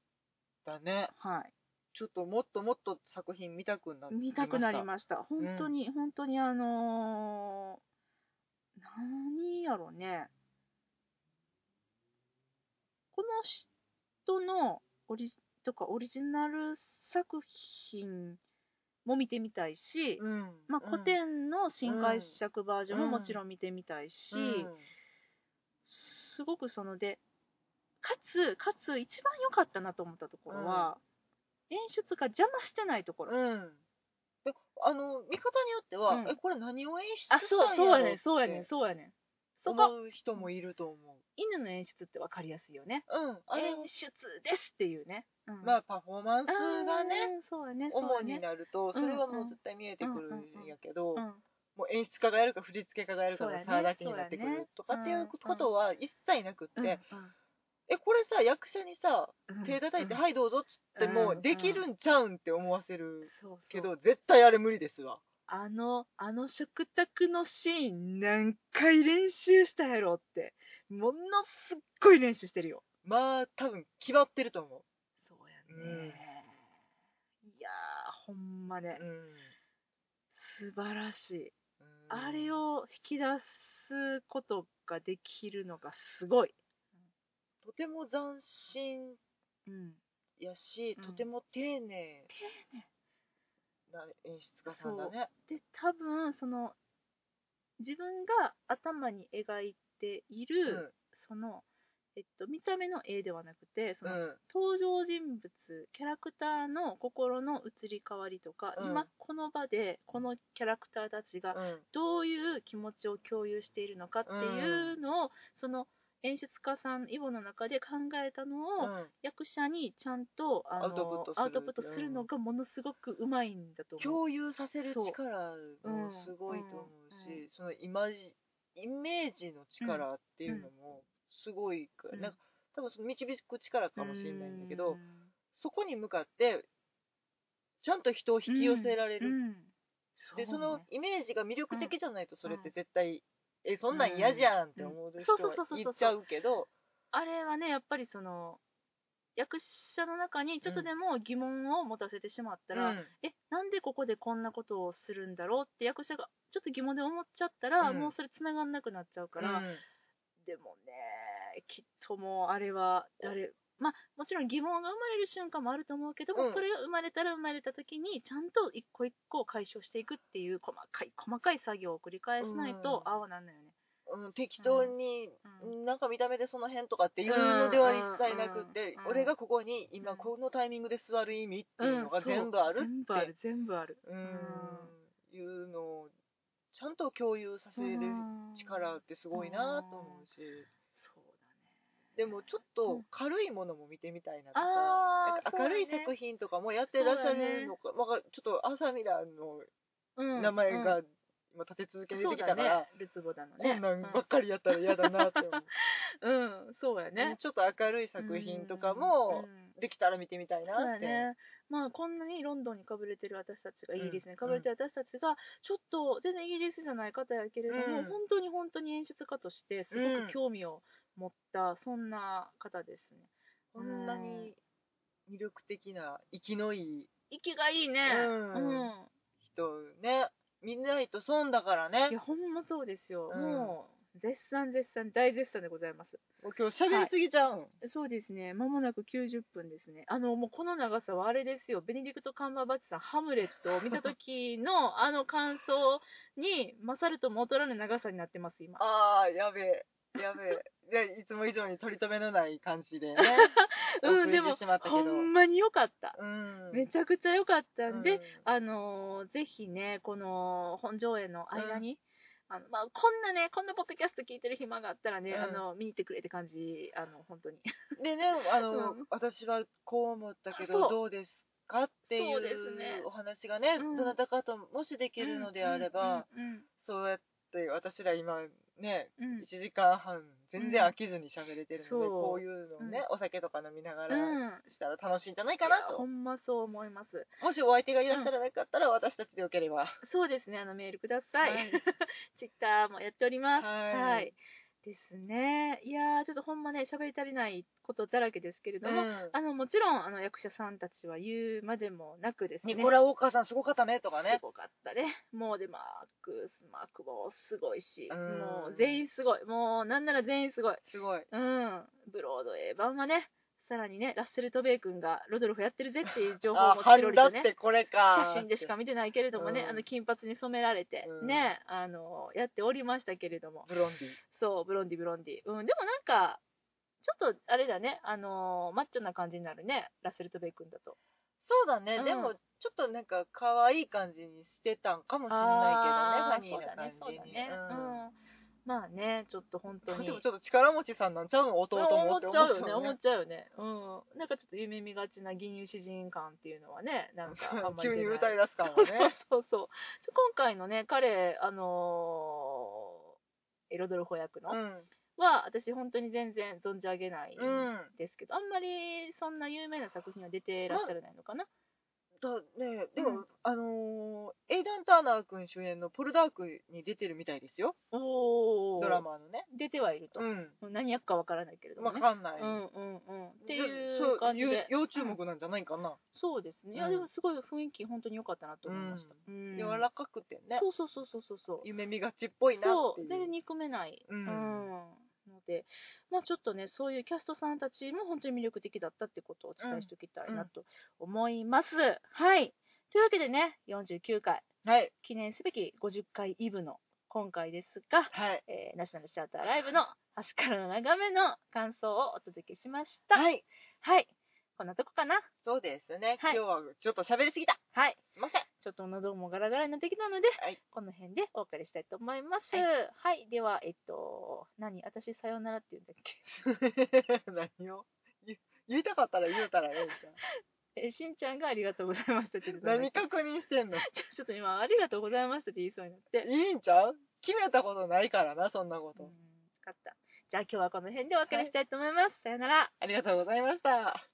B: だね。
A: はい。
B: ちょっともっともっと作品見たくな
A: 見たくなり
B: す。
A: ました。本当に、本当にあのー何やろね。この人のオリジとかオリジナル作品も見てみたいし、
B: うん。
A: まあ、古典の新解釈バージョンももちろん見てみたいし、すごくそので、かつ、かつ一番良かったなと思ったところは、演出が邪魔してないところ。
B: うん。うんであの見方によっては、
A: うん
B: えこれ何を演出した
A: あ
B: ん、や
A: そう、そうやねん、そう
B: ろ
A: や
B: って
A: ねん、そうやねん。そ
B: 思
A: こ、
B: う人もいると思う。
A: 犬の演出って分かりやすいよね。
B: うん、あれ
A: 演出ですっていうね。うん
B: まあパフォーマンス
A: あー
B: がね、
A: そうやね、そう
B: 主
A: や
B: に
A: ね。
B: なると、
A: う
B: そ
A: ん
B: れはもう絶対見えてくるんやけど、
A: うん
B: もう演出家がやるか振り付け家がやるかの
A: そうや
B: 差
A: ね
B: だけになってく
A: そうやね
B: るとかっていうこ
A: うん
B: とは一切なくって、
A: うん
B: えこれさ役者にさ
A: うん
B: 手叩いて「
A: うん
B: はいどうぞ」っつっても
A: うん
B: できるんちゃうんって思わせる
A: そうそう
B: けど絶対あれ無理ですわ
A: あの、あの食卓のシーン何回練習したやろって、ものすっごい練習してるよ。
B: まあ多分決まってると思
A: そうやね。いやー、ほんまね
B: う、う、
A: 素
B: ん、
A: 晴らしい。あれを引き出すことができるのがすごい。
B: とても斬新
A: うん、
B: やし
A: うん
B: とても丁寧な演出家さんだね
A: で多分その自分が頭に描いている、その、えっと、見た目の絵ではなくてそ
B: うん、
A: の、
B: うん
A: 登場人物キャラクターの心の移り変わりとか、
B: うん
A: 今この場でこのキャラクターたちが
B: うん
A: どういう気持ちを共有しているのかっていうのを、その演出家さんイボの中で考えたのを、
B: うん
A: 役者にちゃんとあの
B: アウトプットする
A: アウトプットするのがものすごくうまいんだと思う。
B: 共有させる力もすごいと思う
A: そうう
B: しそのイマジイメージの力っていうのもすごいか、
A: うん
B: なんか多分その導く力かもしれないんだけど、
A: うん
B: そこに向かってちゃんと人を引き寄せられる、
A: うん
B: で
A: う
B: その
A: ね
B: イメージが魅力的じゃないとそれって絶対、えそ
A: ん
B: んなん嫌じゃんって思う人
A: うんそう
B: は
A: そうそうそうそう
B: 言っちゃうけど
A: あれはねやっぱりその役者の中にちょっとでも疑問を持たせてしまったら、
B: うん
A: えなんでここでこんなことをするんだろうって役者がちょっと疑問で思っちゃったら、
B: うん
A: もうそれ繋がんなくなっちゃうから、
B: うん
A: でもねきっともうあれは誰まあもちろん疑問が生まれる瞬間もあると思うけども、
B: うん
A: それが生まれたら生まれた時にちゃんと一個一個解消していくっていう細かい細かい作業を繰り返しないと、
B: うん
A: ああはなんだよね。
B: うん適当に、
A: うん
B: なんか見た目でその辺とかっていうのでは一切なくって、
A: うんうん
B: 俺がここに
A: う
B: 今
A: ん
B: このタイミングで座る意味っていうのが
A: そう
B: 全部ある
A: 全部
B: っ
A: あ
B: て
A: る全部ある
B: うん
A: う
B: いうのをちゃんと共有させる
A: うん
B: 力ってすごいなと思うし、
A: そう
B: でもちょっと軽いものも見てみたいなとか,、
A: あー
B: なんか明るい作品とかもやってらっしゃるのか、まあ、ちょっとアーサー・ミラー
A: だね、う
B: の
A: ん
B: 名前
A: う
B: が
A: ん
B: 今立て続けに
A: そ
B: 出
A: う
B: てき
A: だ
B: たから、
A: ねルツボだの
B: こ
A: ね
B: んなんばっかりやったら嫌だなって思う。
A: うん、うんそうや
B: うん
A: ね
B: ちょっと明るい作品とかも
A: うんうん
B: できたら見てみたい
A: そう
B: な
A: だ
B: って、
A: ねまあこんなにロンドンにかぶれてる私たちが
B: う
A: イ
B: ん
A: ギリスにかぶれてる私たちがちょっと全然イギリスじゃない方やけれども、
B: うん
A: 本当に本当に演出家としてすごく興味を持った、そんな方ですね
B: こんなに魅力的な生きのいい
A: 息がいいね
B: うん
A: うん
B: 人ね見ないと損だからね
A: いやほんまそうですよ、
B: うん
A: もう絶賛絶賛大絶賛でございます
B: もう今日喋りすぎちゃうん、
A: そうですね、まもなく90分ですね。あの、もうこの長さはあれですよ、ベネディクト・カンバーバッチさん、ハムレットを見た時のあの感想に勝るとも劣らぬ長さになってます、今。
B: ああやべえやべえでいつも以上に取り留めのない感じでねお
A: う
B: 送
A: ん、
B: り
A: で
B: し
A: も
B: てしまっ、たけど
A: ほんまに良かった。
B: うん
A: めちゃくちゃ良かったんで、
B: うん
A: あのーぜひね、この本上映の間に、あのまあ、こんなね、こんなポッドキャスト聞いてる暇があったらね、
B: うん
A: あの見に行ってくれって感じ、あの本当に。
B: でねあ
A: う
B: の、
A: ん
B: 私はこう思ったけ
A: そ
B: ど
A: う
B: どうですかってい
A: そうですね
B: うお話がね
A: うん
B: どなたかともしできるのであれば、
A: うん、うん
B: そうやって私ら今ね
A: うんうん
B: 1時間半全然飽きずに喋れてるので、
A: そう
B: こういうのをね、お酒とか飲みながら
A: うん
B: したら楽しいんじゃないかない
A: や
B: と、
A: ほんまそう思います
B: もしお相手がいらっしゃらなかったら私たちでよければ、
A: そうですねあのメールください、
B: はい
A: [laughs] ツイッターもやっております
B: はい
A: ですねいやーちょっとほんまね喋り足りないことだらけですけれど
B: う
A: も、
B: ん
A: あのもちろんあの役者さんたちは言うまでもなくですね
B: ニコラ・ウォーカーさんすごかったねとかね
A: すごかったねもうでマークスマークもすごいし、
B: うん
A: もう全員すごいもうなんなら全員すごい
B: すごい
A: うんブロードウェイ版はねさらにねラッセル・トベイ君がロドルフやってるぜっていう情報
B: あ
A: を持っ
B: ハ
A: てお
B: ン
A: り
B: ダ
A: て
B: っ
A: ね
B: てこれか
A: 写真でしか見てないけれどもね、
B: うん
A: あの金髪に染められて、
B: うん
A: ねあのやっておりましたけれども
B: ブロンディ
A: そうブロンディブロンディ、うん、でもなんかちょっとあれだねあのマッチョな感じになるねラッセルトベイ君だと
B: そうだね、
A: うん
B: でもちょっとなんか可愛い感じにしてたんかもしれ
A: あ
B: な
A: ー
B: いけどねファニーな
A: そ
B: 感
A: うだ
B: じ
A: ね
B: に
A: そうだねうん、まあねちょっと本当
B: うん
A: に
B: でもちょっと力持ちさんなんちゃうの弟もって
A: 思っちゃうよ
B: た
A: ね
B: もん
A: 思っちゃうよねうんなんかちょっと夢見がちな銀融詩人感っていうのはねなんかあんまり出
B: [laughs] 急
A: ない
B: に歌い出すから
A: そう
B: ね。
A: そうそうちょ今回のね彼あのーエロドルフ役の、は私本当に全然存じ上げないん
B: うん。うん。
A: ですけど、あんまりそんな有名な作品は出てらっしゃらないのかな、
B: だね、で
A: う
B: も、あのーエイダン・ターナー君主演のポルダークに出てるみたいですよ。
A: おお
B: ドラマのね。
A: 出てはいると、
B: うん。
A: 何役かわからないけれども
B: わ
A: ね、
B: かんない。
A: うんうんうんってい
B: そうう
A: 感じで
B: 要要注目なんじゃないかな。
A: そうですね、いや
B: うん
A: でもすごい雰囲気本当に良かったなと思いました、うん
B: 柔らかくてね
A: そ。うそうそうそうそうそう
B: 夢見がちっぽいなっ
A: そ
B: ていうう。
A: で憎めない、
B: うん
A: ので、まあ、ちょっとねそういうキャストさんたちも本当に魅力的だったってことをお伝えしておきたいなと思います、はいというわけでね49回
B: はい。
A: 記念すべき50回イブの今回ですが、
B: はい。
A: えーナショナルシアターライブの端からの眺めの感想をお届けしましたはい、
B: はい。
A: こんなとこかな
B: そうですね。
A: はい
B: 今日はちょっと喋りすぎた。
A: はい
B: すいません。
A: ちょっと喉もガラガラになってきたので、
B: はい
A: この辺でお別れしたいと思います。は
B: はいい、
A: では、えっと、何私、さようならって言うんだっけ
B: [laughs] 何を言言いたかったら言うたらいいじ
A: [laughs] え、しんちゃんがありがとうご
B: [laughs]
A: ざいましたって言うん
B: ゃ
A: だっけ
B: ん。何確認してんの
A: ちょちょっと今、ありがとうございましたって言いそうになって、
B: いいんちゃう決めたことないからな、そんなこ
A: うん
B: と。
A: 分かったじゃあ今日はこの辺でお別れしたいと思います、さよなら
B: ありがとうございました。